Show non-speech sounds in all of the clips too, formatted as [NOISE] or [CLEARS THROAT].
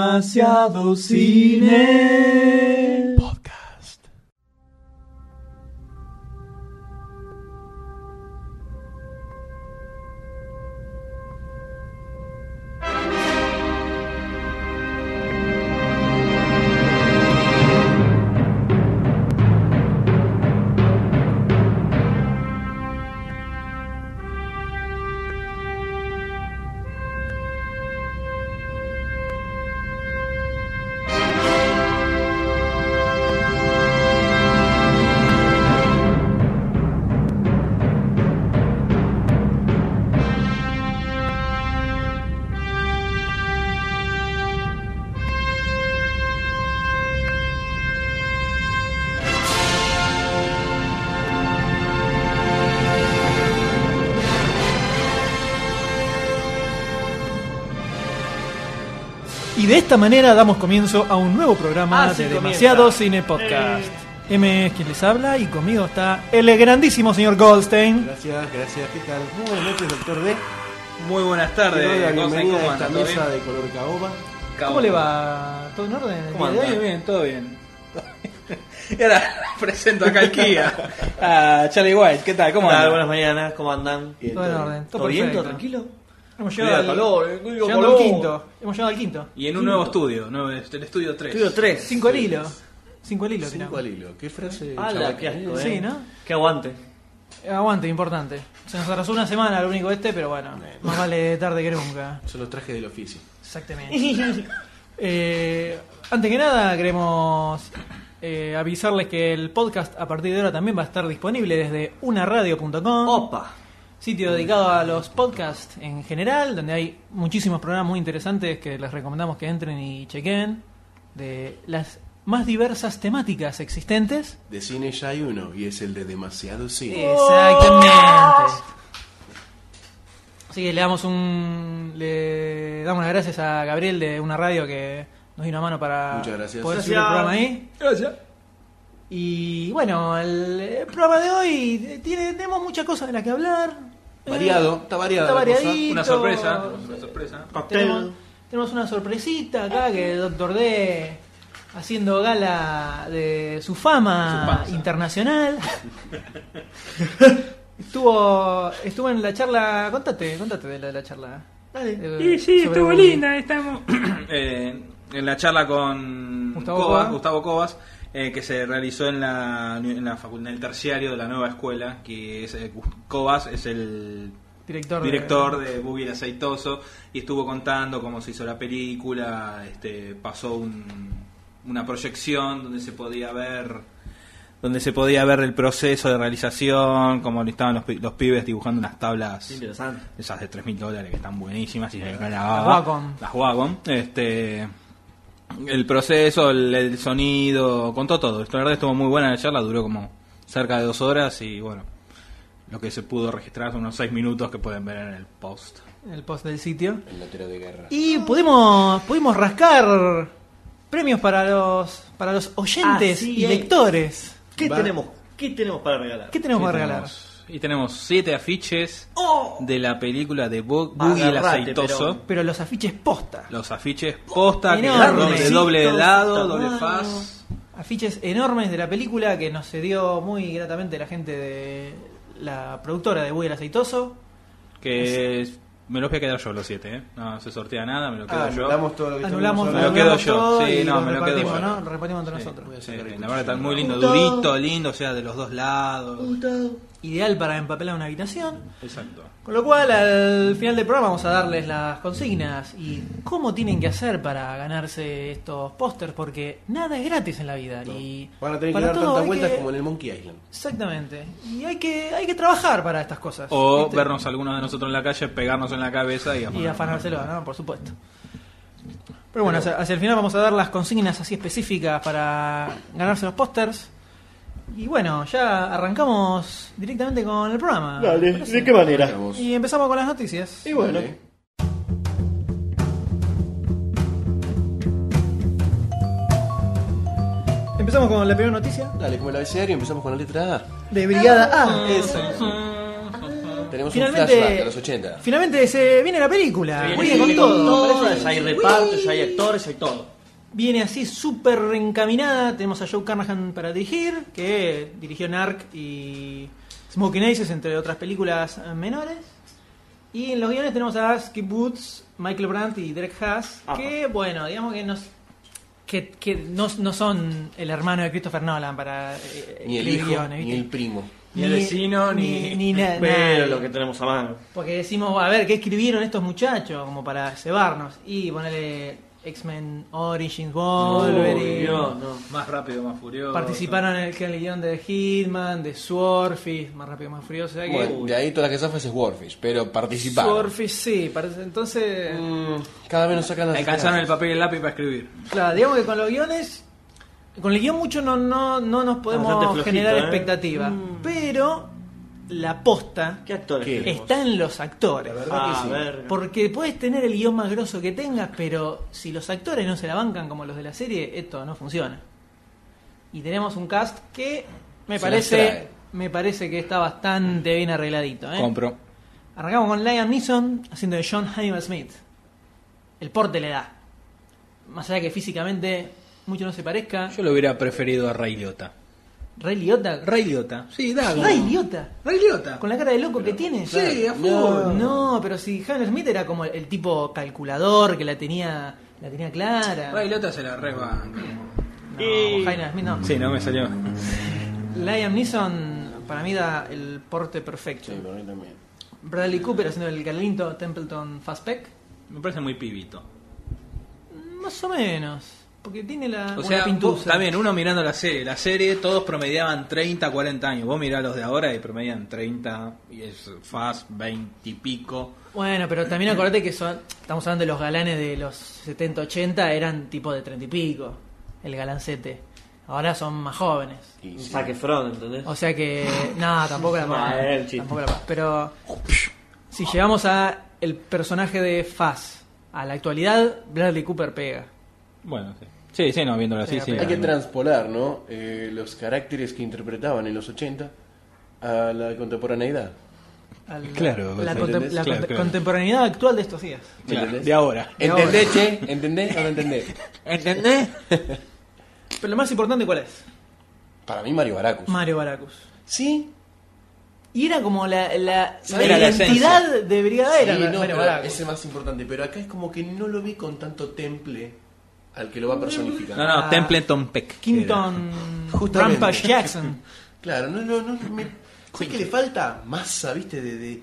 Demasiado cine. Podcast. Y de esta manera damos comienzo a un nuevo programa Así de comienza. Demasiado Cine Podcast. M es quien les habla y conmigo está el grandísimo señor Goldstein. Gracias, gracias. ¿Qué tal? Muy buenas noches, doctor D. Muy buenas Te doy tardes, la Gosen, bienvenida ¿cómo a esta andan? ¿Todo bien? mesa de color caoba. ¿Cómo le va? ¿Todo en orden? ¿Cómo ¿El día de anda? hoy? Bien, todo bien. [LAUGHS] Y ahora presento acá al Kia, a Charlie White, ¿qué tal? ¿Cómo ¿Cómo tal? andan? Buenas mañanas, ¿cómo andan? Bien, Todo en todo bien. orden. ¿Todo bien? ¿Todo perfecto. tranquilo? Hemos Mira, llegado, al, calor, eh, digo, llegando al calor. quinto. Hemos llegado al quinto. Y en un nuevo estudio, nuevo- el estudio 3. Estudio 3. Cinco al hilo. Cinco al hilo, Cinco al hilo. ¿Qué frase? ¡Hala, qué asco, eh! Sí, ¿no? ¡Qué aguante! tiramos. Aguante, importante. Se nos atrasó una semana lo único este, pero bueno, más vale tarde que nunca. Son los trajes del oficio. Exactamente. [LAUGHS] Eh, antes que nada, queremos eh, avisarles que el podcast a partir de ahora también va a estar disponible desde unaradio.com, ¡Opa! sitio dedicado a los podcasts en general, donde hay muchísimos programas muy interesantes que les recomendamos que entren y chequen, de las más diversas temáticas existentes. De cine ya hay uno y es el de demasiado cine. Oh. Exactamente. Así que le damos un. Le damos las gracias a Gabriel de una radio que nos dio una mano para Muchas gracias. poder Gracias. subir el programa ahí. Gracias. Y bueno, el, eh, programa de hoy tiene, tenemos muchas cosas de las que hablar. Eh, Variado, está variado Está la cosa. variadito. Una sorpresa, una sorpresa. Tenemos, tenemos una sorpresita acá que Doctor D haciendo gala de su Su fama panza. [LAUGHS] internacional. estuvo estuvo en la charla, contate, contate de la, de la charla. Eh, Sí, Dale. sí, estuvo linda, estamos. [CLEARS THROAT] Eh, en la charla con Gustavo Cobas, Cobas. Gustavo Cobas, eh, que se realizó en la, en la facultad del terciario de la nueva escuela, que es eh, Cobas es el Director. de- director de Boogie el Aceitoso y estuvo contando cómo se hizo la película, este, pasó un- una proyección donde se podía ver donde se podía ver el proceso de realización, cómo estaban los, pi- los pibes dibujando unas tablas Interesante. esas de 3.000 dólares que están buenísimas y se me Las la Wacom. Las Wacom. Este, el proceso, el, el sonido, contó todo. La verdad estuvo muy buena la charla, duró como cerca de dos horas y bueno, lo que se pudo registrar son unos seis minutos que pueden ver en el post. El post del sitio. El notero de guerra. Y pudimos, pudimos rascar premios para los, para los oyentes Así y es. lectores. ¿Qué Va. tenemos? ¿Qué tenemos para regalar? ¿Qué tenemos para Sí, regalar? Oh. tenemos- Y tenemos siete afiches de la película de Bo- Boogie el Agarrate, Aceitoso. Pero los afiches posta. Los afiches posta, que Enormes. de doble lado, Tamaño. doble faz. afiches enormes de la película que nos cedió muy gratamente la gente de la productora de Buey el Aceitoso. Que es- me los voy a quedar yo los siete, ¿eh? No se sortea nada, me lo quedo Ah, yo. anulamos todo lo que estuvimos Anulamos, me lo hablando. quedo anulamos yo, todo sí, y no, lo me lo quedo repartimos, yo. ¿no? Lo repartimos entre Sí. nosotros. Voy a Sí, sacar el la verdad está cuchillo. muy lindo, Puta. durito, lindo, o sea, de los dos lados. Ideal para empapelar una habitación. Exacto. Con lo cual, al final del programa vamos a darles las consignas y cómo tienen que hacer para ganarse estos pósters, porque nada es gratis en la vida. Y Van a tener que para dar todo tantas hay vueltas que- como en el Monkey Island. Exactamente. Y hay que, hay que trabajar para estas cosas. O ¿viste? vernos algunos de nosotros en la calle, pegarnos en la cabeza y Y afanar. afanárselo, ¿no? Por supuesto. Pero bueno, hacia, hacia el final vamos a dar las consignas así específicas para ganarse los pósters. Y bueno, ya arrancamos directamente con el programa. ¿te Dale, parece? ¿de qué manera? Vamos. Y empezamos con las noticias. Y bueno, Vale. Empezamos con la primera noticia Dale, como el abecedario empezamos con la letra A. Mm. de Brigada A. Eso. tenemos Finalmente- un flashback de los 80. Finalmente se viene la película. Viene- Viene con viene con todo. todas, hay repartos, hay actores, hay todo. Viene así súper encaminada. Tenemos a Joe Carnahan para dirigir, que dirigió Narc y Smoking Aces, entre otras películas eh, menores. Y en los guiones tenemos a Skip Woods, Michael Brandt y Derek Haas, Apa. que bueno, digamos que nos que, que no, no son el hermano de Christopher Nolan para eh, Ni el escribir hijo, guiones, ni ¿viste? el primo. Ni el vecino, ni, ni, na- Pero nadie. lo que tenemos a mano. Porque decimos, a ver, ¿qué escribieron estos muchachos? Como para cebarnos. Y ponerle X-Men Origins Wolverine. Uy, Dios, no. Más rápido, más furioso. Participaron en el que el guión de Hitman, de Swordfish, más rápido, más furioso. o sea que- Bueno, de ahí toda la que zafa es Warfish, pero participaron. Swordfish, sí. parece- Entonces, Mm, cada vez nos sacan las Alcanzaron el papel y el lápiz para escribir. claro, digamos que con los guiones, con el guión mucho no, no, no nos podemos Bastante flojito, generar ¿eh? expectativa. Pero la posta ¿Qué actores ¿Qué? tenemos? está en los actores. Ah, verga. Porque puedes tener el guión más grosso que tengas, pero si los actores no se la bancan como los de la serie, esto no funciona. Y tenemos un cast que me Se las parece trae. me parece que está bastante bien arregladito. ¿eh? Compro. Arrancamos con Liam Neeson haciendo de John Hannibal Smith. El porte le da. Más allá que físicamente mucho no se parezca. Yo lo hubiera preferido a Ray Liotta. Re idiota. Ray Liotta. Sí, Dago. Re idiota. Ray Liotta. Con la cara de loco que tiene. Sí, a No, full. no, pero si Javier Smith era como el tipo calculador que la tenía, la tenía clara. Ray Liotta se la rebanca. No, Y- Jaime Smith no. Sí, no me salió. Liam Neeson para mí da el porte perfecto. Sí, para mí también. Bradley Cooper haciendo el Carlinto Templeton Fastback. Me parece muy pibito. Más o menos. Porque tiene la O una sea, pintusa. vos- también uno mirando la serie. La serie todos promediaban 30, 40 años. Vos mirá los de ahora y promedian 30 y es fast 20 y pico. Bueno, pero también acordate que son, estamos hablando de los galanes de los 70, 80, eran tipo de 30 y pico, el galancete. Ahora son más jóvenes. Y sí. Zac Efron, ¿entendés? O sea que. No, tampoco la paga. Ah, el chiste. Tampoco la paga. Pero. Si llegamos a el personaje de Faz a la actualidad, Bradley Cooper pega. Bueno, sí. Sí, sí, no, viéndolo así, Sí, sí. pero Hay que no. transpolar, ¿no? Eh, los caracteres que interpretaban en los 80 a la contemporaneidad. Al- Claro, la, ¿me contem- entendés? la Claro, conte- claro. contemporaneidad actual de estos días. ¿Me Claro, entendés? de ahora. ¿Entendés, che? ¿Entendés o no entendés? ¿Entendés? Pero lo más importante, ¿cuál es? Para mí, Mario Baracus. Mario Baracus. ¿Sí? Y era como la, la, la Era la identidad de Brigada era Sí, no, Mario pero Baracus. es el más importante. Pero acá es como que no lo vi con tanto temple al que lo va a personificar. No, no, Ah. Templeton Peck. Kington Justamente. Rampage Jackson. Claro, no, no, no. Me... sé que le falta masa, ¿viste? De, de...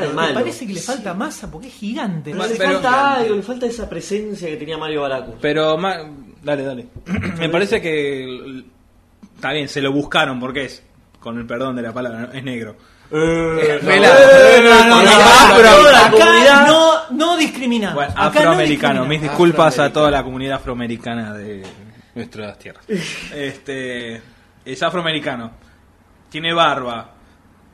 Pero de me malo. Me parece que le falta masa porque es gigante. Pero Más- le pero- falta algo, le falta esa presencia que tenía Mario Baracus. Pero ma- dale, dale. Me parece que l- está bien, se lo buscaron porque es con el perdón de la palabra, ¿no? es negro. Eh, vela. no, no, Con afro- no, no, afro- no. Acá comunidad- no, no discriminamos. Bueno, Acá no afroamericano, discriminamos. mis disculpas a Afroamericano. toda la comunidad afroamericana de nuestras tierras. Este es afroamericano. Tiene barba.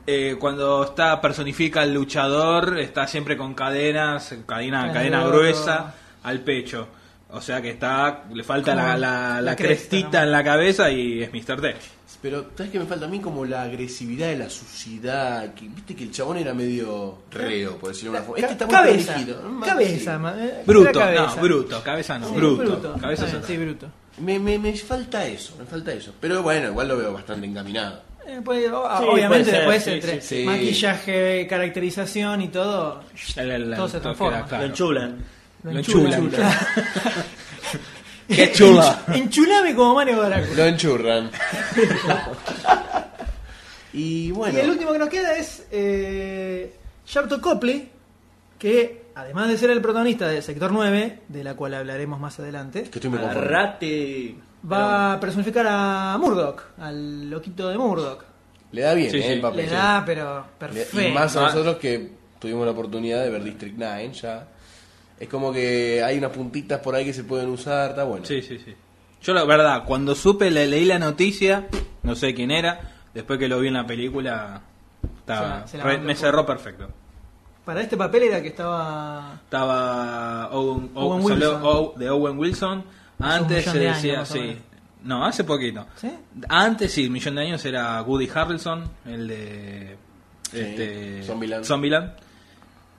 Eh, cuando está personifica al luchador, está siempre con cadenas, cadena, Claro. cadena gruesa al pecho. O sea que está, le falta Como la, la- la la cresta, crestita ¿no? en la cabeza y es Mr. T. Pero, ¿sabes qué me falta a mí? Como la agresividad de la suciedad. Que, Viste que el chabón era medio reo, por decirlo de una forma. Este está muy cabeza, protegido, ¿no? cabeza, ma- eh, Bruto, pura cabeza. no, bruto, cabeza no, Sí, bruto, Está cabeza bien, es sí, otra. bruto. Me, me, me falta eso, me falta eso. Pero bueno, igual lo veo bastante encaminado. Eh, puede- o- Sí, obviamente puede ser, después sí, entre sí, sí. maquillaje, caracterización y todo, La- la- la- todo se todo transforma. queda claro. Lo enchulan. Lo enchulan. [LAUGHS] ¡Qué chula! Enchulame como Mario Baracus. Lo enchurran. [LAUGHS] y bueno, Y el último que nos queda es eh, Sharpton Copley, que además de ser el protagonista de Sector 9, de la cual hablaremos más adelante, que estoy muy conforme. Agarrate. va a personificar a Murdoch, al loquito de Murdoch. Le da bien, Sí, Ah. ¿eh? sí. El papel. Le da, pero perfecto. Y más a nosotros que tuvimos la oportunidad de ver District 9 ya. Es como que hay unas puntitas por ahí que se pueden usar, está bueno. Sí, sí, sí. Yo la verdad, cuando supe, le, leí la noticia, no sé quién era, después que lo vi en la película, estaba- Se la- se la re- bancó me un cerró perfecto. Para este papel era que estaba... Estaba Owen, Owen Owen- salió Wilson. O- de Owen Wilson, Hace un antes millón se de decía, años, más o sí. menos. No, hace poquito. ¿Sí? Antes sí, el millón de años era Woody Harrelson, el de este, Zombieland.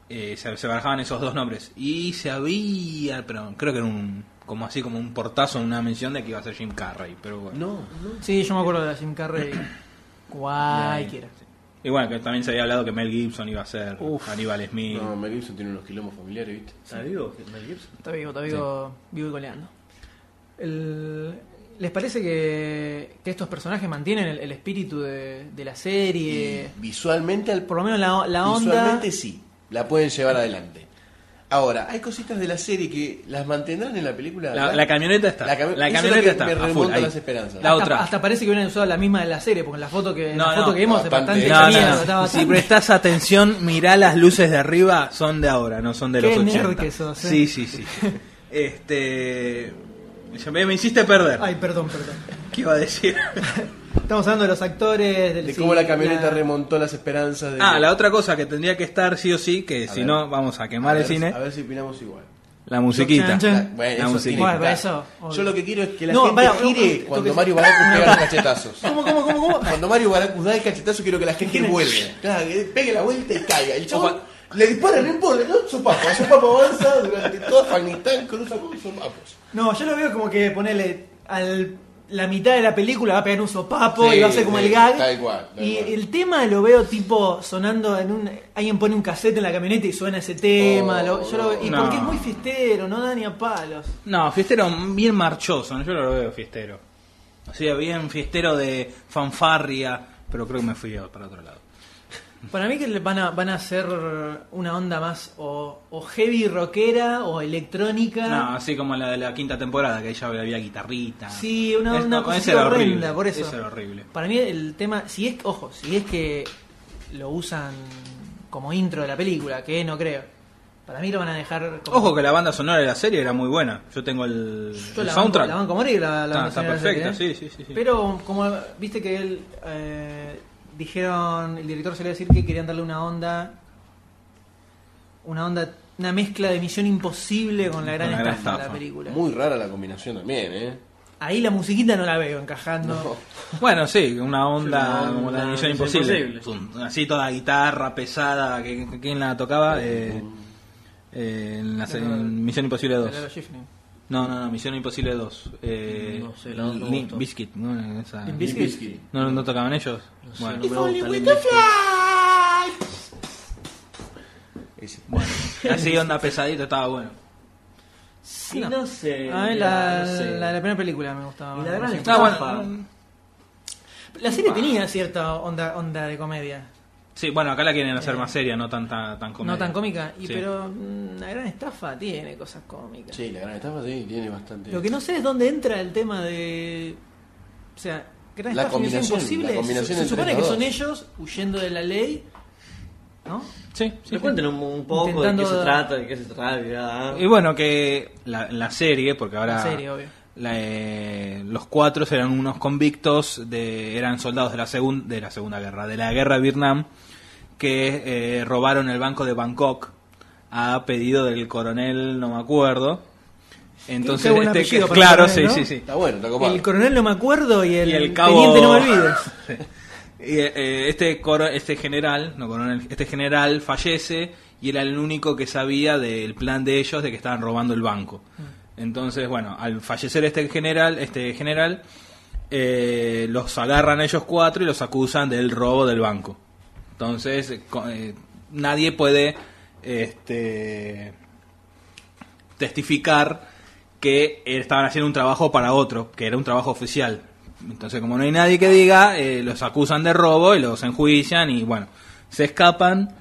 eh, se, se barajaban esos dos nombres. Y se había, pero creo que era un, como así, como un portazo, una mención de que iba a ser Jim Carrey, pero bueno. No, Sí, yo me acuerdo de la Jim Carrey. Cualquiera. Y bueno, que también se había hablado que Mel Gibson iba a ser Uf. Aníbal Smith. no, Mel Gibson tiene unos quilombos familiares, ¿viste? ¿Está vivo Mel Gibson? Está vivo, está vivo, vivo y coleando. El- ¿Les parece que, que estos personajes mantienen el, el espíritu de, de la serie? Visualmente al Por lo menos la, Eh, la onda. Visualmente sí, la pueden llevar adelante. Ahora, hay cositas de la serie que las mantendrán en la película. La, la camioneta está. La, La cami- eso es lo camioneta que está. me a full, remonta ahí. las esperanzas. La hasta, otra. hasta parece que hubieran usado la misma de la serie, porque la foto que, No, la foto no, que vimos bastante. es bastante No, hecha no, mierda, no. está bastante- Si prestás atención, mirá las luces de arriba, son de ahora, no son de Qué los nerd 80. que sos, eh. Sí, sí, sí. Este. ya me, me hiciste perder. Ay, perdón, perdón. ¿Qué iba a decir? Estamos hablando de los actores, del De cómo la camioneta remonta remontó las esperanzas de. Ah, la otra cosa que tendría que estar sí o sí, que si ver. no vamos a A quemar ver el si- cine, A ver si opinamos igual. la musiquita. Chan, chan. La- bueno, La eso musiquita. tiene que Bueno, estar. eso, obvio. Yo lo que quiero es que la No, gente pará, gire no, cuando toques- Mario Baracus [COUGHS] pega los cachetazos. ¿Cómo, cómo, cómo, [LAUGHS] cómo? Cuando Mario Baracus da el cachetazo, quiero que la gente vuelve. Claro, que pegue la vuelta y caiga. El chabón le dispara, no importa, no sopapo. El sopapo avanza durante toda Afganistán con un sopapo. sopapos. No, yo lo veo como que ponerle al la mitad de la película va a pegar un sopapo Sí, y va a ser como sí, el gag. tal cual, tal y cual. el tema lo veo tipo sonando en un alguien pone un cassette en la camioneta y suena ese tema, Oh, lo- yo lo- y no. porque es muy fiestero, no da ni a palos. No, fiestero bien marchoso, ¿no? yo no lo veo fiestero. O sea, bien fiestero de fanfarria, pero creo que me fui para otro lado. Para mí que le van a van a hacer una onda más o, o heavy rockera o electrónica. No, así como la de la quinta temporada, que ya había guitarrita. Sí, una, Esto- una con cosa ese era horrenda, horrible, por eso. ese era horrible. Para mí el tema, si es, ojo, si es que lo usan como intro de la película, que no creo. Para mí lo van a dejar como... Ojo que la banda sonora de la serie era muy buena. Yo tengo el, Yo el la banco- soundtrack. la banco a morir, la- la Ah, banda está sonora de la serie, perfecta, ¿eh? sí, sí, sí, sí. Pero como viste que él... eh, dijeron, el director salió a decir que querían darle una onda... Una onda, una mezcla de Misión Imposible con la gran, Con la gran estafa, de la estafa. película. Muy rara la combinación también, ¿eh? Ahí la musiquita no la veo encajando. Bueno, sí, una onda Sí, una como la de onda Misión de Misión Imposible. Imposible. Pum, Así toda guitarra pesada, que, que- ¿quién la tocaba? Eh, eh, en, la se- en Misión Imposible La Lara 2. Shifrin. No, no, no, Misión Imposible 2. Eh, No sé, la otra me Limp gustó. Bizkit, ¿no? Esa- Limp Bizkit. ¿No, no tocaban ellos? bueno, no me gusta Limp Ese- así onda pesadito estaba bueno. Sí, no sé. A mí la, mira, no sé. la, la primera película me gustaba. Y más. la gran Ah, estafa. bueno. La serie tenía cierta onda, onda de comedia. Sí, bueno, acá la quieren hacer más seria, no tan, tan, tan cómica. Eh. No tan cómica. Y Sí. pero mm, la gran estafa tiene cosas cómicas. Sí, la gran estafa sí, tiene bastante. Lo que no sé es dónde entra el tema de. O sea, gran La estafa y Misión combinación, imposible. la combinación se, se entre supone los que dos. son ellos huyendo de la ley. ¿No? Sí, sí, Pero sí. cuenten un, un poco Intentando- de qué se trata, de qué se trata. ya. Y bueno, que la, la serie, porque ahora La serie, obvio. la, eh, los cuatro eran unos convictos, de, eran soldados de la, segun- de la Segunda Guerra, de la Guerra de Vietnam, que eh, robaron el banco de Bangkok a pedido del coronel, no me acuerdo. Entonces, buen este, apellido que- para claro, coronel, sí, ¿no? sí, sí. Está bueno, está copado. El coronel no me acuerdo y el, Y el cabo- teniente no me [LAUGHS] olvides. Sí. Y, eh, este, coro- este general, no coronel, este general fallece y era el único que sabía del plan de ellos de que estaban robando el banco. Entonces, bueno, al fallecer este general, este general, eh, los agarran ellos cuatro y los acusan del robo del banco. Entonces, eh, co- eh, nadie puede este, testificar que estaban haciendo un trabajo para otro, que era un trabajo oficial. Entonces, como no hay nadie que diga, eh, los acusan de robo y los enjuician y bueno, se escapan,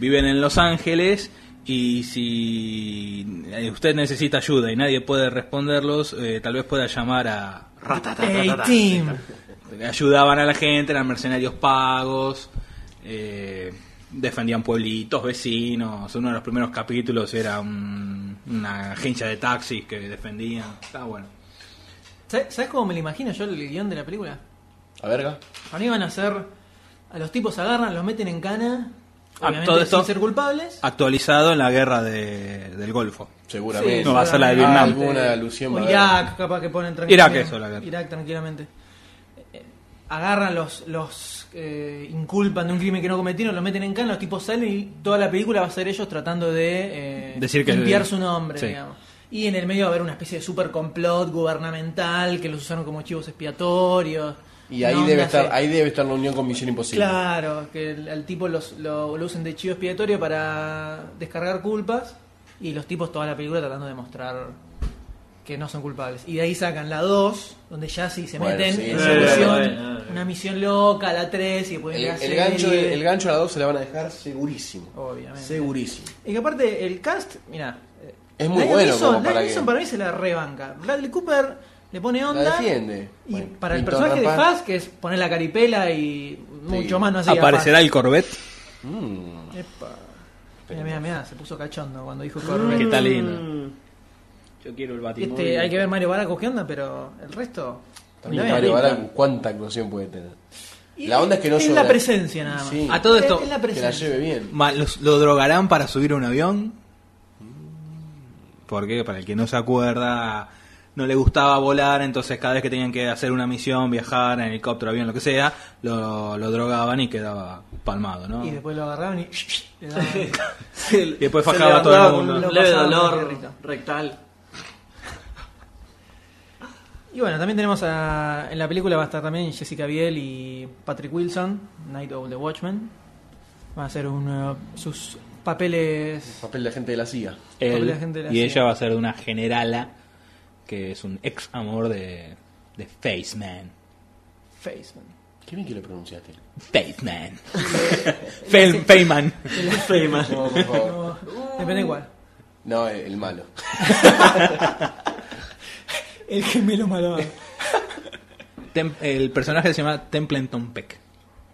viven en Los Ángeles y si eh, usted necesita ayuda y nadie puede responderlos, eh, tal vez pueda llamar a... Hey, team. Ayudaban a la gente, eran mercenarios pagos, eh, defendían pueblitos, vecinos. Uno de los primeros capítulos era un- una agencia de taxis que defendían. Está bueno. ¿Sabes sabes cómo me lo imagino yo el guión de la película? A verga. Para mí van a ser. A los tipos agarran, los meten en cana. Ah, obviamente todo esto- sin ser culpables. Actualizado en la guerra de- del Golfo. Seguramente. Sí, No va a ser la de Vietnam. Alguna O alusión va a haber. Irak, capaz que ponen tranquilamente. Irak, eso, la guerra. Irak, tranquilamente. Eh, Agarran los, los eh, inculpan de un crimen que no cometieron, lo meten en cana, los tipos salen y toda la película va a ser ellos tratando de eh, Decir que- limpiar su nombre, sí. digamos. Y en el medio va a haber una especie de super complot gubernamental que los usaron como chivos expiatorios. Y ahí Una debe onda estar, así. ahí debe estar la unión con Misión Imposible. Claro, que el- al tipo los, lo, lo usen de chivo expiatorio para descargar culpas y los tipos toda la película tratando de mostrar que no son culpables. Y de ahí sacan la 2, donde ya sí se Bueno, meten sí, en sí, su bueno, misión, bueno, bueno. una misión loca, la 3 y después El, la el serie. gancho, de- el gancho a la 2 se la van a dejar segurísimo. Obviamente. Segurísimo. Y que aparte el cast, eh, mira, Es muy bueno como para para que- para mí se la rebanca. Bradley Cooper le pone onda. La defiende. Y Bueno, para el Pintor personaje de Rapaz. Faz, que es poner la caripela y mucho Sí. más no hacía Aparecerá el Corvette. Mm. Faz. Epa. Mira, mira, mira, se puso cachondo cuando dijo Corvette. Que está lindo. Yo quiero el Batimóvil. Este, hay que ver Mario Baraco qué onda, pero el resto. También mira, Mario mira. Baracus, cuánta actuación puede tener. Y La onda es que no Es llora. la presencia nada más. Sí. A todo esto, Es la Que la presencia. lleve bien. Ma- los- ¿Lo drogarán para subir a un avión? Porque para el que no se acuerda, no le gustaba volar, entonces cada vez que tenían que hacer una misión, viajar en helicóptero, avión, lo que sea, lo, lo drogaban y quedaba palmado, ¿no? Y Y después lo agarraban y. le daban- después [LAUGHS] Se fajaba a todo levantaba el con mundo. Lo Un leve pasaban dolor por tierrita. rectal. [LAUGHS] [LAUGHS] Y bueno, también tenemos a, en la película va a estar también Jessica Biel y Patrick Wilson, Night of the Watchmen. Va a ser uno de sus papeles. Papel de agente de la CIA. Él, Porque la gente la y hacía. ella va a ser de una generala que es un ex amor de, de Faceman. Faceman. Qué bien que lo pronunciaste. [LAUGHS] Faceman. Fe- Feynman. No, por favor. No, depende cuál. No, el, el malo. El gemelo malo. Tem- el personaje se llama Templeton Peck.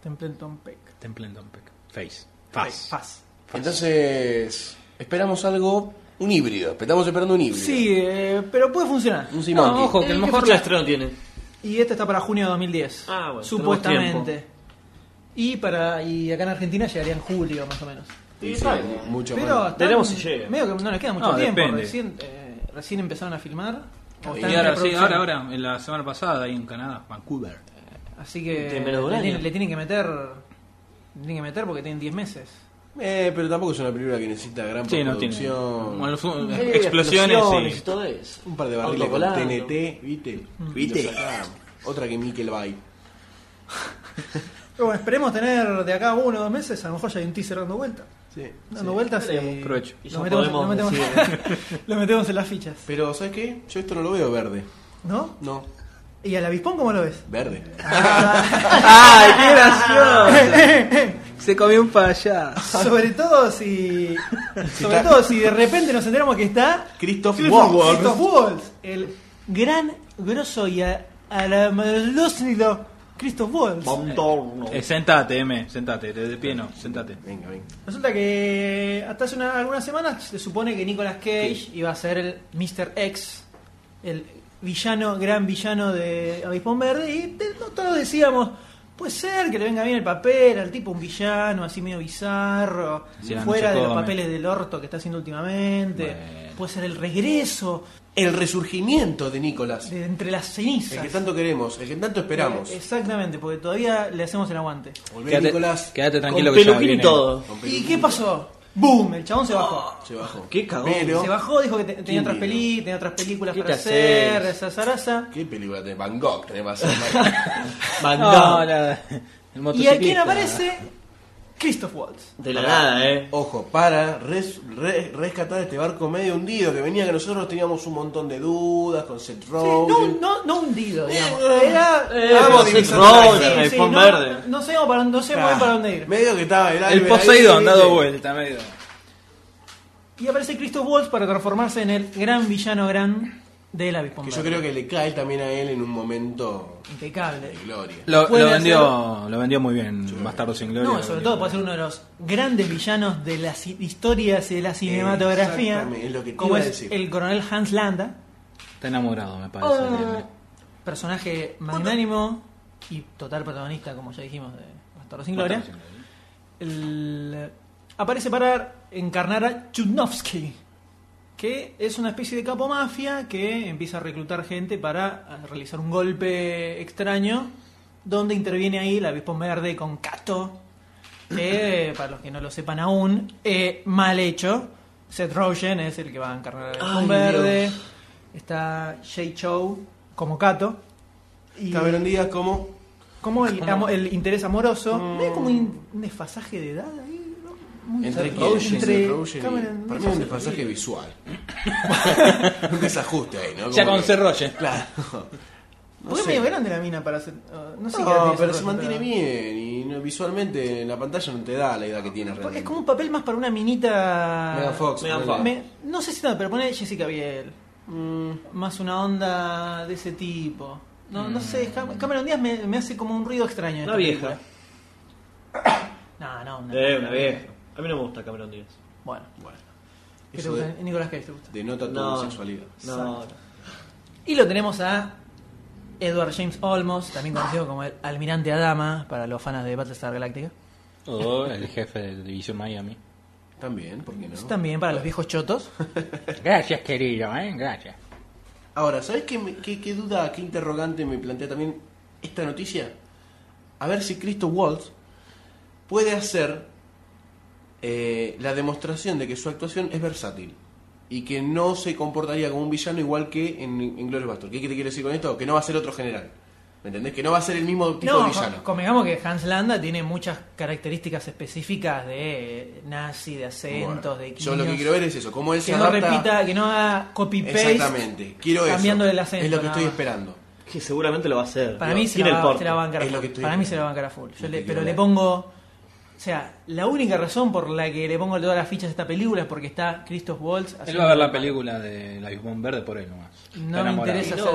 Templeton Peck. Templeton Peck. Face. Face. Faz. Entonces, esperamos algo, un híbrido. Estamos esperando un híbrido. Sí, eh, pero puede funcionar. Un Simonkey. No, ojo, que a lo ¿Qué mejor fecha de la- estreno tiene? Y este está para junio de 2010. Ah, bueno, tenemos Supuestamente. tiempo. Y para y acá en Argentina llegaría en julio más o menos. Sí, sí, mu- mucho Pero más. hasta- Veremos si llega. Medio que no les queda mucho No, tiempo. depende. Recién, eh, recién empezaron a filmar. o Y están en ahora, sí, preproducción. ahora, ahora, en la semana pasada ahí en Canadá, Vancouver. Así que Tiene menos de un le, año. tienen- le tienen que meter. Le tienen que meter porque tienen 10 meses. Eh, pero tampoco es una película que necesita gran Sí, no tiene. producción. Bueno, fu- Eh, explosiones, explosiones y- todo eso. Un par de barriles con Autovolando. TNT, ¿viste? ¿Viste? Lo sacamos. Otra que Mikel Bay. Pero bueno, esperemos tener de acá a uno o dos meses. A lo mejor ya hay un teaser dando vueltas. Sí. Dando vueltas. Veremos. eh, Provecho. Y ya Lo metemos, podemos lo metemos- [LAUGHS] lo metemos en las fichas. Pero, ¿sabes qué? Yo esto no lo veo verde. ¿No? No, ¿Y al avispón cómo [LAUGHS] lo ves? [LAUGHS] verde. ¡Ay, [LAUGHS] qué gracioso! Se comió un payaso. Sobre todo si. Sobre todo si de repente nos enteramos que está. Christoph Christoph Waltz. Waltz, El gran, grosso y a- alambrosnido Christoph Waltz. Eh, sentate, M, sentate, te despido, no, sentate. Venga, venga. Resulta que hasta hace una- algunas semanas se supone que Nicolas Cage iba a ser el Mr. X, el villano, gran villano de Avispón Verde, y te- no todos decíamos, puede ser que le venga bien el papel, al tipo un villano así medio bizarro, Sí, no fuera se de los come. papeles del orto que está haciendo últimamente, Bueno. puede ser el regreso El resurgimiento de Nicolás. de entre las El cenizas. Eh, que tanto queremos, el que tanto esperamos. Exactamente, porque todavía le hacemos el aguante. Volver Quédate, Nicolás. quédate tranquilo Con que ya peluquín viene. y todo. Con ¿Y peluquín. qué pasó? ¡Boom! El chabón se bajó. Se bajó. Qué cagón. Pero, Se bajó, dijo que te- tenía otras lindo. películas, tenía otras películas ¿Qué para te haces? hacer, esa zaraza. ¿Qué película de Van Gogh tenés para [LAUGHS] hacer? Van No, Damme. la- ¿Y el a quién motociclista. aparece? Christoph Waltz. De la nada, eh. Ojo, para res- re- rescatar este barco medio hundido que venía que nosotros teníamos un montón de dudas con Seth Sí, Rogen. no, no, no hundido, digamos. Ah, Eh, Era. Eh, Vamos, Seth Division Rogen, Rise. el sí, Pon no, verde. No sabemos para dónde, no sabemos Ah, bien para dónde ir. Medio que estaba el El Albert ahí, Poseidon ¿viste? dado vuelta, medio. Y aparece Christoph Waltz para transformarse en el gran villano gran del Avispón. Que yo Verde. creo que le cae también a él en un momento Impecable. de gloria. Lo, Puede lo vendió, lo vendió muy bien, Bastardo sin Gloria. No, sobre todo puede ser uno de los grandes villanos de las hi- historias y de la cinematografía. Exactamente, es lo que te como iba a es decir. el coronel Hans Landa. Está enamorado, me parece. Ah. personaje magnánimo y total protagonista, como ya dijimos, de Bastardo sin Gloria. Bastardo El- aparece para encarnar a Chudnovsky, que es una especie de capo eh, mafia que empieza a reclutar gente para realizar un golpe extraño donde interviene ahí el avispón verde con Kato, que, eh, para los que no lo sepan aún, eh, mal hecho. Seth Rogen es el que va a encarnar al avispón Ay, verde. Está Jay Chow como Kato. Y Cameron Díaz como. como el, amo- el interés amoroso. ¿Ve como un, un desfasaje de edad ahí? ¿no? Muy Entre zarpado. quién? Entre Rogen y- Cameron Para mí es Díaz un y- desfasaje [LAUGHS] visual. un desajuste ahí, ¿no? Ya Como con que- Seth Rogen. Claro. No Porque es sé. medio grande la mina para hacer. uh, no sé qué edad No, tiene pero se esa ropa, mantiene pero- bien y no- visualmente en la pantalla no te da la edad que tiene realmente. Es como un papel más para una minita. Megan Fox. Megan ponele. Fox. Me- no sé si tanto, pero pone Jessica Biel. Mm, Más una onda de ese tipo. No, no sé, Cam- Cameron Díaz me, me hace como un ruido extraño. Una vieja. No, no, una, Eh, una vieja. A mí no me gusta Cameron Díaz. Bueno, bueno. ¿qué te Eso gusta? de- Nicolás Cage te gusta. denota tu No. homosexualidad. No, Y lo tenemos a Edward James Olmos, también conocido como el Almirante Adama, para los fans de Battlestar Galactica. O Oh, el jefe de División Miami. También, ¿por qué no? También para los viejos chotos. Gracias, querido, ¿eh? Gracias. Ahora, ¿sabes qué, me- qué- qué duda, qué interrogante me plantea también esta noticia? A ver si Cristo Waltz puede hacer eh, la demostración de que su actuación es versátil y que no se comportaría como un villano igual que en, en Glorious Bastards. ¿Qué te quiero decir con esto? Que no va a ser otro general. ¿Me entendés? Que no va a ser el mismo [LAUGHS] tipo de No, villano. co- convengamos que Hans Landa tiene muchas características específicas de nazi, de acentos, Bueno, de yo lo que guiños. quiero ver es eso, cómo él se que no adapta. repita, que no haga copy paste. Exactamente, quiero eso. cambiando el acento. es lo que nada estoy más. esperando. Que seguramente lo va a hacer. Para Digo, mí se tiene la, el va, porte. se la va a bancar a Es lo full. que estoy Para mí se la viendo. va a bancar a full. Yo Lo le- que pero quiero le ver. pongo. O sea, la única razón por la que le pongo todas las fichas a esta película es porque está Christoph Waltz. Él haciendo- va a ver la película de La Bisbón Verde por él nomás. Está No me enamorado. interesa No, ser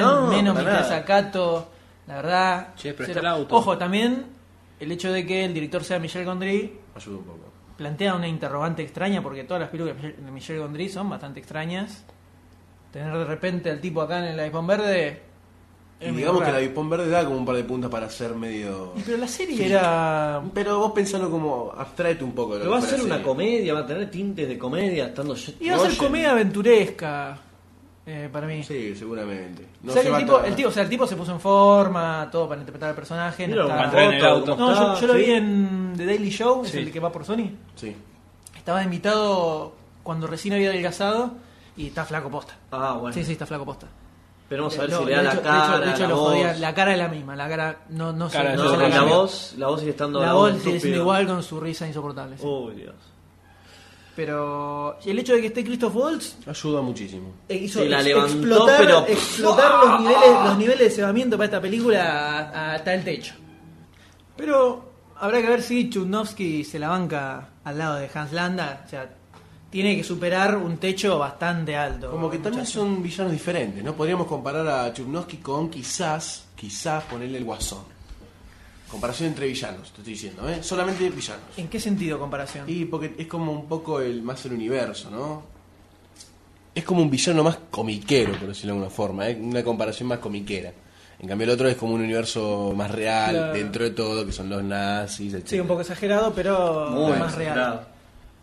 Rogen, no, menos me para interesa nada. Cato. La verdad. Che, pero cero. está el auto. Ojo, también el hecho de que el director sea Michel Gondry Ayuda un poco. plantea una interrogante extraña porque todas las películas de Michel- de Michel Gondry son bastante extrañas. Tener de repente al tipo acá en el iPhone verde. Y es medio digamos que raro. la Vipón Verde da como un par de puntas para ser medio... Y pero la serie era. Pero vos pensalo como, abstraete un poco. de lo Pero que va a fue la ser una serie. comedia, va a tener tintes de comedia, estando Iba a ser Rogen. comedia aventuresca. eh, para mí. Sí, seguramente. o, sea, se que el va tipo, a- el tipo- o sea, el tipo se puso en forma, todo para interpretar al personaje. no Mira, estaba- una André en el foto, auto. cómo No, yo, está, yo lo sí. vi en The Daily Show, es Sí. el que va por Sony. Sí. Estaba invitado cuando recién había adelgazado y está flaco posta. Ah, bueno. Sí, sí, está flaco posta. Esperemos a ver Lo- si le da de la hecho- de cara, hecho- de hecho la lo voz. jodía, la cara es la misma, la cara no, no Cara se no se de No, Eso la, no cambia. voz, la voz sigue estando La la voz voz sigue siendo estúpida. igual con su risa insoportable. sí. Uy, Dios. Pero el hecho de que esté Christoph Waltz Ayuda muchísimo. eh, hizo Sí, la ex- levantó, explotar, pero- explotar los niveles los niveles de cebamiento para esta película a- hasta el techo. Pero habrá que ver si Chudnovsky se la banca al lado de Hans Landa, o sea, tiene que superar un techo bastante alto. Como que también muchacho. son villanos diferentes, ¿no? Podríamos comparar a Chubnowski con quizás, quizás ponerle el guasón. Comparación entre villanos, te estoy diciendo, ¿eh? Solamente villanos. ¿En qué sentido comparación? Y porque es como un poco el más el universo, ¿no? Es como un villano más comiquero, por decirlo de alguna forma, ¿eh? una comparación más comiquera. En cambio el otro es como un universo más real, Claro. dentro de todo, que son los nazis, etc. Sí, un poco exagerado, pero Muy más real. exagerado.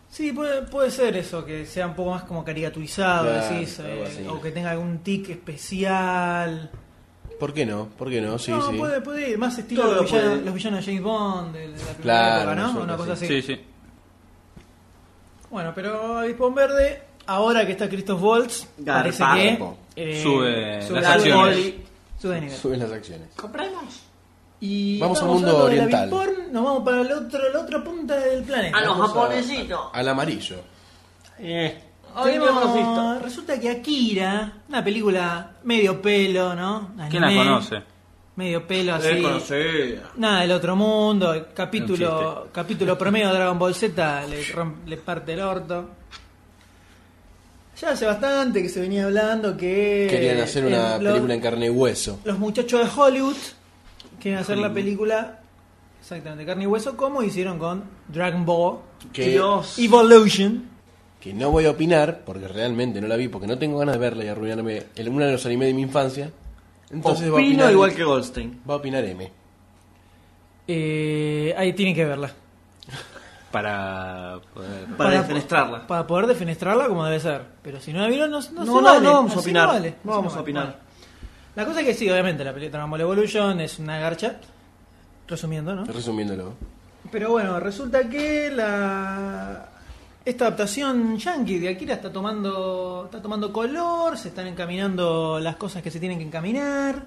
Sí, puede, puede ser eso, que sea un poco más como caricaturizado, Claro, decís, algo eh, así. o que tenga algún tic especial. ¿Por qué no? ¿Por qué no? Sí, no, sí. puede, puede ir, más estilo Todo los villanos, puede. los villanos de James Bond, de la primera Claro, época, ¿no? resulta, Una cosa así. Sí, sí. Bueno, pero Avispón Verde, ahora que está Christoph Waltz, parece que Garpapo. eh, Sube de las acciones. nivel. Sube de [LAUGHS] nivel. Suben las acciones. Y Vamos a estamos mundo hablando del oriental. Avispón, nos vamos para el otro, la otra punta del planeta. A los Vamos japonesitos. Al amarillo. Eh. Tenemos- Tenemos visto. resulta que Akira, una película medio pelo, ¿no? ¿Quién la Anime, conoce? Medio pelo Eh, así. conocida. Nada del otro mundo, Un capítulo chiste. capítulo promedio de Dragon Ball Z le, rom- le parte el orto. Ya hace bastante que se venía hablando que Querían hacer una Eh, el- los- película en carne y hueso. Los muchachos de Hollywood quieren hacer la película exactamente carne y hueso como hicieron con Dragon Ball Que- Dios. Evolution. que no voy a opinar porque realmente no la vi porque no tengo ganas de verla y arruinarme el uno de los animes de mi infancia. Entonces va a Opino opinar igual que Goldstein. va a opinar M. Eh, ahí tienen que verla. Para poder... Para defenestrarla. Para poder defenestrarla como debe ser. Pero si no la vieron, no, no, No, se no, vale, no vamos a así opinar. vale, así No vamos a vale. opinar. Bueno. La cosa es que sí, obviamente, la película Dragon Ball Evolution es una garcha. Resumiendo, ¿no? Resumiéndolo. Pero bueno, resulta que la esta adaptación yankee de Akira está tomando está tomando color, se están encaminando las cosas que se tienen que encaminar.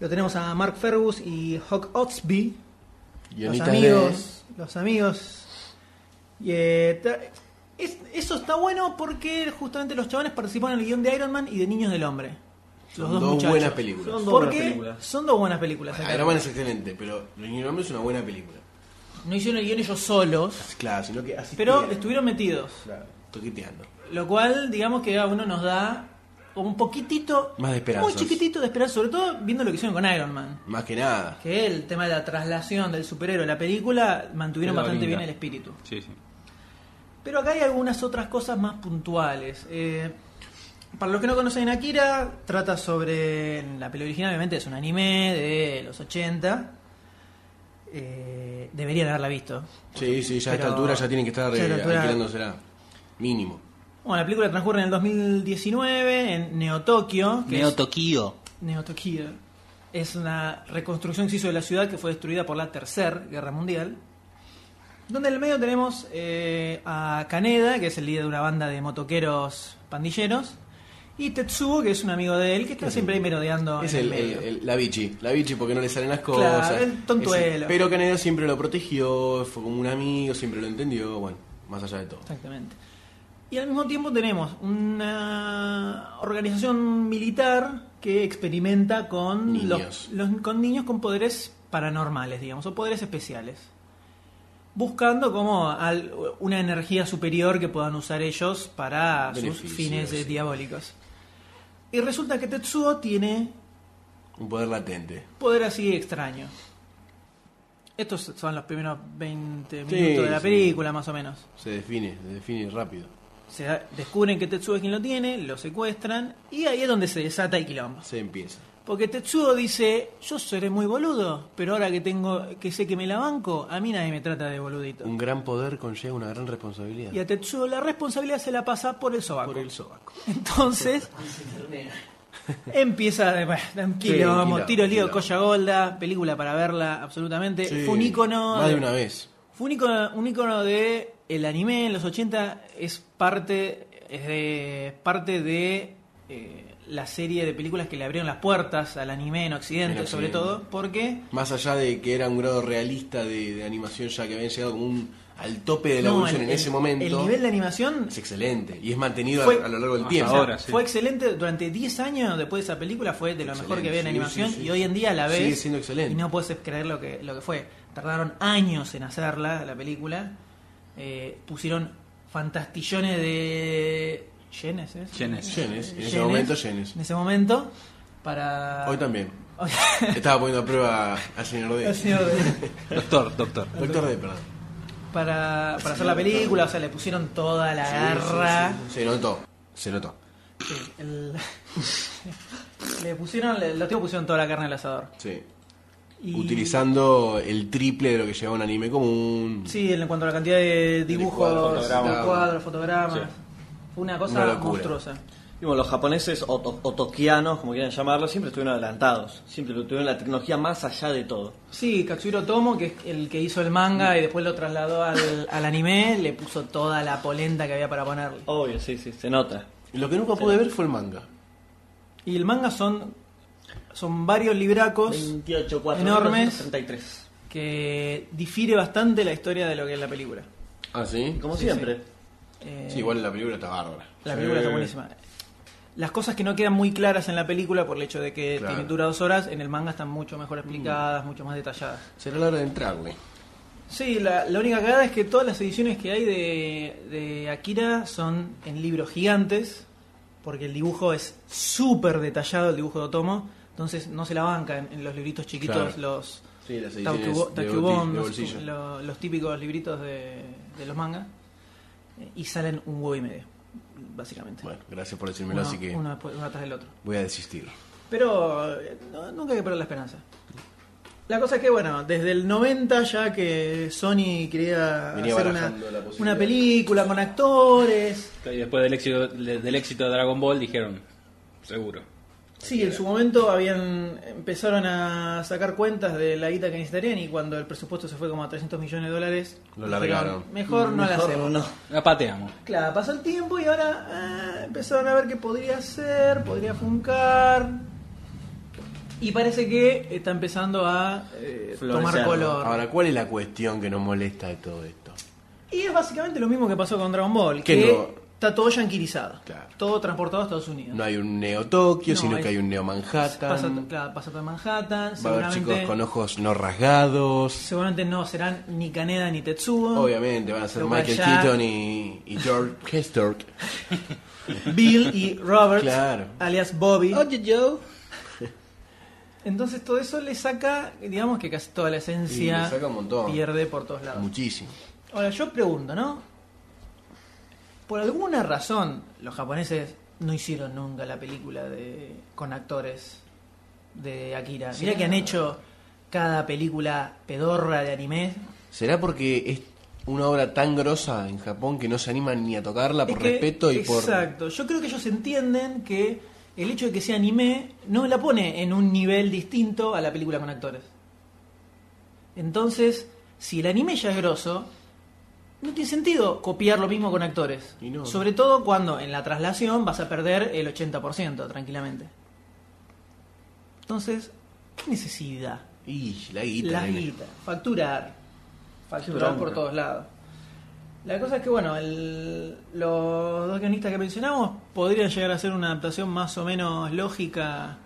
Lo tenemos a Mark Fergus y Hawk Otsby, los Guionistas amigos, los amigos. Y, eh, ta- es- eso está bueno porque justamente los chavales participaron en el guión de Iron Man y de Niños del Hombre. Los Son dos muchachos. buenas películas. Son dos buenas Porque películas. son dos buenas películas. acá. Iron Man es excelente, pero Niño Hombre es una buena película. No hicieron el guión ellos solos, Claro, sino que así. pero estuvieron metidos. Claro, toqueteando. Lo cual, digamos que a uno nos da como un poquitito, Más de esperanzas. muy chiquitito de esperanza, sobre todo viendo lo que hicieron con Iron Man. Más que nada. Que el tema de la traslación del superhéroe a la película mantuvieron Quedó bastante linda. bien el espíritu. Sí, sí. Pero acá hay algunas otras cosas más puntuales. Eh, para los que no conocen Akira, trata sobre. en La peli original, obviamente, es un anime de los 80. Eh, deberían haberla visto. Sí, sí, ya a esta Pero- altura ya tienen que estar Ya a esta eh, altura- alquilándosela. Mínimo. Bueno, la película transcurre en el 2019 en Neo-Tokio. que es- Tokio. Neo-Tokio es una reconstrucción que se hizo de la ciudad que fue destruida por la Tercera Guerra Mundial. Donde en el medio tenemos eh, a Kaneda, que es el líder de una banda de motoqueros pandilleros, y Tetsuo, que es un amigo de él, que está siempre ahí merodeando. Es en el, medio. el- el- la bichi, la bichi porque no le salen las Claro, cosas. el tontuelo. Es- Pero Caneda siempre lo protegió, fue como un amigo, siempre lo entendió, bueno, más allá de todo. Exactamente. Y al mismo tiempo tenemos una organización militar que experimenta con Niños. Los, los- con niños con poderes paranormales, digamos, o poderes especiales. Buscando como al- una energía superior que puedan usar ellos para Beneficios, sus fines eh, sí. diabólicos. Y resulta que Tetsuo tiene Un poder latente. poder así extraño. Estos son los primeros 20 Sí, minutos de la sí. película, más o menos. Se define, se define rápido. Se da- descubren que Tetsuo es quien lo tiene, lo secuestran y ahí es donde se desata el quilombo. Se empieza. Porque Tetsuo dice, yo seré muy boludo, pero ahora que tengo que sé que me la banco, a mí nadie me trata de boludito. Un gran poder conlleva una gran responsabilidad. Y a Tetsuo la responsabilidad se la pasa por el sobaco. Por el sobaco. Entonces empieza eh, bueno, un quilombo, quilombo, tiro lío, quilombo. colla golda, película para verla absolutamente. Sí, Fue un ícono Más de de- una vez. fue un icono, un icono de el anime en los 80 es parte es de parte de eh, la serie de películas que le abrieron las puertas al anime en occidente, En sobre Occidente. todo porque Más allá de que era un grado realista de, de animación, ya que habían llegado como un, al tope de la no, evolución el- en el- ese momento. El nivel de animación Es excelente y es mantenido Fue- a, a lo largo del Hasta tiempo. ahora. sí. fue excelente durante 10 años después de esa película fue de lo mejor que había en Excelente, sí, animación sí, sí. y hoy en día la ves Sigue siendo excelente. y no puedes creer lo que lo que fue. Tardaron años en hacerla la película. Eh, pusieron fantastillones de yenes, ¿es? Yenes. Yenes, en ese Yenes. momento yenes. En ese momento, para. Hoy también. [LAUGHS] Hoy- Estaba poniendo a prueba al señor D. Ha sido de- Doctor, doctor. Doctor D, perdón. para, para hacer la película, o sea, le pusieron toda la garra. Se notó, se notó. Sí, el- [LAUGHS] le pusieron, le- los tipos pusieron toda la carne al asador. Sí. Y- Utilizando el triple de lo que lleva un anime común. Sí, en cuanto a la cantidad de dibujos, cuadros, fotogramas. cuadros, fotogramas. Fue una cosa Una locura. monstruosa. Y bueno, los japoneses o to- o tokianos, como quieran llamarlos, siempre estuvieron adelantados. Siempre tuvieron la tecnología más allá de todo. Sí, Katsuhiro Tomo, que es el que hizo el manga y después lo trasladó al, [LAUGHS] al anime, le puso toda la polenta que había para ponerle. Obvio, sí, sí, se nota. Lo que nunca pude ver fue el manga. Y el manga son, son varios libracos 28, 4, Enormes. 33. que difiere bastante la historia de lo que es la película. Ah, sí. Como Sí, siempre. Eh, Sí, igual la película está bárbara. La película está buenísima. Las cosas que no quedan muy claras en la película por el hecho de que Claro. Mm. tiene- dura dos horas, en el manga están mucho mejor explicadas, mucho más detalladas. Será la hora de entrarle. Sí, la, la única cagada es que todas las ediciones que hay de, de Akira son en libros gigantes, porque el dibujo es súper detallado, el dibujo de Otomo, entonces no se la banca en, en los libritos chiquitos, Claro. los Sí, las ediciones Takubo- de, Takubon, bolsi- de no sé bolsillo. cómo- lo- los típicos libritos de, de los mangas, eh, y salen un huevo y medio, básicamente. Bueno, gracias por decírmelo, uno, así que uno después- uno atrás del otro. voy a desistir. Pero eh, no- nunca hay que perder la esperanza. La cosa es que, bueno, desde el 90 ya que Sony quería Venía hacer una, barajando la posibilidad. una película con actores. Y después del éxito, de- del éxito de Dragon Ball dijeron, seguro. Sí, en su momento habían empezaron a sacar cuentas de la guita que necesitarían y cuando el presupuesto se fue como a 300 millones de dólares, Lo dijeron, largaron. Mejor no la Mejor hacemos. no. La pateamos. Claro, pasó el tiempo y ahora ah, empezaron a ver qué podría ser, podría funcar. Y parece que está empezando a eh, tomar Florecer, ¿no? color. Ahora, ¿cuál es la cuestión que nos molesta de todo esto? Y es básicamente lo mismo que pasó con Dragon Ball, Que que, no- está todo yanquirizado, Claro. todo transportado a Estados Unidos. No hay un Neo Tokio, No, sino hay- que hay un Neo Pasa, Manhattan. claro, pasa todo en Manhattan, Va a haber chicos seguramente, con ojos no rasgados. seguramente no serán ni Caneda ni Tetsuo. Obviamente, van a ser Lo cual Michael ya- Keaton y, y [LAUGHS] George Hestork. Bill y Robert, Claro. alias Bobby. Oye, Joe. Entonces todo eso le saca, digamos que casi toda la Y esencia le saca un montón. pierde por todos lados. Muchísimo. Ahora yo pregunto, ¿no? Por alguna razón los japoneses no hicieron nunca la película de con actores de Akira. Mirá que han hecho cada película pedorra de anime. ¿Será porque es una obra tan grosa en Japón que no se animan ni a tocarla por Es que- respeto y por... Exacto. Yo creo que ellos entienden que el hecho de que sea anime no la pone en un nivel distinto a la película con actores. Entonces, si el anime ya es grosso, no tiene sentido copiar lo mismo con actores. Y no. Sobre todo cuando en la traslación vas a perder el 80% tranquilamente. Entonces, ¿qué necesidad? Y la guita. la nene. guita, facturar, facturar bronca. por todos lados. La cosa es que, bueno, el- los dos guionistas que mencionamos podrían llegar a hacer una adaptación más o menos lógica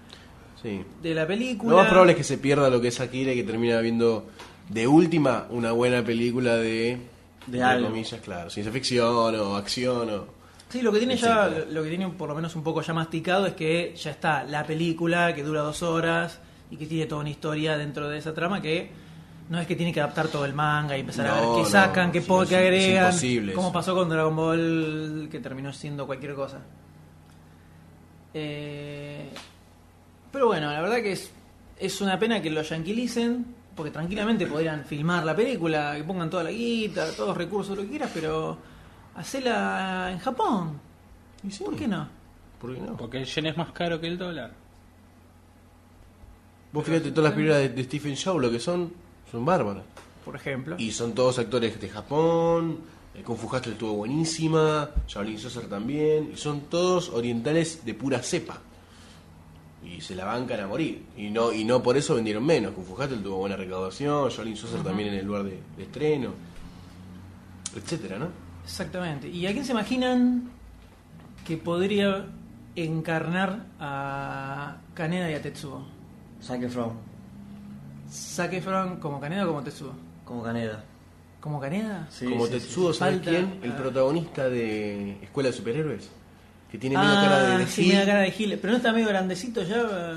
Sí. de la película. Lo más probable es que se pierda lo que es Akira y que termina viendo de última una buena película de... De algo. comillas, claro. Ciencia ficción o acción o... Sí, lo que tiene ya, Etcétera. lo que tiene por lo menos un poco ya masticado es que ya está la película que dura dos horas y que tiene toda una historia dentro de esa trama que no es que tiene que adaptar todo el manga y empezar a ver No, qué no, sacan, qué, sí, po- es- qué es agregan, imposible como eso. pasó con Dragon Ball que terminó siendo cualquier cosa. Eh, pero bueno, la verdad que es, es una pena que lo yanquilicen, porque tranquilamente podrían filmar la película, que pongan toda la guita, todos los recursos, lo que quieras, pero hacela en Japón. ¿Por qué no? ¿Por qué no? Porque el yen es más caro que el dólar. Vos fíjate, todas las películas de, de Stephen Shaw lo que son, son bárbaras. Por ejemplo. Y son todos actores de Japón, eh, Kung Fu Hustle estuvo buenísima, Shaolin Saucer también, y son todos orientales de pura cepa. Y se la bancan a morir. Y no y no por eso vendieron menos. Kung Fu Hustle tuvo buena recaudación, Shaolin Saucer también en el lugar de, de estreno, etcétera, ¿no? Exactamente. ¿Y a quién se imaginan que podría encarnar a Kaneda y a Tetsuo? Zac Efron, Zac Efron como Kaneda o como Tetsuo? como Caneda. ¿Como Kaneda? Sí, Como sí, sí. Tetsuo, ¿sabés Falta- quién? El ah. protagonista de Escuela de Superhéroes. Que tiene medio ah, cara de, de sí, Gil. medio cara de Gil. Pero no está medio grandecito ya, eh,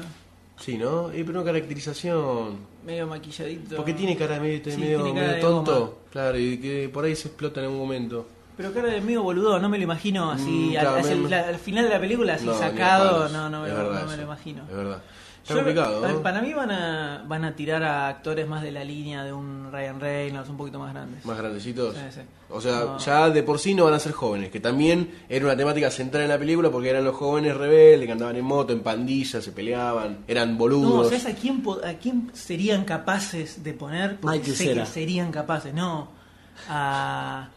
Sí, ¿no? Eh, pero una caracterización. medio maquilladito. Porque tiene cara de medio, de Sí, medio- tiene cara medio de tonto. goma. Claro, y que por ahí se explota en algún momento. Pero cara de medio boludo, no me lo imagino así. Mm, al- claro, hacia el- me- la- al final de la película, así No, ni a sacado, palos. no, no, me, Es lo- verdad no me lo eso. imagino. Es verdad. Está Yo- complicado. para- ¿no? Para mí van a, van a tirar a actores más de la línea de un Ryan Reynolds, un poquito más grandes. Más grandecitos. Sí, sí. O sea, No. ya de por sí no van a ser jóvenes, que también era una temática central en la película porque eran los jóvenes rebeldes que andaban en moto, en pandillas, se peleaban, eran No, boludos. ¿sabes a quién, po- a quién serían capaces de poner? Porque Michael sé Cera. que serían capaces, no. A,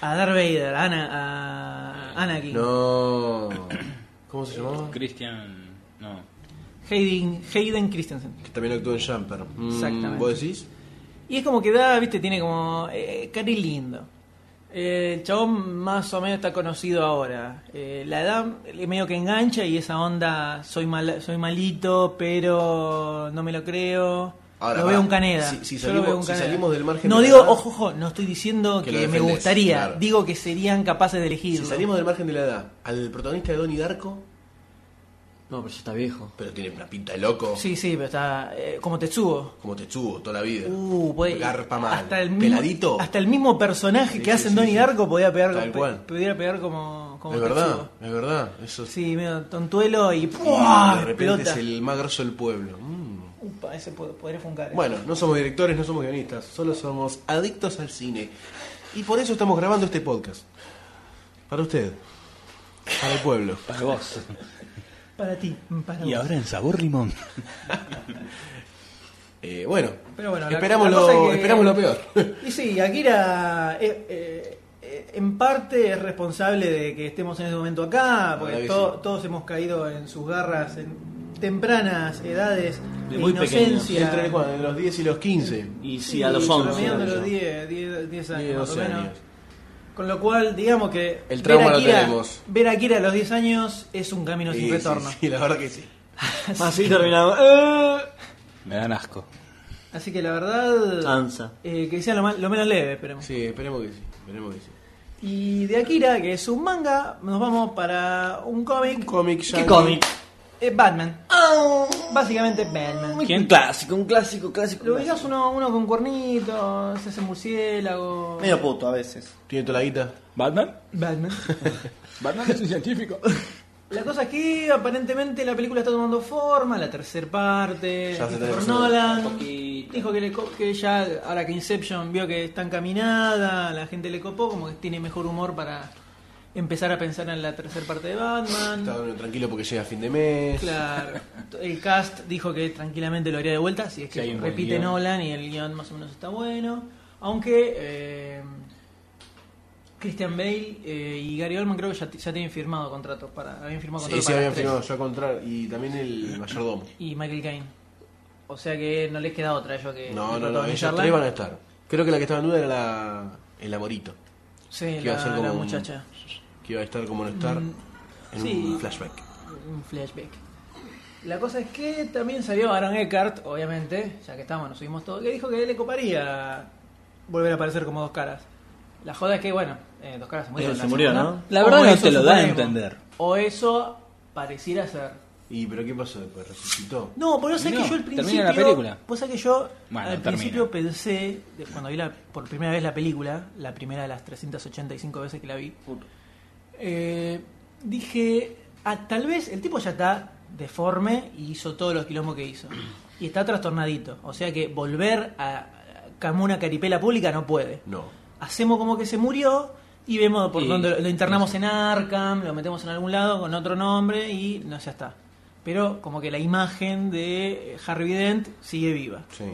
a Darth Vader, a, Ana, a Anakin. No. [COUGHS] ¿Cómo se llamaba? Christian. No. Hayden, Hayden Christensen. Que también actuó en Jumper. Mm, Exactamente. ¿Vos decís? Y es como que da, viste, tiene como eh, cari lindo. Eh, el chabón más o menos está conocido ahora. Eh, la edad le medio que engancha y esa onda, soy mal, soy malito, pero no me lo creo. Ahora, pará, lo veo un caneda. si- si Yo salimos- lo veo un si Caneda. salimos del margen No de digo, la edad- ojo, ojo, no estoy diciendo Que que, lo me defendés, gustaría. claro. Digo que serían capaces de elegir. Si salimos del margen de la edad, al protagonista de Donnie Darko, No, pero ya está viejo. pero tiene una pinta de loco. Sí, sí, pero está eh, como Tetsuo. Como Tetsuo toda la vida. Uh, puede- Garpa mal. Hasta el mismo, Peladito. Hasta el mismo personaje Sí, que hacen sí, Donnie sí. Darko podía pegar, Tal pe- cual. podía pegar como, como es verdad, Tetsuo. es verdad. Eso Sí, medio tontuelo y Y ¡pua! de repente Explota. es el más grosso del pueblo. Mm. Upa, ese po- podría funcar. eh. Bueno, no somos directores, no somos guionistas, solo somos adictos al cine. Y por eso estamos grabando este podcast. Para usted. Para el pueblo. Para vos. Para ti, para vos. en sabor limón. Eh, bueno, Pero bueno, la- esperamos, la lo, cosa es que- esperamos lo [LAUGHS] peor. Y sí, Akira eh, eh, eh, en parte es responsable de que estemos en este momento acá, La porque verdad que to- sí. todos hemos caído en sus garras en tempranas edades De de muy inocencia. Entre ¿cuándo? Entre los 10 y los 15. Y sí, a los promedio 11. de era los yo. 10, 10, 10 años, 10, más o 12 menos. años. Con lo cual, digamos que El trauma ver, lo a Akira, tenemos. ver a Akira a los 10 años es un camino Sí, sin retorno. Sí, sí, la verdad que sí. Así [LAUGHS] terminamos. Eh, Me dan asco. Así que la verdad, Ansa. eh, que sea lo, más- lo menos leve, esperemos. Ah. Sí, esperemos que sí. Esperemos que sí. Y de Akira, que es un manga, nos vamos para un cómic. Cómic ¿Qué yankee. cómic? Es Batman. Ah. Básicamente Batman. Un clásico, un clásico, clásico. Lo clásico. veías uno, uno con cuernitos, se hace murciélago. Medio puto a veces. Tiene toda la guita. ¿Batman? Batman. Batman es un científico. La cosa es que aparentemente la película está tomando forma, la tercera parte, Ya se Christopher terminó, Nolan dijo que, le co- que ya, ahora que Inception vio que está encaminada, la gente le copó, como que tiene mejor humor para empezar a pensar en la tercera parte de Está Batman. bueno, tranquilo porque llega fin de mes. Claro, el cast dijo que tranquilamente lo haría de vuelta, si es que Sí, hay un buen repite guión. Nolan y el guión más o menos está bueno, aunque... eh, Christian Bale eh, y Gary Oldman creo que ya, t- ya tienen firmado contratos para habían firmado Sí, contratos sí, para habían las tres Eh, firmado yo a contrar. Y también [LAUGHS] el mayordomo. y Michael Caine. O sea que no les queda otra yo que No, que no, no, ellos protagonizarla. tres van a estar. Creo que la que estaba en duda era la, el amorito. Sí, que va a ser la, como la un- muchacha. Que iba a estar como no estar Mm, en sí. un flashback. Un flashback. La cosa es que también salió Aaron Eckhart, obviamente, ya que estamos, nos subimos todo, que dijo que le coparía volver a aparecer como dos caras. La joda es que, bueno, eh, dos caras se murió. Eh, se la murió, semana. ¿no? La verdad O no eso te lo da a suponemos. entender. O eso pareciera ser. ¿Y pero qué pasó después? ¿Resucitó? No, pero vos sabés No, que yo al termina principio. la película. Vos sabés que yo Bueno, al termina. principio pensé, de- cuando vi la, por primera vez la película, la primera de las 385 veces que la vi, eh, dije, ah, tal vez el tipo ya está deforme y hizo todos los quilombos que hizo. Y está trastornadito. O sea que volver a como una caripela pública no puede. No. Hacemos como que se murió y vemos por Y- dónde lo, lo internamos en Arkham, lo metemos en algún lado con otro nombre y no, ya está. Pero como que la imagen de Harry Dent sigue viva. Sí.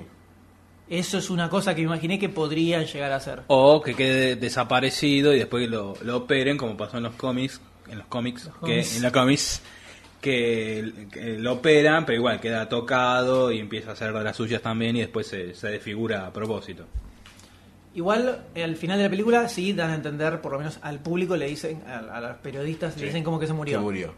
Eso es una cosa que imaginé que podrían llegar a hacer. [LAUGHS] O que quede desaparecido y después lo, lo operen, como pasó en los cómics, en los cómics, que cómics. en los cómics que, que lo operan, pero igual queda tocado y empieza a hacer de las suyas también y después se, se desfigura a propósito. Igual, eh, al final de la película sí dan a entender, por lo menos al público le dicen, a, a los periodistas le dicen como que se murió. Que murió.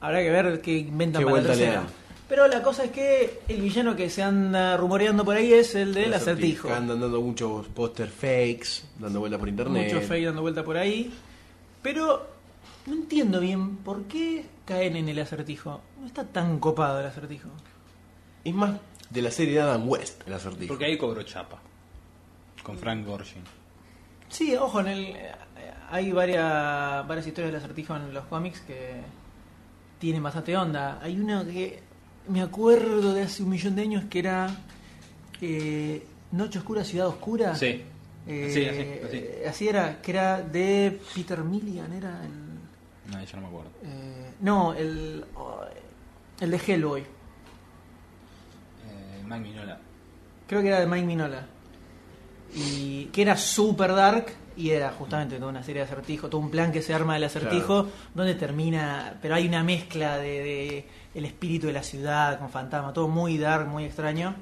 Habrá que ver qué inventan Qué para la vuelta le tercera. dan. Pero la cosa es que el villano que se anda rumoreando por ahí es el del acertijo. Andan dando muchos póster fakes, dando vueltas por internet. Mucho fake dando vuelta por ahí. Pero no entiendo bien por qué caen en el acertijo. No está tan copado el acertijo. Es más, de la serie de Adam West, el acertijo. Porque ahí cobró chapa. Con Frank Gorshin. Sí, ojo, en el, eh, hay varias, varias historias del acertijo en los cómics que tienen bastante onda. Hay una que me acuerdo de hace un millón de años que era eh, Noche Oscura, Ciudad Oscura. Sí. Eh, Sí, así, así. era, que era de Peter Milligan, era el... No, yo no me acuerdo. Eh, no, el, oh, el de Hellboy. Eh, Mike Mignola. Creo que era de Mike Minola. Y que era super dark y era justamente toda una serie de acertijos, todo un plan que se arma del acertijo, donde termina, pero hay una mezcla de, de el espíritu de la ciudad con fantasma, todo muy dark, muy extraño.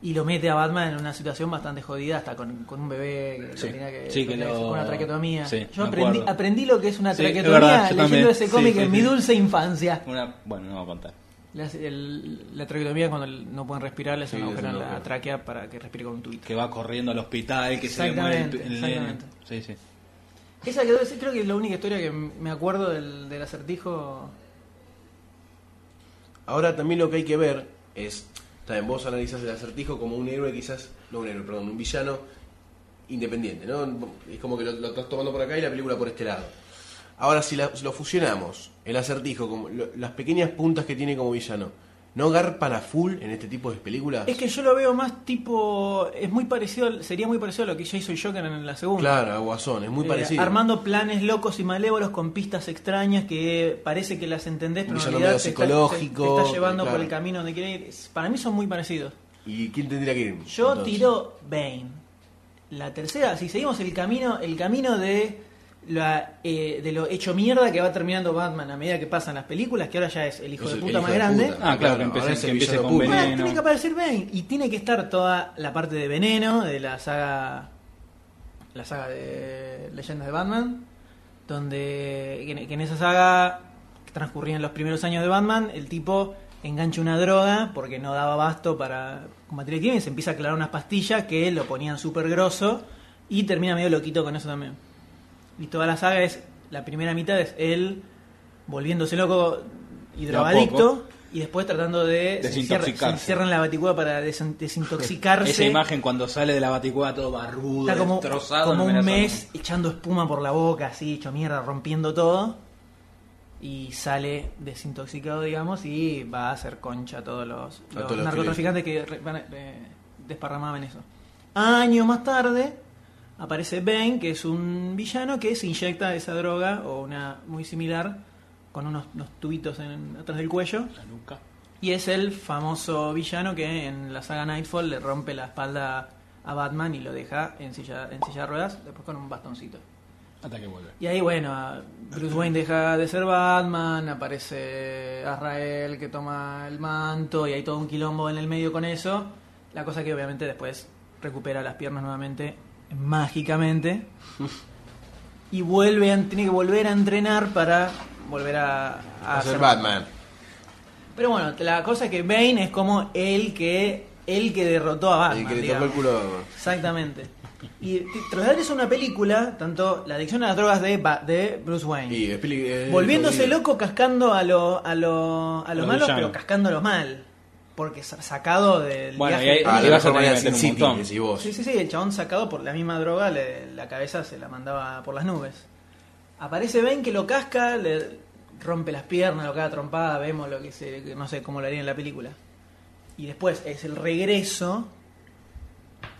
Y lo mete a Batman en una situación bastante jodida, hasta con, con un bebé que lo Sí. tenía que, Sí, que tenía lo- con una traquetomía. Sí, Yo me aprendí, acuerdo. aprendí lo que es una Sí, es traquetomía verdad, yo leyendo también. ese Sí, cómic sí, en mi sí. dulce infancia. Una, bueno, no voy a contar. Le hace- el- la traqueotomía cuando el- no pueden respirar, le hacen Sí, le un agujero hacen en un la agujero. tráquea para que respire con un tuit. Que va corriendo al hospital, que se le muere el, Exactamente, el nene. exactamente. Sí, sí. Esa quedó, esa creo que es la única historia que m- me acuerdo del, del acertijo. Ahora también lo que hay que ver es, también vos analizas el acertijo como un héroe quizás, no un héroe, perdón, un villano independiente, ¿no? Es como que lo, lo estás tomando por acá y la película por este lado. Ahora si la- lo fusionamos, el acertijo, como lo- las pequeñas puntas que tiene como villano ¿No garpan a full en este tipo de películas? Es que yo lo veo más tipo. Es muy parecido, al- sería muy parecido a lo que ya hizo Joker en la segunda. Claro, a Guasón, es muy Eh, parecido. Armando planes locos y malévolos con pistas extrañas que parece que las entendés, pero Un en villano realidad medio te está, psicológico, te- te está llevando claro. por el camino donde quiere ir. Es- Para mí son muy parecidos. ¿Y quién tendría que ir? Yo entonces? tiro Bane. La tercera, si seguimos el camino, el camino de la, eh, de lo hecho mierda que va terminando Batman a medida que pasan las películas, que ahora ya es el hijo Es de el puta hijo más de grande. puta. Ah, claro, que Claro, ahora empiece, es que el empiece villano con público. Bueno, veneno. tiene que aparecer Bane y tiene que estar toda la parte de Veneno de la saga la saga de Leyendas de Batman, donde que en, que en esa saga que transcurría en los primeros años de Batman, el tipo engancha una droga porque no daba abasto para combatir el crimen y se empieza a clavar unas pastillas que lo ponían súper grosso y termina medio loquito con eso también. Y toda la saga es, la primera mitad es él volviéndose loco y De a drogadicto poco. y después tratando de se encierra- Desintoxicarse. se encierra en la baticueva para desen- desintoxicarse. Esa imagen cuando sale de la baticuada todo barbudo, Está como, destrozado. como no me un la saco. mes echando espuma por la boca, así, hecho mierda, rompiendo todo. Y sale desintoxicado, digamos, y va a hacer concha a todos los, A los todos los narcotraficantes que re- van a- eh, desparramaban eso. Años más tarde aparece Bane, que es un villano que se inyecta esa droga o una muy similar con unos, unos tubitos en- atrás del cuello. La nuca. Y es el famoso villano que en la saga Nightfall le rompe la espalda a Batman y lo deja en silla, en silla de ruedas, después con un bastoncito. Hasta que vuelve. Y ahí, bueno, a- Bruce Wayne deja de ser Batman, aparece Azrael que toma el manto y hay todo un quilombo en el medio con eso. La cosa que obviamente después recupera las piernas nuevamente [LAUGHS] mágicamente y vuelve a- tiene que volver a entrenar para volver a, a Hacer ser Batman. pero bueno, la cosa es que Bane es como el que el que derrotó a Batman. El que le tocó digamos. el culo. a Batman. Exactamente. Y te- trasladar eso a una película, tanto la adicción a las drogas de, Ba- de Bruce Wayne. Y es peli- eh, Volviéndose jodido. loco cascando a lo, a lo, a lo los malo, villanos. pero cascándolo mal. Porque sa- sacado del Bueno, viaje- y ahí- Ah, Y la vas Eh, a mejor tener manera que Sin meter un City, montón. decís vos. Sí, sí, sí, el chabón sacado por la misma droga, le- la cabeza se la mandaba por las nubes. Aparece Ben que lo casca, le rompe las piernas, lo caga trompada, vemos lo que se, que no sé cómo lo haría en la película. Y después es el regreso.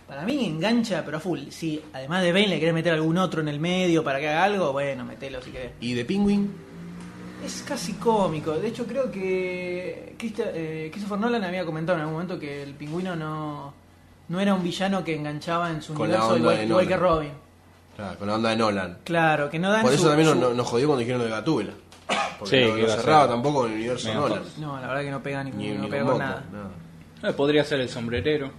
Para mí engancha, pero a full. Si además de Ben le querés meter algún otro en el medio para que haga algo, bueno, metelo si querés. ¿Y de Penguin? Es casi cómico. De hecho, creo que Christa- eh, Christopher Nolan había comentado en algún momento que el pingüino no, no era un villano que enganchaba en su Con la universo onda igual, de igual que Nolan. Robin. Claro, con la onda de Nolan. Claro, que no dan Por su- eso también su- no- no- nos jodió cuando dijeron lo de Gatúbela. Porque Sí, no, que no iba a cerraba ser. tampoco con el universo Mega Nolan. Fox. No, la verdad que no pega ningún, Ni, no ni pega con con Boca, nada. nada. Eh, podría ser el sombrerero.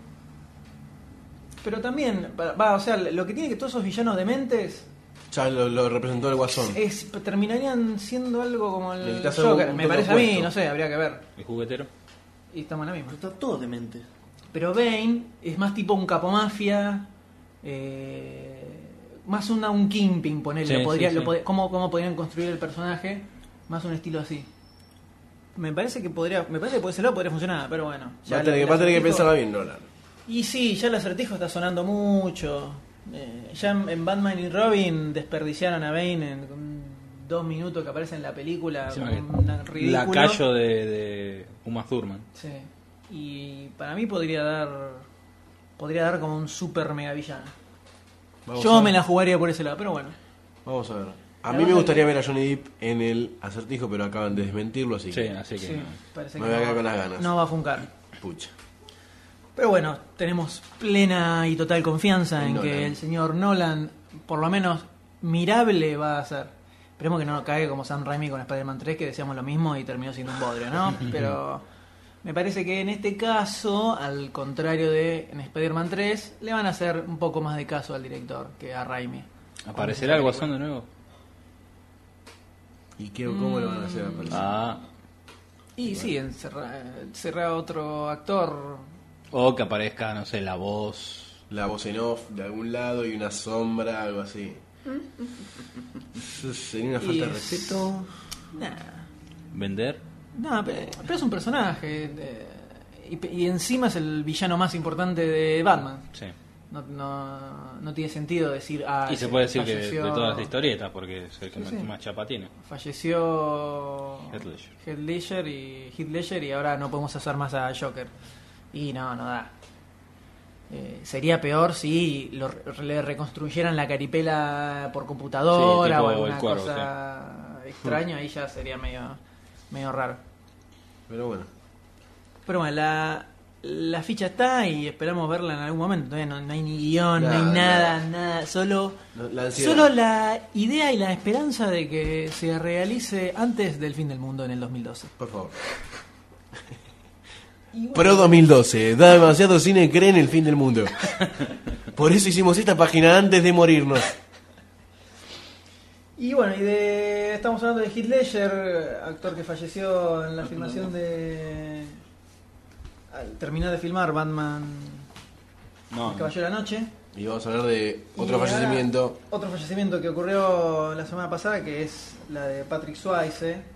Pero también, va- va, o sea, lo que tiene que todos esos villanos dementes Ya lo, lo representó el Guasón. es, terminarían siendo algo como el Necesitas algo Joker. un Me toque parece a mí, opuesto. no sé, habría que ver. El juguetero. Y estamos en la misma. Pero está todo demente. Pero Bane es más tipo un capomafia, eh, más una, un Kingpin, ponele. Sí, lo podría- sí, lo sí. pod- cómo, cómo podrían construir el personaje? Más un estilo así. Me parece que podría, me parece que por ese lado podría funcionar, pero bueno. Va ya a tener, que- el va a tener que acertijo- pensarla bien, Nolan. Y sí, ya el acertijo está sonando mucho. Eh, ya en, en Batman y Robin desperdiciaron a Bane en con dos minutos que aparece en la película. Encima con que una- ridículo. Lacayo de, de Uma Thurman. Sí. Y para mí podría dar. Podría dar como un super mega villano. Vamos Yo a me ver. la jugaría por ese lado, pero bueno. Vamos a ver. A La mí me verdad gustaría ver a Johnny Depp en el acertijo, pero acaban de desmentirlo, así Sí, que. así que. Sí, no. parece Me que voy a no quedar va- con las ganas. No va a funcar. Pucha. Pero bueno, tenemos plena y total confianza en En que Nolan. el señor Nolan, por lo menos mirable, va a ser. Esperemos que no nos caiga como Sam Raimi con Spider-Man 3, que decíamos lo mismo y terminó siendo un [LAUGHS] bodrio, ¿no? Pero me parece que en este caso, al contrario de en Spider-Man 3, le van a hacer un poco más de caso al director que a Raimi. ¿Aparecerá el guasón de nuevo? ¿Y qué, cómo lo van a hacer aparecer? Ah. Y sí, encerra, encerra a otro actor. O que aparezca, no sé, la voz. La voz en off de algún lado y una sombra, algo así. Eso Sería una falta ¿Mm? Y de es- respeto. Nah. ¿Vender? No, pe- pero es un personaje. eh, y, pe- y encima es el villano más importante de Batman. Sí. No, no, no tiene sentido decir. Ah, Y se puede decir que de, de falleció- todas las historietas, porque es el que Sí, más, sí. más chapa tiene. Falleció. Heath Ledger. Heath Ledger y Heath Ledger y ahora no podemos hacer más a Joker. Y no, no da. Eh, sería peor si lo, re- le reconstruyeran la caripela por computadora Sí, tipo el o alguna cuervo, cosa extraña, ahí ya sería medio, medio raro. Pero bueno. Pero bueno, la, la ficha está y esperamos verla en algún momento. Todavía no, no hay ni guión, no hay Nada, nada, nada. Solo, La- la ansiedad. solo la idea y la esperanza de que se realice antes del fin del mundo en el 2012. Por favor. Pro 2012. Da demasiado cine, cree en el fin del [LAUGHS] mundo. Por eso hicimos esta página antes de morirnos. Y bueno, y de, estamos hablando de Heath Ledger, actor que falleció en la filmación de... al terminar de filmar Batman No, El Caballero de la Noche. Y vamos a hablar de Y Ah. otro ahora, fallecimiento. Otro fallecimiento que ocurrió la semana pasada, que es la de Patrick Swayze.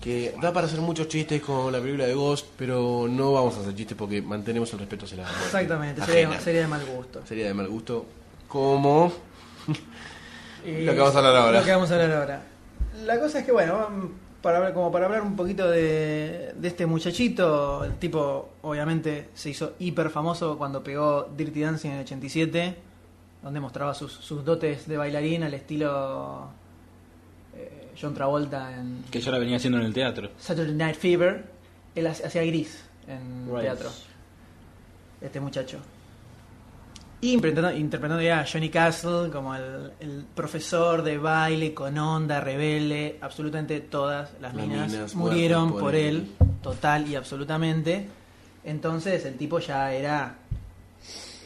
Que da para hacer muchos chistes con la película de Ghost, pero no vamos a hacer chistes porque mantenemos el respeto hacia la muerte Exactamente, ajena. sería, sería de mal gusto. Sería de mal gusto. Como. Y Lo que vamos a hablar ahora. Lo que vamos a hablar ahora. La cosa es que, bueno, vam- para hablar- como para hablar un poquito de, de este muchachito, el tipo obviamente se hizo hiper famoso cuando pegó Dirty Dancing en el 87, donde mostraba sus, sus dotes de bailarín al estilo eh, John Travolta en que yo la venía haciendo en el teatro. Saturday Night Fever. Él hace- hacía gris en Right. teatro, este muchacho. Y Interpretando, interpretando ya a Johnny Castle como el, el profesor de baile con onda, rebelde, absolutamente todas Las las minas, minas murieron muertas por, por él, él. total y absolutamente. Entonces el tipo ya era...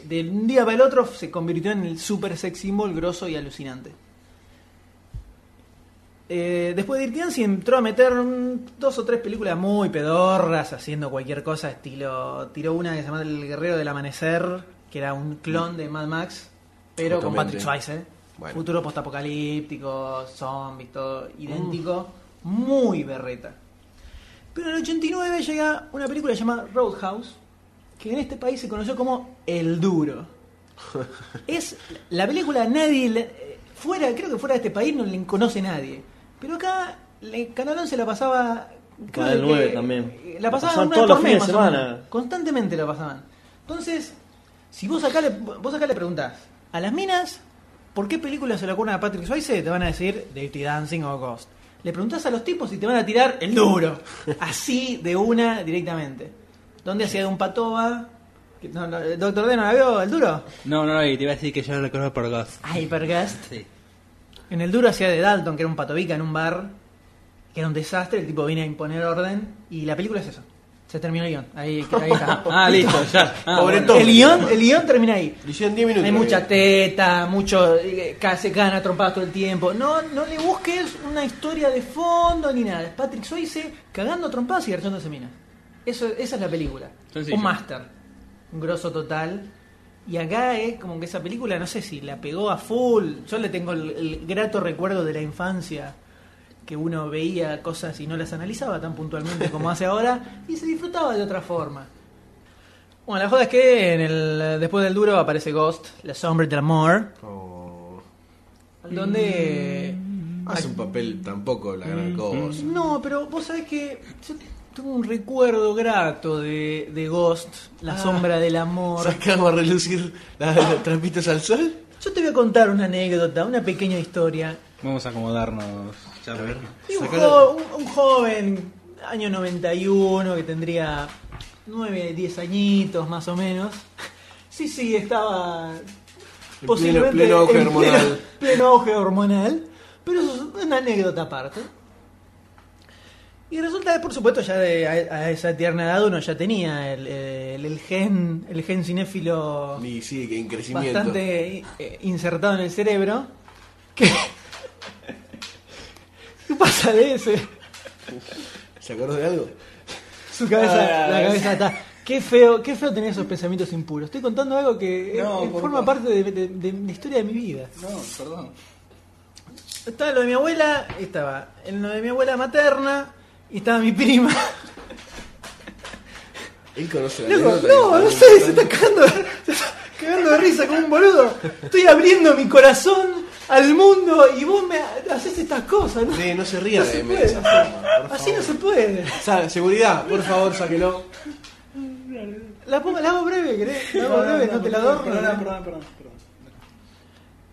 De un día para el otro se convirtió en el super sex symbol grosso y alucinante. Eh, después de Dirty Dancing entró a meter mm, dos o tres películas muy pedorras haciendo cualquier cosa, estilo. Tiró una que se llama El Guerrero del Amanecer, que era un clon de Mad Max, pero con Justamente. Patrick Swayze. ¿eh? Bueno. Futuro postapocalíptico, zombies, todo idéntico. Muy berreta. Pero en el 89 llega una película llamada Roadhouse, que en este país se conoció como El Duro. es la película nadie le- eh, fuera, creo que fuera de este país no le conoce nadie. Pero acá le- Canal 11 la pasaba creo Canal que- 9 también. eh, La La pasaban, pasaban una todos por los mes, fines de más o semana. menos. Constantemente la pasaban. Entonces, si vos acá le vos acá le preguntás a las minas ¿Por qué película se le ocurren a Patrick Swayze? Te van a decir Dirty Dancing o Ghost. Le preguntas a los tipos y te van a tirar el duro. [LAUGHS] Así de una directamente. ¿Dónde hacía de un patoba? Que- no, no, ¿El doctor D no la vio? ¿El duro? No, no, y te iba a decir que yo la recuerdo por Ghost. Hypergast. Sí. En el duro hacía de Dalton, que era un patobica en un bar, que era un desastre, el tipo viene a imponer orden, y la película es eso. Se terminó el guión. Ahí, ahí está. [LAUGHS] Ah, listo, ya. Ah, Pobre bueno. Tom. el, guión, el guión termina ahí. Lo hicieron 10 minutos. Hay mucha tela. teta, mucho eh, ca- se gana trompadas todo el tiempo. No, no le busques una historia de fondo ni nada. Es Patrick Swayze cagando trompadas y garchando minas. Eso, esa es la película. Sencillo. Un máster. Un grosso total. Y acá es como que esa película, no sé si la pegó a full. Yo le tengo el, el grato recuerdo de la infancia que uno veía cosas y no las analizaba tan puntualmente como hace ahora y se disfrutaba de otra forma. Bueno, la joda es que en el, después del duro aparece Ghost, la sombra del amor, donde... Hace un papel tampoco la Mm, gran cosa. Pues No, pero vos sabés que yo tengo un recuerdo grato de, de Ghost, la sombra del amor. Sacamos a relucir la- los trapitos al sol. Yo te voy a contar una anécdota, una pequeña historia. Vamos a acomodarnos. Ya ver. Y un, Sacar- jo- un- un joven, año 91, que tendría 9, 10 añitos más o menos. Sí, sí, estaba En posiblemente pleno- pleno auge en pleno- hormonal. [LAUGHS] pleno auge hormonal, pero eso es una anécdota aparte. Y resulta que, por supuesto, ya de- a, a esa tierna edad uno ya tenía el, el- el gen el gen cinéfilo Y sí, que en crecimiento. bastante eh, insertado en el cerebro. que- [LAUGHS] ¿Qué pasa de ese? ¿Se acordó de algo? Su Ah, cabeza, la cabeza está. Qué feo, qué feo tener esos pensamientos impuros. Estoy contando algo que eh, No, eh, por forma favor. parte de, de- de la historia de mi vida. No, perdón. Estaba lo de mi abuela, estaba en lo de mi abuela materna y estaba mi prima. Él conoce la Loco, anécdota. no, no sé, se está cagando. se está cagando de risa como un boludo. Estoy abriendo mi corazón al mundo y vos me haces estas cosas, ¿no? Sí, no se ría No se de mí de puede. esa forma. por Así no favor. se puede. Sa- Seguridad, por favor, sáquelo. La, pongo- la hago breve, ¿querés? La hago breve, no, te la adorno. ¿eh? Perdón, perdón, perdón. perdón.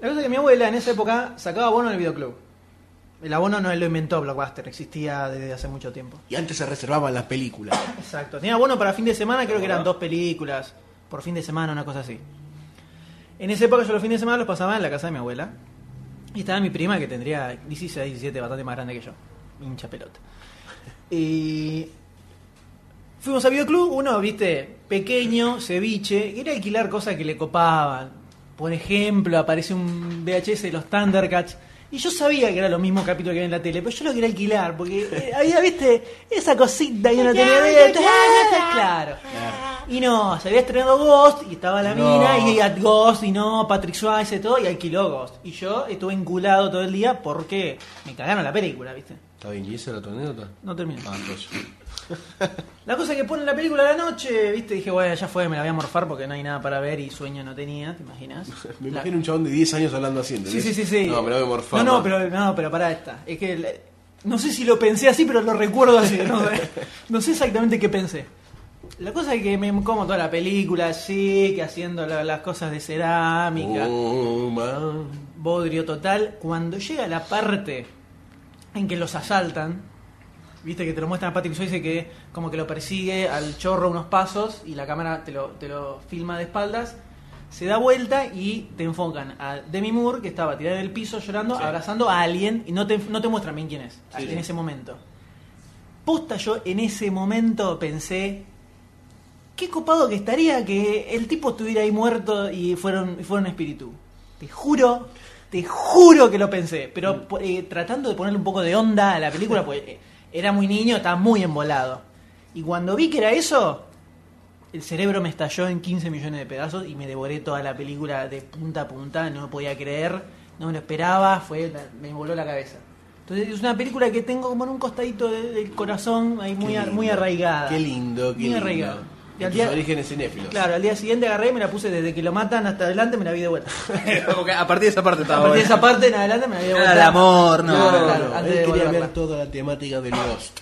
La cosa es que mi abuela en esa época sacaba abono en el videoclub. El abono no lo inventó Blockbuster, existía desde hace mucho tiempo. Y antes se reservaban las películas. Exacto. Tenía abono para fin de semana, creo que eran dos películas por fin de semana, una cosa así. En esa época yo los fines de semana los pasaba en la casa de mi abuela. Y estaba mi prima que tendría 16, 17, bastante más grande que yo. Hincha pelota. Y fuimos a videoclub, uno, viste, pequeño, ceviche, y era alquilar cosas que le copaban. Por ejemplo, aparece un VHS de los Thundercats. Y yo sabía que era lo mismo capítulo que había en la tele, pero yo lo quería alquilar, porque eh, había, viste, esa cosita que uno tenía dentro. claro. Y no, se había estrenado Ghost, y estaba la mina, y at Ghost, y no, Patrick Swayze, y todo, y alquiló Ghost. Y yo estuve enculado todo el día porque me cagaron la película, viste. ¿Está bien? ¿Y esa era tu anécdota? No termino. Ah, entonces. La cosa que pone la película a la noche, viste, dije, bueno, ya fue, me la voy a morfar porque no hay nada para ver y sueño no tenía, ¿te imaginas? Me La- imagino un chabón de 10 años hablando así, Sí, ¿entendés? sí, sí, sí. No, me la voy a morfar. No, no, ¿no? pero, no, pero pará esta. Es que la- no sé si lo pensé así, pero lo recuerdo así. [LAUGHS] No, sé- no sé exactamente qué pensé. La cosa es que me como toda la película así, que haciendo la- las cosas de cerámica, Oh, man. bodrio total. Cuando llega la parte en que los asaltan, Viste que te lo muestran a Patrick Swayze que como que lo persigue al chorro unos pasos y la cámara te lo, te lo filma de espaldas. Se da vuelta y te enfocan a Demi Moore, que estaba tirada en el piso llorando, abrazando a alguien y no te, no te muestran bien quién es en ese momento. Posta yo en ese momento pensé, qué copado que estaría que el tipo estuviera ahí muerto y fuera un, y fuera un espíritu. Te juro, te juro que lo pensé, Mm. pero po- eh, tratando de ponerle un poco de onda a la película, pues eh, era muy niño, estaba muy embolado. Y cuando vi que era eso, el cerebro me estalló en 15 millones de pedazos y me devoré toda la película de punta a punta, no podía creer, no me lo esperaba, fue la- me voló la cabeza. Entonces es una película que tengo como en un costadito de- del corazón, ahí muy, Qué a- lindo. muy arraigada. Qué lindo, qué Muy lindo. arraigada. Y De al tus día- orígenes cinéfilos. Claro, al día siguiente agarré y me la puse desde que lo matan hasta adelante, me la vi de vuelta. [LAUGHS] Porque a partir de esa [LAUGHS] A parte estaba partir de bueno. esa parte en adelante me la vi de vuelta. Al amor, no. Claro, No, claro, no, antes él de quería volverla. ver toda la temática de Lost.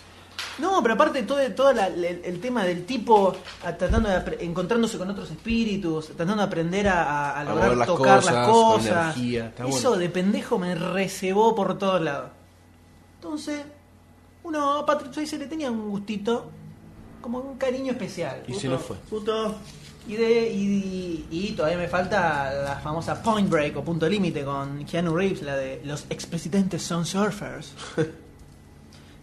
No, pero aparte todo, todo la- el, el tema del tipo a- tratando de apre- encontrándose con otros espíritus, tratando de aprender a, a- a lograr mover las tocar cosas, las con cosas. energía, está Eso bueno. de pendejo me recebó por todos lados. Entonces, uno a Patrick Swayze le tenía un gustito, como un cariño especial. Y se nos fue. Puto. Y, de, y, y todavía me falta la famosa Point Break o Punto Límite con Keanu Reeves, la de los expresidentes son [LAUGHS] surfers.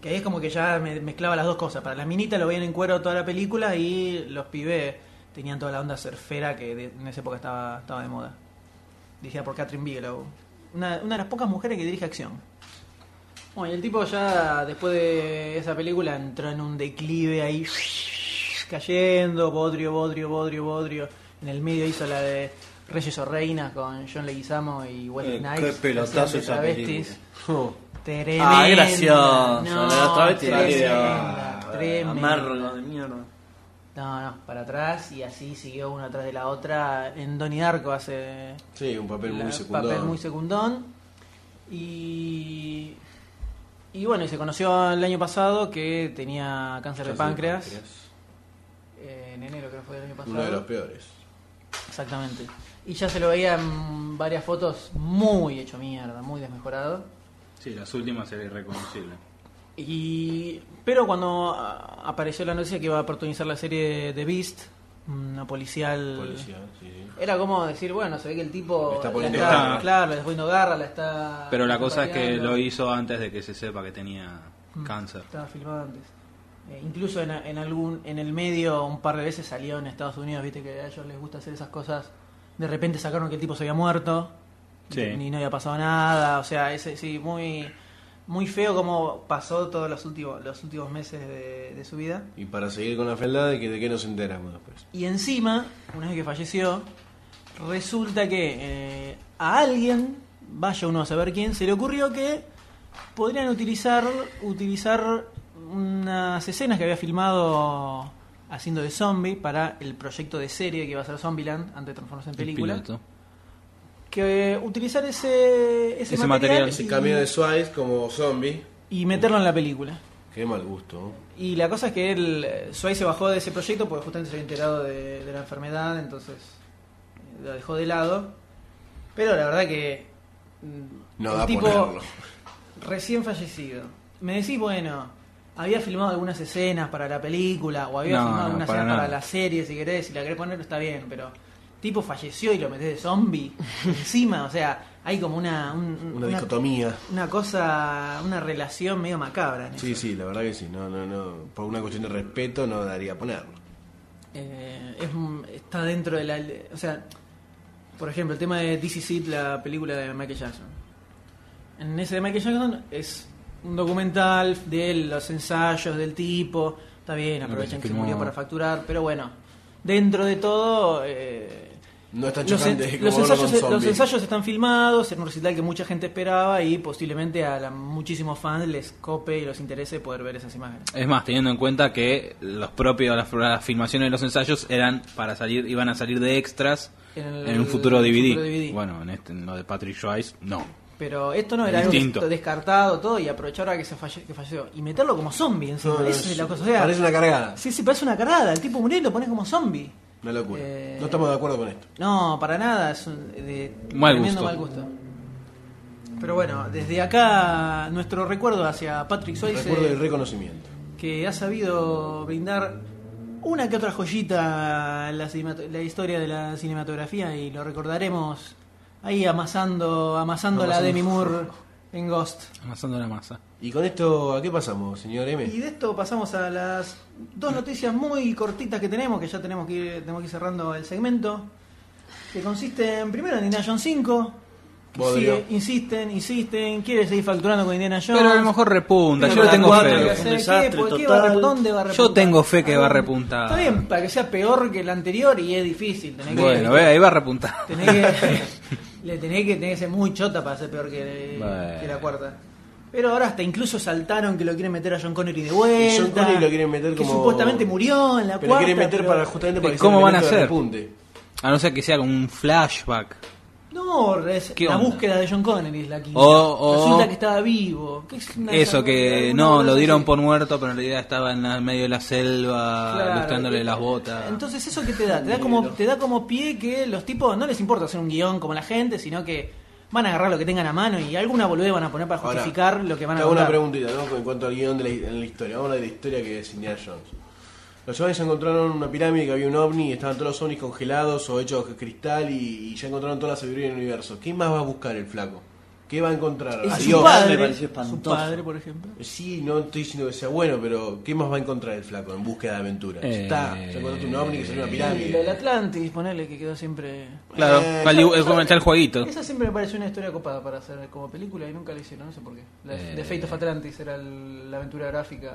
que ahí es como que ya me- mezclaba las dos cosas. Para las minitas lo veían en cuero toda la película y los pibes tenían toda la onda surfera que de- en esa época estaba, estaba de moda. Dirigida por Catherine Bigelow. Una, una de las pocas mujeres que dirige acción. Bueno, y el tipo ya después de esa película entró en un declive ahí [LAUGHS] cayendo, bodrio, bodrio, bodrio, bodrio. En el medio hizo la de Reyes o Reinas con John Leguizamo y Wesley Eh, Snipes. qué que pelotazo hacían de esa travestis. [LAUGHS] Tremenda. Ah, graciosa. No, La de los travestis la tremenda, de- tremenda. Amargo de mierda. No, no, para atrás y así siguió una atrás de la otra. En Donnie Darko hace Sí, un papel la- muy secundón. papel muy secundón. Y, y bueno, y se conoció el año pasado que tenía cáncer de páncreas. Eh, en enero creo que fue el año pasado. Uno de los peores. Exactamente. Y ya se lo veía en varias fotos muy hecho mierda, muy desmejorado. Sí, las últimas era irreconocible. Y pero cuando ah, apareció la noticia que iba a protagonizar la serie The Beast, una policial, Policía, sí, sí. era como decir, bueno, se ve que el tipo Está la poniendo está- garra. claro, le está poniendo garra, la está Pero la está cosa es que pateando. lo hizo antes de que se sepa que tenía Mm. cáncer. Estaba filmado antes. Eh, incluso en, en algún en el medio un par de veces salió en Estados Unidos, viste que a ellos les gusta hacer esas cosas. De repente sacaron que el tipo se había muerto. Sí. Ni no había pasado nada, o sea, ese sí muy muy feo como pasó todos los últimos los últimos meses de, de su vida. Y para seguir con la fealdad, ¿de qué, de qué nos enteramos después? Y encima, una vez que falleció, resulta que eh, a alguien, vaya uno a saber quién, se le ocurrió que podrían utilizar, utilizar unas escenas que había filmado haciendo de zombie para el proyecto de serie que iba a ser Zombieland antes de transformarse en película. piloto. Que eh, utilizar ese, ese, Ese material, material, y, Ese camión de Swice como zombie. y meterlo en la película. Qué mal gusto. ¿no? Y la cosa es que él, eh, Suárez se bajó de ese proyecto porque justamente se había enterado de, de la enfermedad, entonces eh, lo dejó de lado. Pero la verdad que mm, No el da tipo ponerlo. recién fallecido. Me decís, bueno, había filmado algunas escenas para la película o había No, filmado no, algunas para escenas para nada. la serie, si querés, si la querés poner está bien, pero tipo falleció y lo metés [LAUGHS] de zombie encima, o sea, hay como una, un- un- Una una, dicotomía. una cosa, una relación medio macabra. en Sí, eso. sí, la verdad que sí. No, no, no. Por una cuestión de respeto no daría a ponerlo. Eh, es un- está dentro de la. O sea, por ejemplo, el tema de DC Seed, la película de Michael Jackson. En ese de Michael Jackson es un documental de los ensayos del tipo. Está bien, aprovechan que se filmó. murió para facturar, pero bueno, dentro de todo. eh, No es tan los, en- chocante como los verlo con ensayos, los zombies. ensayos están filmados en un recital que mucha gente esperaba y posiblemente a la- muchísimos fans les cope y los interese poder ver esas imágenes. Es más, teniendo en cuenta que los propios, las, las filmaciones de los ensayos eran para salir, iban a salir de extras En en, el- un futuro Eh, en el DVD. futuro DVD. Bueno, en, este, en lo de Patrick Joyce, no. Pero esto no era Distinto. algo que- descartado todo y aprovechar ahora que se falle- que falleció. Y meterlo como zombie encima, No, no, esa es la cosa. O sea, Parece una cargada. Sí, sí, parece una carada. El tipo murió y lo pones como zombie. Una locura. Eh, No estamos de acuerdo con esto. No, para nada, es un de, Mal tremendo gusto. mal gusto. Pero bueno, desde acá nuestro recuerdo hacia Patrick Swayze, Recuerdo del reconocimiento. que ha sabido brindar una que otra joyita a la, cinemat- la historia de la cinematografía y lo recordaremos ahí amasando, amasando la Amasando. Demi Moore en Ghost. Amasando la masa. ¿Y con esto a qué pasamos, señor Y M? de esto pasamos a las dos noticias muy cortitas que tenemos, que ya tenemos que ir, tenemos que ir cerrando el segmento. Que consiste en, primero en Indiana Jones 5. que Bodrio. sigue- insisten, insisten, quiere seguir facturando con Indiana Jones. Pero a lo mejor repunta, Pero yo le para tengo cuatro, fe. ¿qué fe. hacer? Es un ¿Qué? desastre ¿Por qué total. va a- ¿Dónde va a repuntar? Yo tengo fe que va a ¿Dónde? repuntar. Está bien, para que sea peor que la anterior y es difícil. Tenés Bueno, que, ve, ahí va a repuntar. tenés que- [LAUGHS] le tenés que, tenés que ser muy chota para ser peor que, Bueno. que la cuarta. Pero ahora hasta incluso saltaron que lo quieren meter a John Connery de vuelta. Y John Connery lo quieren meter Que como- supuestamente murió en la Pero cuarta. quiere meter pero- para justamente para que sea ¿Cómo un van a elemento de hacer? repunte. A no ser que sea como un flashback. No, es ¿Qué la onda? búsqueda de John Connery es la quinta. O- o- Resulta que estaba vivo. Que es una- Eso, que alguna no, cosa lo dieron así. por muerto, pero en realidad estaba en la- medio de la selva, [LAUGHS] Claro. lustrándole las botas. Entonces, ¿eso qué te da? Te da, como, te da como pie que los tipos no les importa hacer un guión como la gente, sino que van a agarrar lo que tengan a mano y alguna boludez van a poner para Ahora, justificar lo que van a Te hago una contar. preguntita, ¿no? En cuanto al guión de la, en la historia. Vamos a hablar de la historia que es Indiana Jones. Los chavales ya encontraron una pirámide que había un ovni y estaban todos los ovnis congelados o hechos de cristal y, y ya encontraron toda la sabiduría del universo. ¿Qué más va a buscar el flaco? ¿Qué va a encontrar? Y A su Ah, Dios. Me padre, pareció espantoso. su padre, por ejemplo. Sí, no estoy diciendo que sea bueno, pero ¿qué más va a encontrar el flaco en búsqueda de aventuras? Ya Eh. Está, ya encontraste un ovni que salió una Y lo del pirámide. Atlantis, ponele que quedó siempre. Claro, Eh, cual- es como echar el jueguito. Esa siempre me pareció una historia copada para hacer como película y nunca la hicieron, no sé por qué. La de- Eh. de Fate of Atlantis era el- la aventura gráfica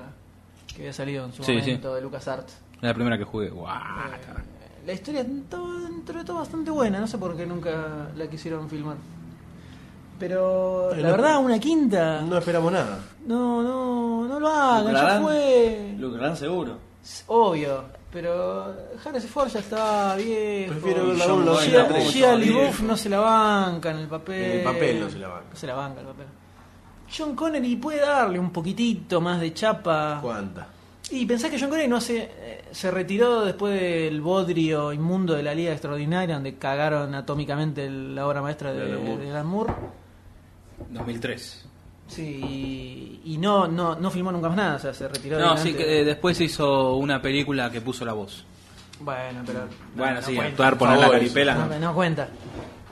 que había salido en su Sí, Ah, momento de LucasArts. La primera que jugué. Guau. Eh, La historia estaba dentro de todo bastante buena, no sé por qué nunca la quisieron filmar. Pero Eh, la no- verdad, una quinta. No esperamos nada. No, no, no lo hagan, ya Lucrarán. fue. Lucrarán seguro. Es Obvio, pero Harrison Ford ya está bien. Prefiero ver verla John aún la Boyne, otra. la tres. Gia Mucho, LaBeouf viejo. no se la banca en el papel. En el papel no se la banca. No se la banca el papel. John Connery puede darle un poquitito más de chapa. ¿Cuánta? Y pensás que John Connery no se, eh, se retiró después del bodrio inmundo de la Liga Extraordinaria, donde cagaron atómicamente el- la obra maestra de, Alan Moore. de Alan Moore. 2003. Sí, y, y no, no, no filmó nunca más nada, o sea, se retiró. No, adelante. sí, que eh, después hizo una película que puso la voz. Bueno, pero. no, Bueno, no sí, cuenta. actuar, poner la Favores. caripela. No, no. no cuenta.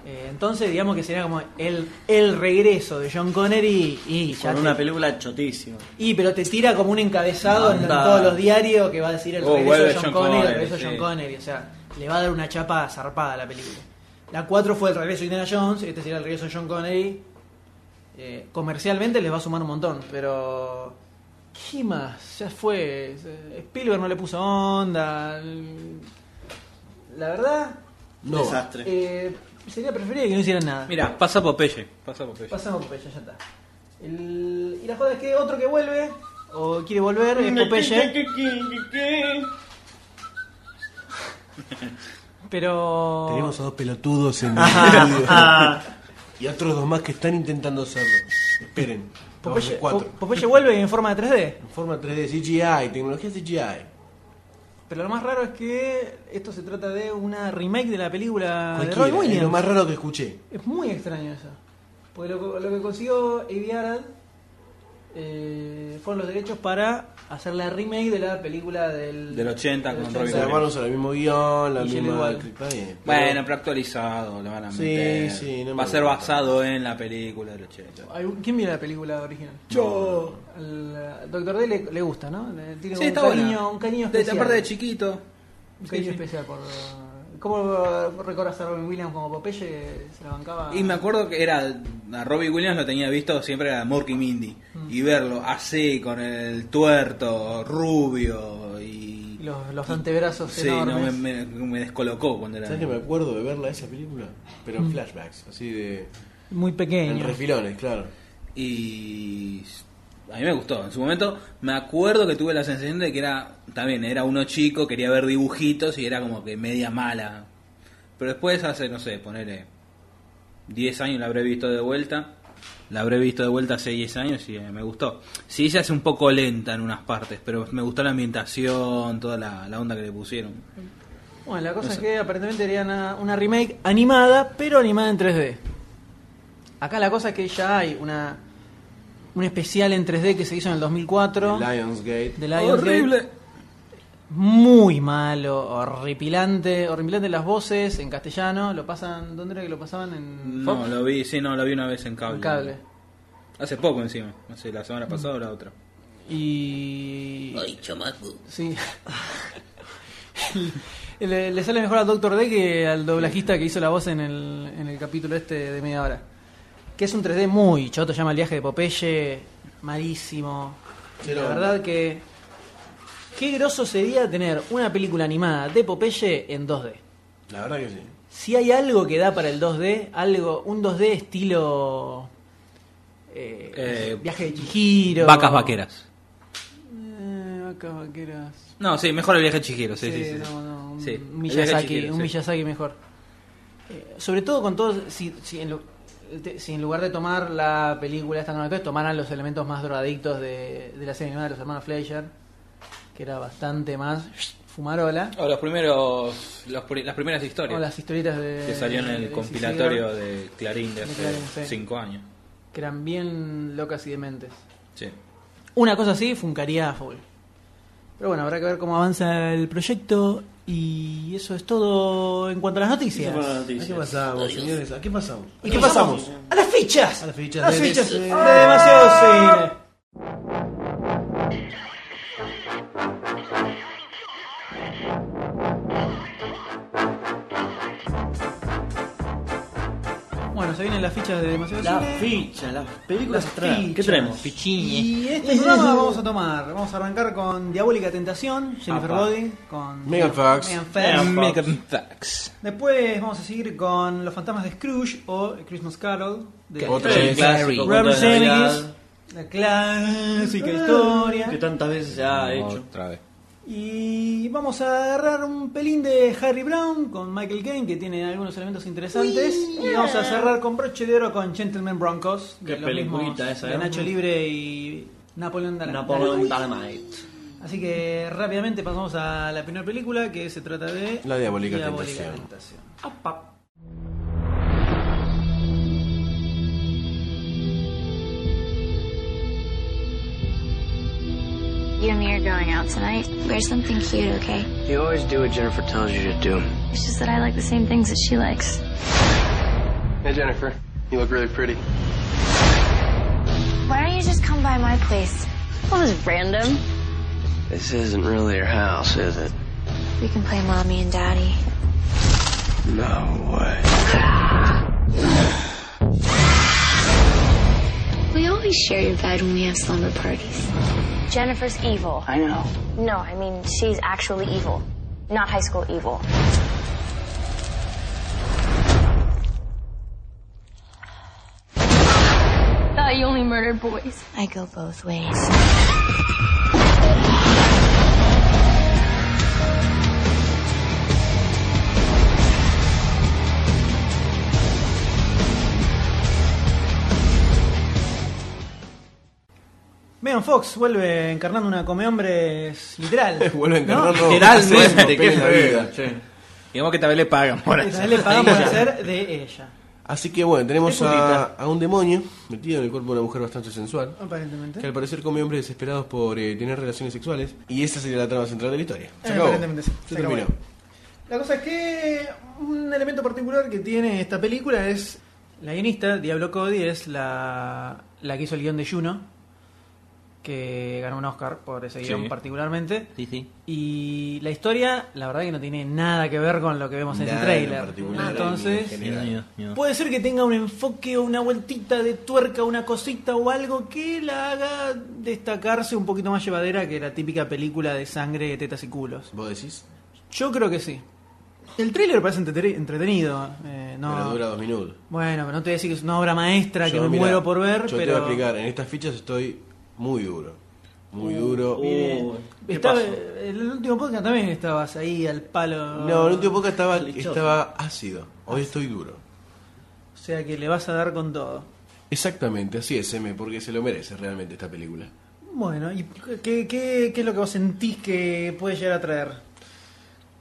Eh, entonces, digamos que sería como el, el regreso de John Connery y ya Con te- una película chotísima. Y pero te tira como un encabezado en, en Anda. todos los diarios que va a decir el Oh, regreso vuelve de John, John Connery, el Connery, regreso de John sí. Connery, o sea, le va a dar una chapa zarpada a la película. La 4 fue el regreso de Indiana Jones, este será el regreso de John Connery. Eh, comercialmente les va a sumar un montón, pero ¿qué más? Ya fue. Spielberg no le puso onda. La verdad, No. Desastre. eh, sería preferible que no hicieran nada. Mira, pasa Popeye. Pasa Popeye. Pasamos a Popeye, ya está. El- Y la ¿eh? joda es que otro que vuelve, o quiere volver, es Popeye. Pero. Tenemos a dos pelotudos en el [LAUGHS] estudio. Ah. [LAUGHS] y otros dos más que están intentando hacerlo. Esperen. estamos Popeye, los cuatro. Po- Popeye vuelve en forma de 3D. En forma 3D, CGI, tecnología CGI. Pero lo más raro es que esto se trata de una remake de la película Ah, de Cualquiera, Roy es lo Williams. más raro que escuché. Es muy extraño eso. Porque lo, lo que consiguió Avi Arad eh, fueron los derechos para hacer la remake de la película del, Del 80 con Robbie Se Williams. llamaron el mismo guión, la Y Shelley misma. Duvall. Está bien, pero- Bueno, pero actualizado, lo van a Sí, meter. sí, no me Va a ser gusta. basado en la película de los chetos. Hay un- ¿Quién vio la película original? Yo. Al Doctor D le, le gusta, ¿no? Le tiene un, cariño, un cariño De, especial. aparte de chiquito. un Sí, cariño sí. especial por. eh, ¿Cómo recordas a Robin Williams como Popeye? Se la bancaba. Y me acuerdo que era a Robbie Williams lo tenía visto siempre a Morky Mindy Mm. y verlo así con el tuerto rubio y Y los, los antebrazos sí, no, enormes. me, me- me descolocó cuando era ¿Sabes que me acuerdo de verla esa película? Pero Mm. en flashbacks, así de. Muy En pequeños. refilones, claro. y a mí me gustó en su momento me acuerdo que tuve la sensación de que era también era uno chico quería ver dibujitos y era como que media mala pero después hace no sé ponele 10 años la habré visto de vuelta la habré visto de vuelta hace 10 años y eh, me gustó sí se hace un poco lenta en unas partes pero me gustó la ambientación toda la, la onda que le pusieron Bueno, la cosa es que aparentemente harían una, una remake animada, pero animada en 3D. Acá la cosa es que ya hay una un especial en 3D que se hizo en el 2004 Lionsgate. de Lionsgate. Muy malo, horripilante, horripilante las voces en castellano, lo pasan, ¿dónde era que lo pasaban? En no Fox? lo vi sí no lo vi una vez en cable, Mm. En cable. hace poco encima no sé la semana pasada o la otra Y. Ay, chamaco. Sí. [LAUGHS] le, le sale mejor al Doctor D que al doblajista que hizo la voz en el, en el capítulo este de media hora. Que es un 3D muy choto, llama el viaje de Popeye, malísimo. Pero- La verdad que. Qué groso sería tener una película animada de Popeye en 2D. La verdad que sí. Si hay algo que da para el 2D, algo, un 2D estilo. eh, Eh, viaje de Chihiro. Vacas vaqueras. Eh, vacas vaqueras. No, sí, mejor el viaje chiquero, sí, sí, sí. No, no, un Sí, el viaje Miyazaki, chiquero, un sí. Miyazaki mejor. Eh, sobre todo con todo, si, si, en lu- te- si en lugar de tomar la película esta nueva, tomaran los elementos más drogadictos de, de la serie animada de los hermanos Fleischer, que era bastante más fumarola, O los primeros, los pri- las primeras historias o las historietas de... que salieron en el de compilatorio Sigar, de Clarín de De hace Clarín, sí. cinco años. Que eran bien locas y dementes. Sí. Una cosa así funcaría a full. Pero bueno, habrá que ver cómo avanza el proyecto. Y eso es todo en cuanto a las noticias. Eso fue una ¿A qué noticia. pasamos, señores? ¿A qué pasamos? ¿Y qué pasamos? ¡A las fichas! A las fichas ¡A las de- fichas! de- ¡De demasiado cine! Bueno, se vienen las fichas de demasiado La cine. ficha, las películas Las extrañas. ¿Qué fichas. tenemos? Y este programa vamos a tomar, vamos a arrancar con Diabólica Tentación, Jennifer Apa. Lodi, con Megan Fox. Megan Fox. Megan Fox. Megan Fox. Después vamos a seguir con Los Fantasmas de Scrooge o Christmas Carol de Otra El vez. clásico cuento de Robert Navidad Ah, Zemeckis, la clásica historia. Que tantas veces se Ah, ha hecho. Otra vez. Y vamos a agarrar un pelín de Harry Brown con Michael Caine, que tiene algunos elementos interesantes. Y vamos a cerrar con broche de oro con Gentleman Broncos. de Qué los mismos peliculita esa, de ¿eh? Nacho Libre y Napoleón Dynamite. Napoleon Dynamite. Así que rápidamente pasamos a la primera película, que se trata de... La diabólica tentación. Tentación. You and me are going out tonight. Wear something cute, okay? You always do what Jennifer tells you to do. It's just that I like the same things that she likes. Hey, Jennifer. You look really pretty. Why don't you just come by my place? Well, this is random. This isn't really your house, is it? We can play mommy and daddy. No way. We always share your bed when we have slumber parties. Jennifer's evil. I know. No, I mean, she's actually evil. Not high school evil. Thought you only murdered boys. I go both ways. Fox vuelve encarnando una come hombres literal. [LAUGHS] Vuelve a encarnarlo. ¿no? Literalmente, qué en la feo, vida. che. Digamos que tal vez le pagan por Y eso. también le pagamos por hacer de ella. Así que bueno, tenemos Es putita. a, a un demonio metido en el cuerpo de una mujer bastante sensual. Aparentemente. Que al parecer come hombres desesperados por eh, tener relaciones sexuales. Y esa sería la trama central de la historia. Se Eh, acabó. aparentemente sí, Se se acabó. terminó. La cosa es que un elemento particular que tiene esta película es la guionista, Diablo Cody, es la, la que hizo el guión de Juno, que ganó un Oscar por ese Sí. guión particularmente. Sí, sí. Y la historia, la verdad que no tiene nada que ver con lo que vemos en Nada el en trailer. Ah, particular, ni en Entonces, general. puede ser que tenga un enfoque o una vueltita de tuerca, una cosita o algo que la haga destacarse un poquito más llevadera que la típica película de sangre, tetas y culos. ¿Vos decís? Yo creo que sí. El tráiler parece entrete- entretenido. eh, no- Pero dura dos minutos. Bueno, pero no te voy a decir que es una obra maestra que Yo, me mirá, muero por ver, Yo pero. te voy a explicar. En estas fichas estoy muy duro. Muy Uh, duro. uy. Eh, Uh, ¿Qué estaba- pasó? en el último podcast también estabas ahí al palo. No, en última época estaba, Lechoso. estaba ácido. Hoy estoy duro. O sea que le vas a dar con todo. Exactamente, así es, M, porque se lo merece realmente esta película. Bueno, ¿y qué, qué, qué es lo que vos sentís que puede llegar a traer?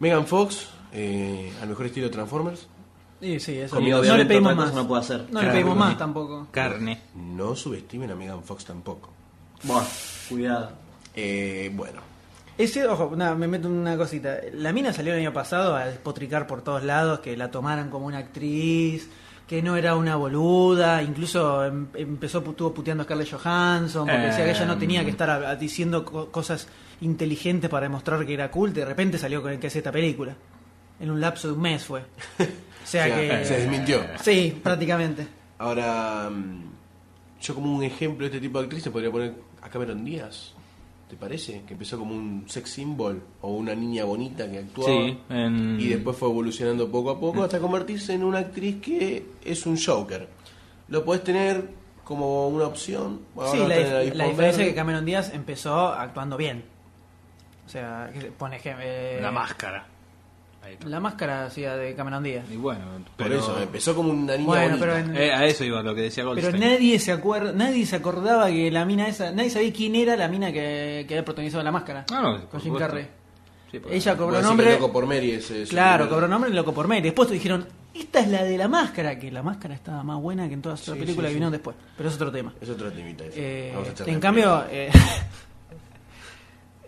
Megan Fox, eh, al mejor estilo Transformers, Y sí, eso. Comida No le violenta, pedimos otra más. cosa no puede hacer. No le Claro, pedimos sí. más tampoco. Carne. no subestimen a Megan Fox tampoco. Buah, cuidado. Eh, bueno, Ese, ojo, nada, me meto una cosita. La mina salió el año pasado a despotricar por todos lados, que la tomaran como una actriz, que no era una boluda, incluso em- empezó, estuvo puteando a Scarlett Johansson, porque decía que ella no tenía que estar a- a- diciendo co- cosas inteligentes para demostrar que era culta, y de repente salió con el que hace esta película. En un lapso de un mes fue. [LAUGHS] O sea o sea, que... se desmintió. Sí, prácticamente. Ahora, mm, yo como un ejemplo de este tipo de actriz te podría poner a Cameron Díaz, ¿te parece? Que empezó como un sex symbol o una niña bonita que actuaba. Sí, en- Mm. Y después fue evolucionando poco a poco hasta convertirse en una actriz que es un Joker. Lo podés tener como una opción. ahora Sí, lo la, tenés dif- ahí la por diferencia ver. es que Cameron Díaz empezó actuando bien. O sea, que pone ejem- eh, La máscara. La máscara hacía de Cameron Díaz. Y bueno, Por pero- eso, empezó como una niña Bueno, bonita. pero, en- Eh, a eso iba lo que decía pero Goldstein. nadie se acuerda, nadie se acordaba que la mina esa, nadie sabía quién era la mina que, que había protagonizado la máscara. Ah, no, con por Jim supuesto. Carrey. Sí, porque- Ella Vos cobró decís que nombre. Loco por Mary es- es- Claro, cobró nombre y loco por Mary. Después te dijeron, esta es la de la máscara, que la máscara estaba más buena que en todas las otras Sí, películas sí, sí. que vinieron después. Pero es otro tema. Es otro temita ese. Eh, Vamos a charlar en de cambio, películas. eh, [LAUGHS]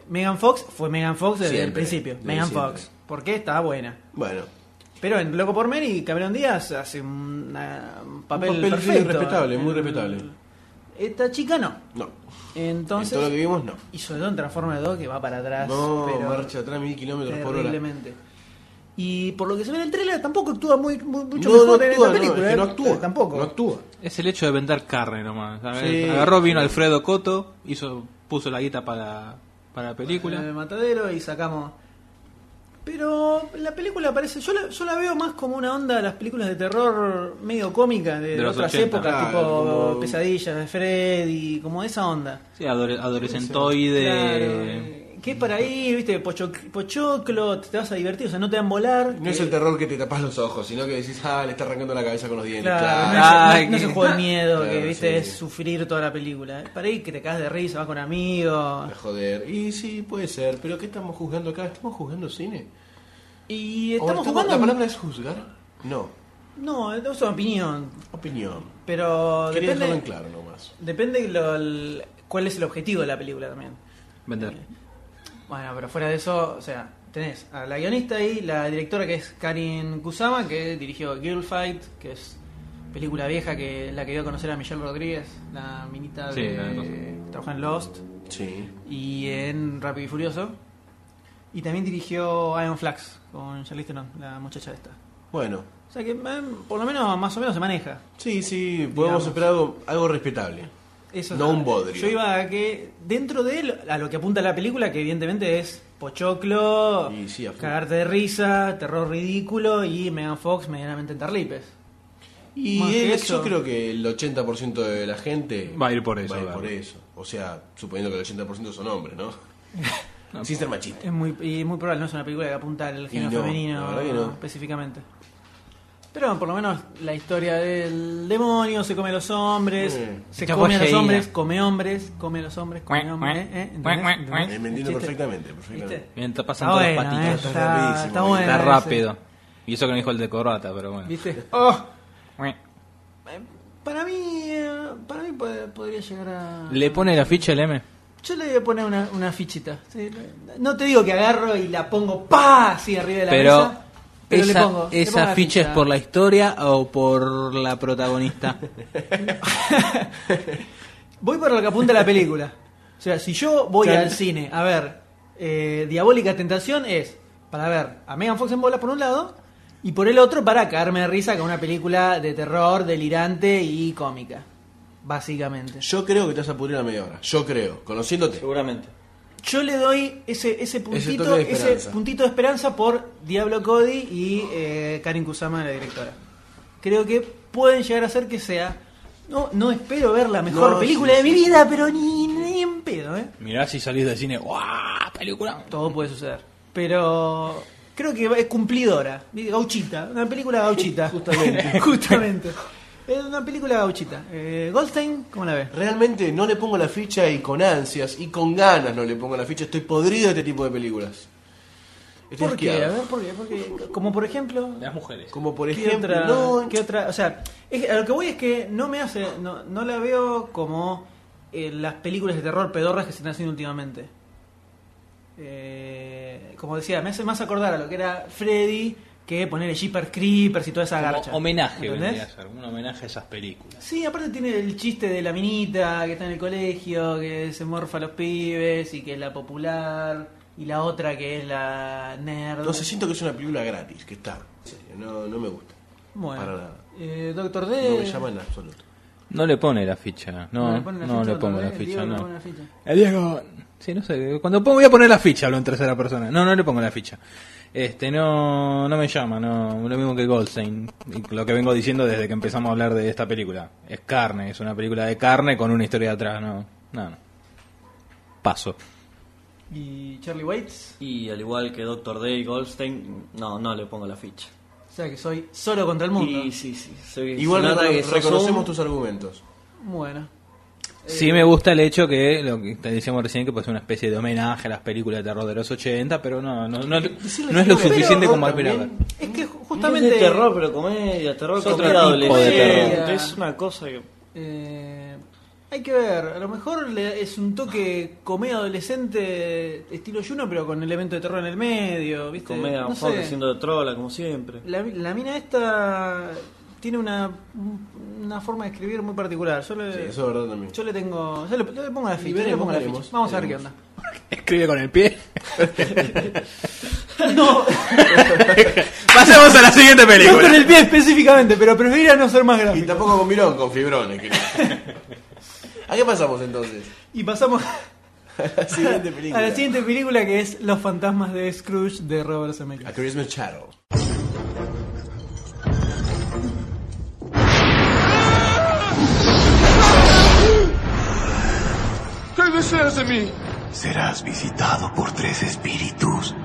Megan Fox fue Megan Fox desde el Siempre, principio. desde Megan siempre. Fox. Porque estaba buena. Bueno, Pero en Loco por Mary, Cameron Díaz hace un, una- un papel, papel, sí, perfecto. respetable, muy El- respetable. Esta chica no. no. Entonces, en todo lo que vimos, no. y sobre todo en Transformers 2 que va para atrás. No, pero marcha atrás mil kilómetros por hora. terriblemente. Y por lo que se ve en el trailer, tampoco actúa muy, muy- mucho no, no mejor en actúa, esta no, película. es que no ¿eh? actúa. Tampoco. No actúa. Es el hecho de vender carne nomás. ¿sabes? Sí. Agarró, vino Alfredo Coto, hizo, puso la guita para, para la película. en el Eh, matadero y sacamos. Pero la película parece. Yo la, yo la veo más como una onda de las películas de terror medio cómica de, De los otras 80. épocas, Claro, tipo como- Pesadillas de Freddy, como esa onda. Sí, adole- adolescentoide. Claro, eh, que es para ir, viste, pocho, pochoclo, te vas a divertir, o sea, no te van a volar. No es el terror que te tapas los ojos, sino que decís, ah, le está arrancando la cabeza con los dientes. Claro, Claro. no es- no es, Ay, no es que- un juego de miedo, Claro, que viste, sí, es sí. sufrir toda la película. Es para ir que te cagas de risa, vas con amigos. A joder. Y sí, puede ser, pero ¿qué estamos juzgando acá? ¿Estamos juzgando cine? Y ¿O estamos jugando. ¿La palabra es juzgar? No, No, eso es una opinión. opinión. Pero Quería depende. dejarlo en claro nomás. Depende lo- el- cuál es el objetivo de la película también. Vender. Bueno, pero fuera de eso, o sea, tenés a la guionista y la directora que es Karin Kusama, que dirigió Girl Fight, que es película vieja que es la que dio a conocer a Michelle Rodríguez, la minita Sí, la de... conozco. Trabaja en Lost Sí. y en Rápido y Furioso. Y también dirigió Iron Flax con Charlize Theron, la muchacha esta. Bueno, O sea que em, por lo menos, más o menos se maneja. sí, sí, podemos Digamos. esperar algo, algo respetable. Eso No un bodrio. Yo iba a que dentro de él, a lo que apunta la película, que evidentemente es pochoclo, Y sí, a full. cagarte de risa, terror ridículo y Megan Fox medianamente en tarlipes. Y Más que él- eso. yo creo que el 80% de la gente Va a ir por eso, Va a ir claro. por eso. O sea, suponiendo que el 80% son hombres, [LAUGHS] ¿no? Sin ser machista. Es muy, y es muy probable, no es una película que apunta al género no, femenino la verdad que no. específicamente. Pero por lo menos la historia del demonio se come a los hombres, Mm. se Qué come a los porquería. hombres, come hombres, come a los hombres, come hombres. ¿eh? ¿Entendés? ¿Entendés? Me entiendo ¿Chiste? perfectamente, perfectamente. ¿Viste? Mientras pasan Está todas bueno, las patitas. eh, está está, rapidísimo, está está bueno. Está ese. rápido. Oh. Y eso que no dijo el de corbata, pero bueno. ¿Viste? Para mí, eh, para mí pod- podría llegar a... ¿Le pone la ficha el M? Yo le voy a poner una, una fichita. Sí, le- No te digo que agarro y la pongo pa así arriba de la Pero, mesa. Pero esa, le pongo, le esa pongo la ficha es por la historia o por [LAUGHS] la protagonista. Voy por lo que apunta la película. O sea, si yo voy al cine a ver eh, Diabólica Tentación es para ver a Megan Fox en bolas por un lado y por el otro para caerme de risa con una película de terror, delirante y cómica. Básicamente. Yo creo que te vas a pudrir a media hora. Yo creo, conociéndote. Seguramente. Yo le doy ese, ese, toque puntito, de ese, esperanza. puntito de esperanza por Diablo Cody y eh, Karin Kusama, la directora. Creo que pueden llegar a ser que sea. No, no espero ver la mejor No, película sí, de mi vida, pero ni, ni en pedo, ¿eh? Mirá si salís del cine, ¡guau! ¡Película! Todo puede suceder. Pero creo que es cumplidora. Gauchita. Una película [LAUGHS] gauchita. Justamente. [LAUGHS] Justamente. Es una película gauchita. Eh, Goldstein, ¿cómo la ve? Realmente no le pongo la ficha y con ansias y con ganas no le pongo la ficha. Estoy podrido de este tipo de películas. Estoy ¿Por qué? asqueado. A ver, ¿por qué? ¿Por qué? Como por ejemplo... Las mujeres. Como por ¿Qué ejemplo, otra, no, qué otra? O sea, es- a lo que voy es que no me hace, no, no la veo como eh, las películas de terror pedorras que se están haciendo últimamente. Eh, como decía, me hace más acordar a lo que era Freddy que poner Jeepers Creepers y toda esa garcha. homenaje, ¿entendés? vendría a ser, Un homenaje a esas películas. Sí, aparte tiene el chiste de la minita que está en el colegio, que se morfa a los pibes y que es la popular y la otra que es la nerd. no sé, siento que es una película gratis, que está. en serio, No, no me gusta. bueno, para nada. eh, Doctor D. No me llama en absoluto. No le pone la ficha, no, no le, ponen la ficha, Doctor pongo D, la el ficha, Diego le no. pone la ficha. Eh, Diego, sí, no sé, cuando pongo, voy a poner la ficha, hablo en tercera persona. No, no le pongo la ficha. Este, no, no me llama, no, lo mismo que Goldstein. Y Lo que vengo diciendo desde que empezamos a hablar de esta película. Es carne, es una película de carne con una historia atrás, no, no, no. Paso. Y Charlie Waits, Y al igual que Doctor Day, Goldstein, no, no le pongo la ficha. o sea que soy solo contra el mundo. Y sí, sí. soy- Igual se nota recono- que sos reconocemos un- tus argumentos. Bueno, Eh, Sí me gusta el hecho que, lo que te decíamos recién, que puede ser una especie de homenaje a las películas de terror de los 80, pero no, no, no, no es lo Pero suficiente como también- esperaba. es que ju- Justamente justamente. es de terror, pero comedia, terror, otro comedia tipo de adolescente, terror. Es una cosa que. eh, hay que ver, a lo mejor le- es un toque comedia adolescente estilo Juno, pero con elemento de terror en el medio, ¿viste? Comedia, No un sé. poco siendo de trola, como siempre. La, la mina esta tiene una, una forma de escribir muy particular. Yo le, Sí, eso es verdad también. yo le tengo. Yo le, yo le pongo la ficha. yo le veremos, pongo la ficha. veremos, Vamos a ver qué veremos. onda. Escribe con el pie. [LAUGHS] No, Pasemos a la siguiente no con película. el pie específicamente, pero preferiría no ser más Y gráfico. tampoco con Mirón, con Fibrones. creo. [LAUGHS] ¿A qué pasamos [LAUGHS] entonces? Y pasamos. La siguiente película. A la siguiente película que es Los fantasmas de Scrooge de Robert Zemeckis. A Christmas Shadow. Serás visitado por tres espíritus.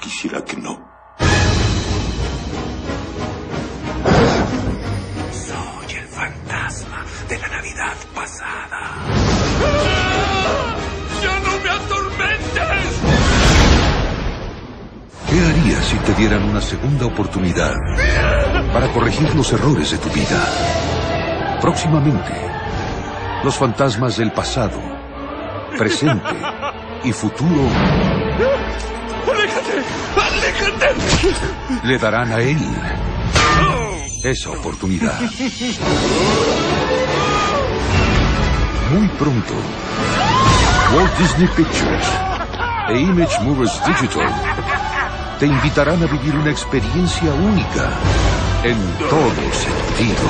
Quisiera que no. Soy el fantasma de la Navidad pasada. ¡Ya no me atormentes! ¿Qué harías si te dieran una segunda oportunidad para corregir los errores de tu vida? Próximamente, los fantasmas del pasado presente y futuro. ¡Aléjate! ¡Aléjate! Le darán a él esa oportunidad. Muy pronto, Walt Disney Pictures e Image Movers Digital te invitarán a vivir una experiencia única en todo sentido.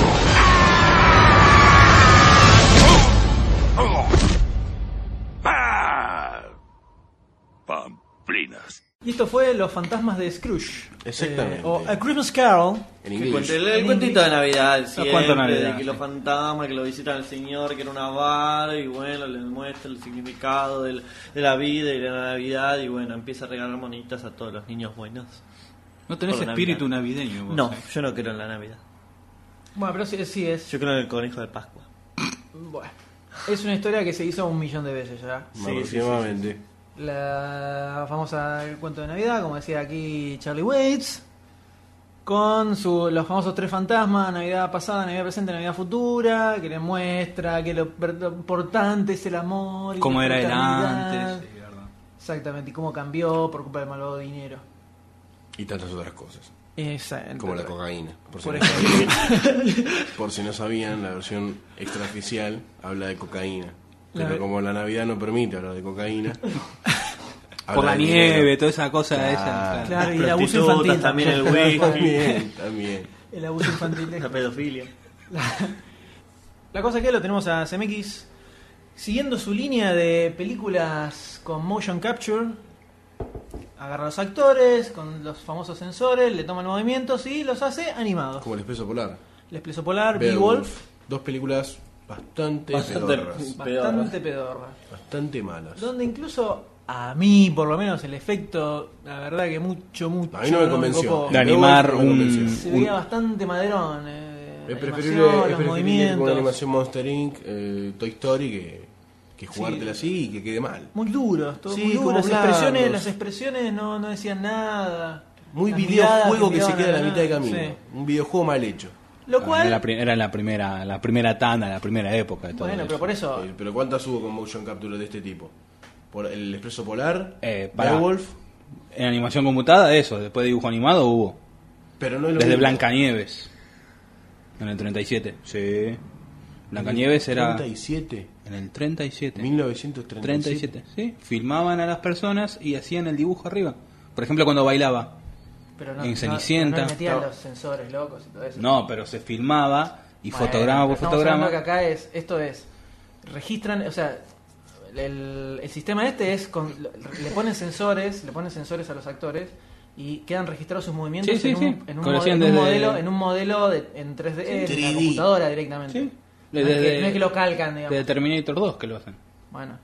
Pamplinas. Y esto fue Los fantasmas de Scrooge. Exactamente. Eh, o A Christmas Carol. En El, inglés. cuento- el cuentito de Navidad, cuento siempre, de Navidad, Ah, de que sí. los fantasmas, que lo visitan al señor, que era una vara, y bueno, les muestra el significado del- de la vida y de la Navidad, y bueno, empieza a regalar monitas a todos los niños buenos. No tenés Por la espíritu Navidad. navideño vos, No, eh. yo no creo en la Navidad. Bueno, pero sí, sí es. Yo creo en el conejo de Pascua. Bueno, es una historia que se hizo un millón de veces ya. Aproximadamente. La famosa el cuento de Navidad, como decía aquí Charlie Waits, con su- los famosos tres fantasmas, Navidad pasada, Navidad presente, Navidad futura, que le muestra que lo, per- lo importante es el amor. y Como la era el fraternidad. antes. Sí, verdad. Exactamente, y cómo cambió por culpa del malvado dinero. Y tantas otras cosas. Exacto. Como la cocaína. Por si, Por no [LAUGHS] sabían, por si no sabían, la versión extraoficial habla de cocaína. La Pero ve- como la Navidad no permite hablar de [LAUGHS] cocaína. Por habla la de nieve, dinero. toda esa cosa Claro. esa. Claro, y el Las abuso prostitutas, infantil. también el También, también. [LAUGHS] El abuso infantil. [LAUGHS] de- La pedofilia. La cosa es que lo tenemos a CMX siguiendo su línea de películas con motion capture. Agarra a los actores con los famosos sensores, le toman movimientos y los hace animados. Como el espeso polar. Les Pleso Polar, Beowulf, Beowulf, Dos películas bastante, Bastante- pedorras, Pedorra. bastante pedorra. Bastante malas. Donde incluso a mí, por lo menos, el efecto, la verdad que mucho, mucho. A mí no me convenció. copó. De animar Beowulf no me un- convenció. Se veía bastante maderón. eh, Es la preferible, es animación, los preferible ir con una movimientos. animación Monster Inc. eh, Toy Story que, que jugártela así y que quede mal. Muy duros, todo Sí, muy duro. como Las expresiones, blandos. las expresiones no, no decían nada. Muy Las videojuego miradas que, se miraban queda a la nada, mitad de camino. sí. Un videojuego mal hecho. Lo Era Ah, la, cual, pri- era la primera la primera tanda, la primera época. de todo bueno, pero eso. por eso, Eh, Pero ¿cuántas hubo con motion capture de este tipo? Por el Expreso Polar, Eh, pará. Beowulf, En animación computada, eso. Después de dibujo animado hubo. pero no es lo Desde mismo. Blancanieves. En el 37. Sí. Blancanieves era. 37, En el 37. 1937. 37, sí. Filmaban a las personas y hacían el dibujo arriba. Por ejemplo, cuando bailaba. pero no, en no- Cenicienta. no le metían No. los sensores locos y todo eso. No, pero se filmaba y Bueno, fotograma por estamos hablando fotograma. que acá es, esto es, registran, o sea, el, el sistema este es, con, le ponen sensores, le ponen sensores a los actores y quedan registrados sus movimientos Sí, sí, en, un, sí. en un Conocían mode- en un desde- modelo, en un modelo de, en 3D, en la 3D. computadora directamente. Sí. No, es que, Desde- no es que lo calcan, digamos. De Terminator 2 que lo hacen. Bueno,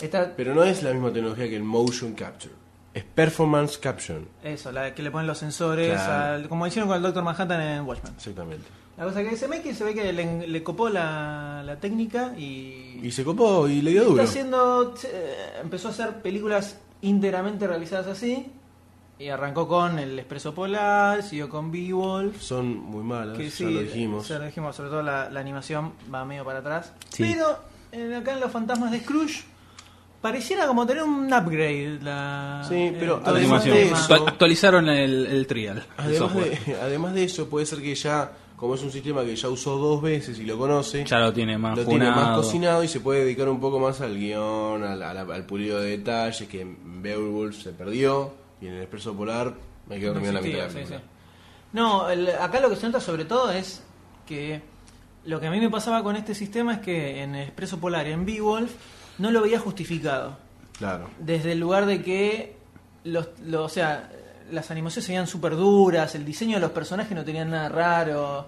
esta, Pero no es la misma tecnología que el motion capture. Es performance caption. eso, la que le ponen los sensores, Claro. al- como hicieron con el Dr. Manhattan en Watchmen. Exactamente. La cosa que dice Meki se ve que le, le copó la, la técnica y, Y se copó y le dio está duro. haciendo, eh, empezó a hacer películas íntegramente realizadas así y arrancó con El Expreso Polar, siguió con Beowulf. Son muy malas, Que ya sí, eh, lo dijimos. ya lo dijimos, sobre todo la, la animación va medio para atrás. Sí. Pero en- acá en Los Fantasmas de Scrooge pareciera como tener un upgrade. La, eh, Sí, pero todo además ese de tema. eso- Actu- Actualizaron el, el trial. el Además software. de, [LAUGHS] además de eso, puede ser que ya, como es un sistema que ya usó dos veces y lo conoce, Ya lo tiene más lo tiene más funado. cocinado y se puede dedicar un poco más al guión, al, al- al pulido de detalles, que en Beowulf se perdió y en el Expreso Polar me quedo No dormido en la mitad de la existía, sí, película. sí. No, el- acá lo que se nota sobre todo es que lo que a mí me pasaba con este sistema es que en Expreso Polar y en Beowulf no lo veía justificado. Claro. Desde el lugar de que, los, lo- o sea, las animaciones se veían súper duras, el diseño de los personajes no tenían nada raro.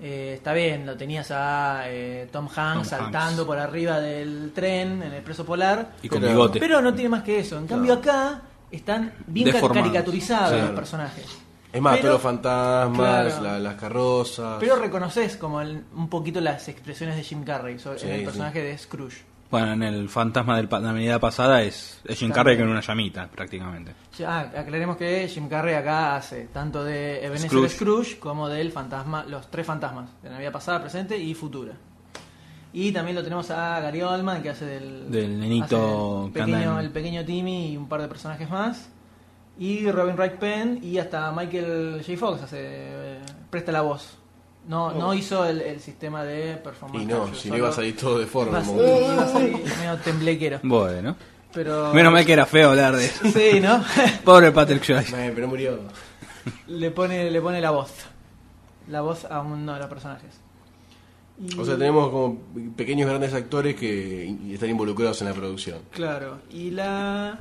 eh, está bien, lo tenías a eh, Tom Hanks Tom saltando Hanks. por arriba del tren en Expreso Polar. Y con Pero- bigote. Pero no tiene más que eso. En cambio, acá están bien ca- Deformados. caricaturizados Claro. los personajes. Es más, Pero- todos los fantasmas, claro. la- las carrozas. Pero reconoces como el- un poquito las expresiones de Jim Carrey sobre Sí, en el sí. personaje de Scrooge. Bueno, en el fantasma del pa- de la Navidad pasada es, es Jim Carrey con una llamita, prácticamente. Ya, ah, aclaremos que Jim Carrey acá hace tanto de Ebenezer Scrooge, Scrooge. como del fantasma, los tres fantasmas, de Navidad pasada, presente y futura. Y también lo tenemos a Gary Oldman que hace del, Del nenito hace del que anda pequeño, en- el pequeño Timmy y un par de personajes más. Y Robin Wright Penn y hasta Michael J. Fox hace eh, presta la voz. No, no hizo el, el sistema de performance. Oh. y no, capture, si no solo- iba a salir todo de forma. Ibas- como- [LAUGHS] ibas ahí medio temblequero. Bueno. Pero. Menos mal que era feo hablar de [LAUGHS] eso. [LAUGHS] Sí, ¿no? Pobre Patrick Swayze. Eh, pero murió. le, pone, le pone la voz. La voz a uno de los personajes. Y- O sea, tenemos como pequeños grandes actores que in- están involucrados en la producción. Claro. Y la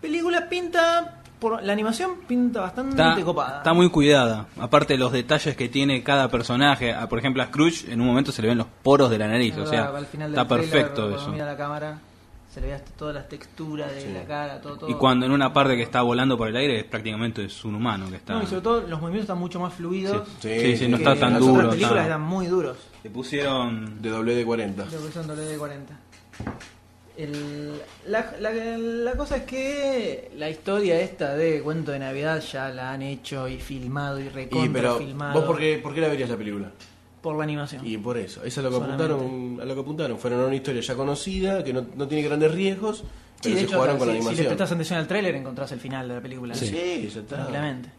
película pinta. Por, la animación pinta bastante Está, copada. está muy cuidada. Aparte de los detalles que tiene cada personaje. Ah, Por ejemplo, a Scrooge en un momento se le ven los poros de la nariz. Es o verdad, sea, al final del está trailer, perfecto cuando eso. mira la cámara. se le veía hasta toda la textura de la cara, todo, todo. Y cuando en una parte que está volando por el aire, es prácticamente es un humano que está. No, y sobre todo los movimientos están mucho más fluidos. Sí, sí, sí, no que está tan las duro, Las películas está- eran muy duros. Le pusieron. De doble de 40. Lo que son WD-40. El- la, la- la cosa es que la historia esta de cuento de Navidad ya la han hecho y filmado y Y, pero, recontrafilmado ¿vos por qué, por qué la verías la película? por la animación. Y por eso, eso es lo que Solamente. apuntaron, a lo que apuntaron. Fueron a una historia ya conocida, que no, no tiene grandes riesgos, Sí, pero de se hecho, jugaron si, con la si animación. le prestas atención al tráiler encontrás el final de la película. Sí, Sí, ya está. Tranquilamente.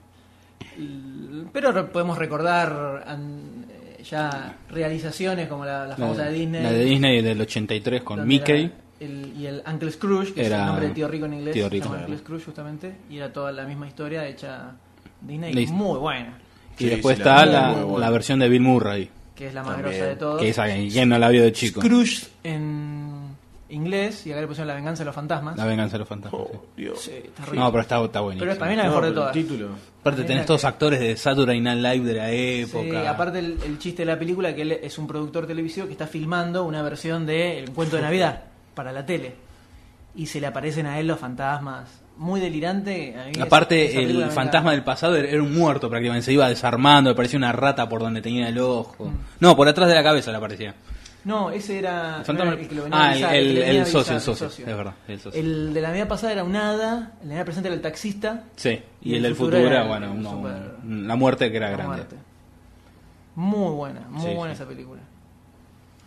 L- Pero re- podemos recordar an- eh, ya realizaciones como la, la famosa de Disney. La de Disney del 83 con donde Mickey. era el- y el Uncle Scrooge, que es Era el nombre de Tío Rico en inglés. Tío se Rico, llama claro. Uncle Scrooge, justamente. Y era toda la misma historia hecha Disney. Listo. Muy buena. Y Sí, después sí, la está verdad, la, muy buena. la versión de Bill Murray. Que es la más También. grosa de todas. Que es alguien que no la vio de chico. Scrooge en inglés. Y acá le pusieron La Venganza de los Fantasmas. La venganza de los fantasmas. sí. Oh, Dios. Sí, está Oh, horrible. No, pero está, está buenísimo. Pero es también la mejor No, de pero todas. el título. Aparte tenés todos actores de Saturday Night Live de la época. Sí, aparte el, el chiste de la película que él es un productor televisivo que está filmando una versión de El cuento de Navidad para la tele. Y se le aparecen a él los fantasmas. Muy delirante. a mí esa- Aparte, esa película el me fantasma del pasado era era un muerto prácticamente. Se iba desarmando, le parecía una rata por donde tenía el ojo. Mm. No, por atrás de la cabeza le aparecía. No, ese era El fantasma- no era el que lo venía a ah, avisar, el- que le el venía a socio, avisar, el socio, es verdad, el socio. El de la Navidad pasada era un hada, el de la Navidad presente era el taxista. Sí, y, Y el el del futuro futuro era, era bueno, uno- super- un- la muerte que era la grande. muerte. Muy buena, muy Sí, buena sí. esa película.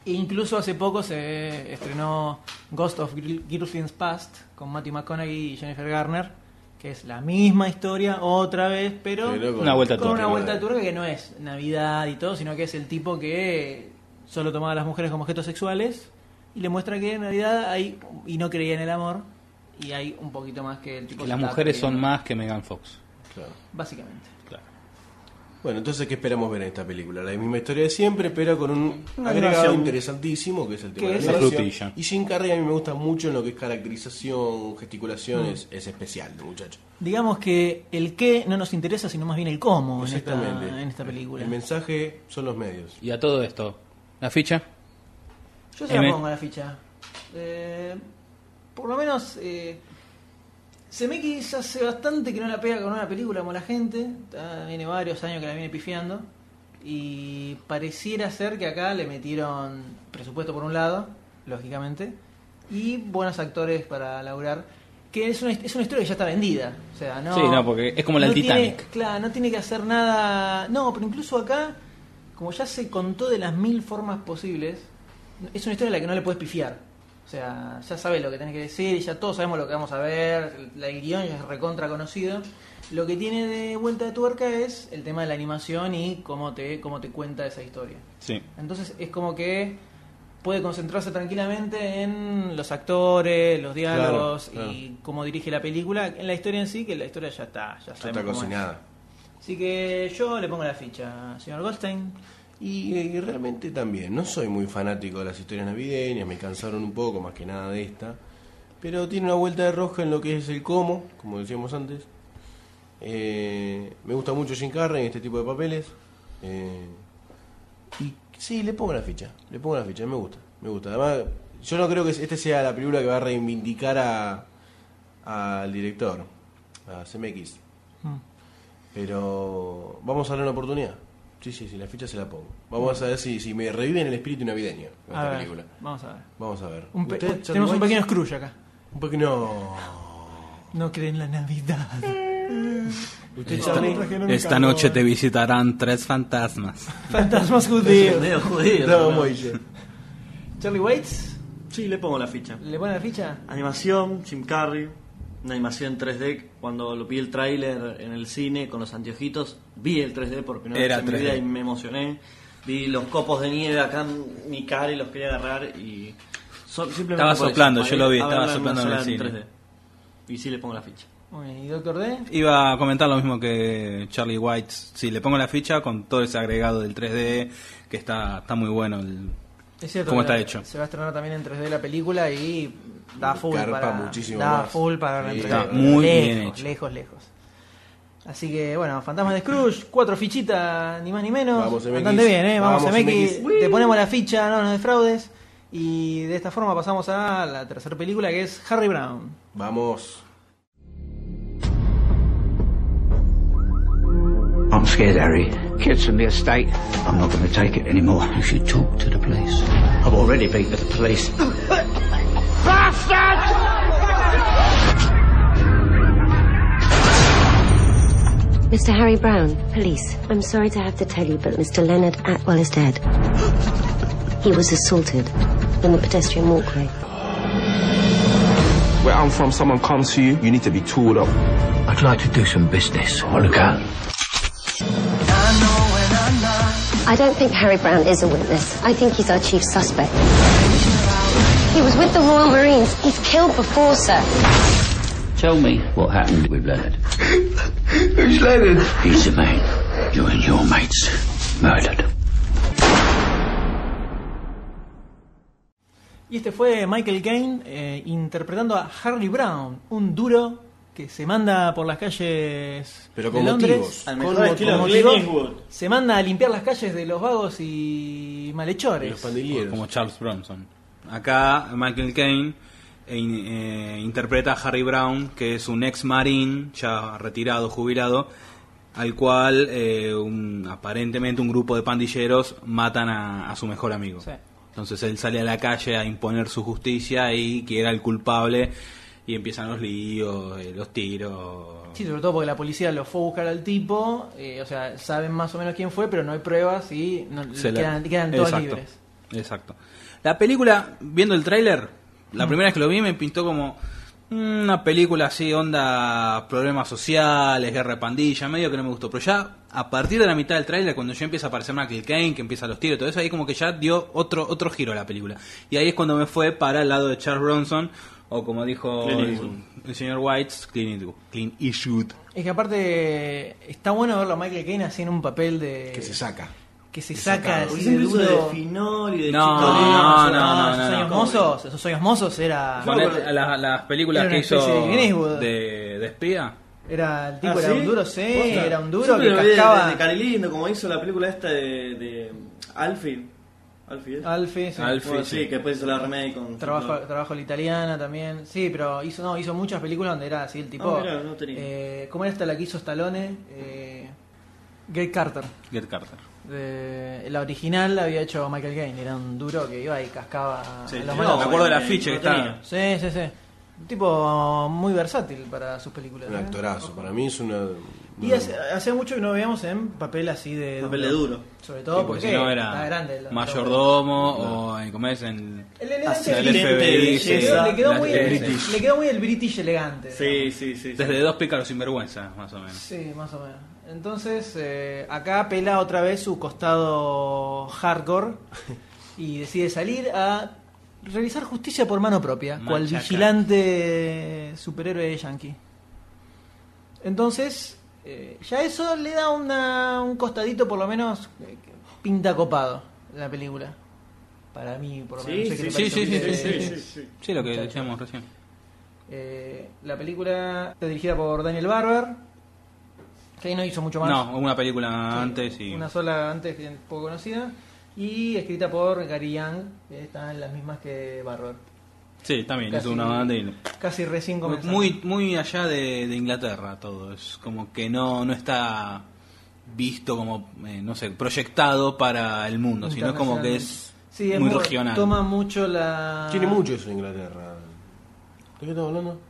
E incluso hace poco se estrenó Ghost of Gir- Girlfriend's Past con Matthew McConaughey y Jennifer Garner, que es la misma historia otra vez, pero Pero Una vuelta con una turca. vuelta turca que no es Navidad y todo, sino que es el tipo que solo tomaba a las mujeres como objetos sexuales y le muestra que en realidad hay y no creía en el amor y hay un poquito más que el tipo Que se las está mujeres son creyendo, más que Megan Fox. Claro. básicamente. Bueno, entonces, ¿qué esperamos ver en esta película? La misma historia de siempre, pero con un agregado animación. interesantísimo, que es el tema Que de es la la animación. frutilla. Y Jim Carrey a mí me gusta mucho en lo que es caracterización, gesticulaciones, Mm. es especial, muchacho. Digamos que el qué no nos interesa, sino más bien el cómo en Exactamente. esta, en esta película. El mensaje son los medios. Y a todo esto, la ficha. Yo se la M. pongo a la ficha. Eh, por lo menos, eh, Zemeckis hace bastante que no la pega con una película como la gente. Está- Viene varios años que la viene pifiando. Y pareciera ser que acá le metieron presupuesto por un lado, lógicamente, y buenos actores para laburar. Que es una, es una historia que ya está vendida. O sea, no, Sí, no, porque es como la del tiene- Titanic. claro, no tiene que hacer nada. No, pero incluso acá, como ya se contó de las mil formas posibles, es una historia en la que no le puedes pifiar. O sea, ya sabes lo que tenés que decir, ya todos sabemos lo que vamos a ver, el, el guión ya es recontra conocido. Lo que tiene de vuelta de tuerca es el tema de la animación y cómo te, cómo te cuenta esa historia. Sí. Entonces es como que puede concentrarse tranquilamente en los actores, los diálogos Claro, y cómo dirige la película, en la historia en sí, que la historia ya está, ya Ya sabemos está cómo es. cocinada. Así que yo le pongo la ficha, señor Goldstein. Y, eh, realmente también, no soy muy fanático de las historias navideñas, me cansaron un poco más que nada de esta, pero tiene una vuelta de rosca en lo que es el cómo, como decíamos antes. Eh, me gusta mucho Jim Carrey en este tipo de papeles. eh, y sí, le pongo la ficha, le pongo la ficha, me gusta, me gusta. Además, yo no creo que este sea la película que va a reivindicar a al director, a CMX. Mm. Pero vamos a darle una oportunidad. Sí, sí, sí, la ficha se la pongo. Vamos a ver si, si me reviven el espíritu navideño con A esta ver, película. vamos a ver. Vamos a ver. Un pe- ¿Usted, Charlie tenemos un White? pequeño Scrooge acá. Un pequeño. No. No creen [LAUGHS] la Navidad. ¿Usted, Charlie? Esta noche te visitarán tres fantasmas. Fantasmas judíos. Medio judío. No, ¿no? Moise. Charlie Waits, Sí, le pongo la ficha. ¿le pone la ficha? Animación, Jim Carrey, una animación 3D. Cuando lo vi el tráiler en el cine con los anteojitos, vi el 3D por primera Era vez en 3D. mi vida y me emocioné. Vi los copos de nieve acá en mi cara y los quería agarrar y... so- simplemente Estaba por eso, soplando, para yo ir lo vi, a estaba verla en una soplando en sala el cine. 3D. Y sí le pongo la ficha. Muy bien, ¿y Doctor D? Iba a comentar lo mismo que Charlie White. Si le pongo la ficha con todo ese agregado del 3D, que está, está muy bueno. el- Es cierto ¿Cómo que está la- hecho? Se va a estrenar también en 3D la película y da full Carpa para muchísimo da más. full para verla en Sí, 3D. está lejos, muy bien hecho. Lejos, lejos. Así que bueno, Fantasma de Scrooge, cuatro fichitas, ni más ni menos. Vamos, MX. Bastante bien, eh. Vamos, Vamos, MX. MX. Te ponemos la ficha, no nos defraudes. Y de esta forma pasamos a la tercera película que es Harry Brown. Vamos. I'm scared, Harry. Kids from the estate. I'm not going to take it anymore. You should talk to the police. I've already been to the police. Mr. Harry Brown, police. I'm sorry to have to tell you, but Mr. Leonard Atwell is dead. He was assaulted in the pedestrian walkway. Where I'm from, someone comes to you, you need to be tooled up. I'd like to do some business. Oh, Look out. I don't think Harry Brown is a witness. I think he's our chief suspect. He was with the Royal Marines. He's killed before, sir. Tell me what happened with [LAUGHS] Leonard. Who's Leonard? He's the man. You and your mates murdered. Y este fue Michael Caine eh, interpretando a Harry Brown, un duro que se manda por las calles Pero de con Londres, motivos. Al mejor con con estilo de motivos, Clint Eastwood. se manda a limpiar las calles de los vagos y malhechores. Como Charles Bronson. Acá Michael Caine eh, in- eh, interpreta a Harry Brown, que es un ex marín, ya retirado, jubilado, al cual eh, un- aparentemente un grupo de pandilleros matan a, a su mejor amigo. Sí. Entonces él sale a la calle a imponer su justicia y que era el culpable y empiezan los líos, eh, los tiros. Sí, sobre todo porque la policía lo fue a buscar al tipo, eh, o sea, saben más o menos quién fue, pero no hay pruebas y no- Se la- quedan, quedan todos Exacto. libres. Exacto. La película, viendo el tráiler, Mm. la primera vez que lo vi me pintó como mm, una película así, onda problemas sociales, guerra de pandilla, medio que no me gustó. Pero ya a partir de la mitad del tráiler, cuando ya empieza a aparecer Michael Caine, que empieza los tiros, y todo eso, ahí como que ya dio otro, otro giro a la película. Y ahí es cuando me fue para el lado de Charles Bronson, o como dijo Clint el, Eastwood. el señor Whites, Clint Eastwood. Clint Eastwood. Es que aparte está bueno verlo a Michael Caine haciendo un papel de... Que se saca. Que se saca Porque así de siempre hizo de duro. Finol y de No, Chico Lea, no, o no, sea, no, esos no, no. años mozos, esos años mozos era... Ponete a las, a las películas Era que una hizo especie de Clint Eastwood. de, de espía. Era el tipo, Ah, era ¿sí? un duro, sí, Posta. era un duro Siempre que lo vi de- cascaba. De, de Cari Lindo, como hizo la película esta de, de Alfie. Alfie, ¿es? Alfie, Ah, sí. Alfie, Bueno, sí. sí, que después hizo la remake con. Trabajo, trabajo la italiana también. Sí, pero hizo, no, hizo muchas películas donde era así el tipo. Ah, mirá, no tenía. eh, ¿Cómo era esta la que hizo Stallone? Eh, Greg Carter. Get Carter. De- la original la había hecho Michael Caine. Era un duro que iba y cascaba Sí, a no, los Me acuerdo de la eh, ficha que no está. tenía. Sí, sí, sí. Un tipo muy versátil para sus películas. Un ¿eh? actorazo. Para mí es una. Y hace, hace mucho que no veíamos en papel así de. Papel de duro. Sobre todo Sí, porque porque si no está era grande. el- mayordomo o en, ¿cómo es? En, El elegante Asistente british. de Le quedó- le, quedó belleza, muy, la el, British. le quedó muy el british elegante. Sí, sí, sí. sí. desde dos pícaros sinvergüenza, más o menos. Sí, más o menos. Entonces, eh, acá apela otra vez su costado [LAUGHS] hardcore y decide salir a realizar justicia por mano propia, cual Machaca. vigilante superhéroe yankee. Entonces, eh, ya eso le da una- un costadito, por lo menos, eh, pinta copado la película. Para mí, por lo menos. Sí, No sé qué sí, le Sí, sí, parece a sí, sí, sí, ustedes. sí, sí, sí. sí. Sí, lo que Muchacho. decíamos recién. Eh, la película está dirigida por Daniel Barber, que ahí no hizo mucho más. No, una película antes Sí, y... Una sola antes que poco conocida. Y escrita por Gary Young, que está en las mismas que Barber. Sí, también, es Casi- una banda y... Casi recién comenzó. Muy, muy allá de, de Inglaterra todo, es como que no, no está visto como, eh, no sé, proyectado para el mundo, sino es como que es Sí, muy regional. Toma mucho la. Tiene mucho eso en Inglaterra. ¿De qué estamos hablando?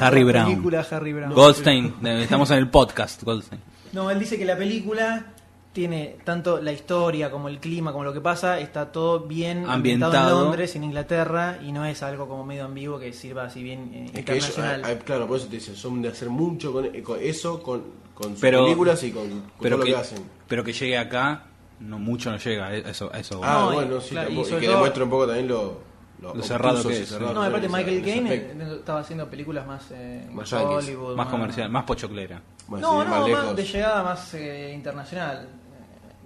Harry la Brown. película Harry Brown. Goldstein, eh, estamos en el podcast, Goldstein. No, él dice que la película tiene tanto la historia como el clima, como lo que pasa, está todo bien Ambientado. en Londres, en Inglaterra, y no es algo como medio ambiguo que sirva así bien eh, Es que ellos, internacional. ah, ah, claro, por eso te dicen, son de hacer mucho con, eh, con eso, con, con sus Pero- películas y con, con pero todo que, lo que hacen. pero que llegue acá, no mucho no llega, eh, eso, eso. Ah, No, y- bueno, sí, claro, y tampoco- y, sobre que todo- demuestra un poco también lo, Lo cerrado obtusos que y es, cerrados No, que aparte son Michael en ese Caine aspecto. eh, estaba haciendo películas más, eh, Más más yankees, Hollywood, más comercial, más pochoclera. Bueno, no, sí, no, más lejos. de llegada más eh, internacional. Eh,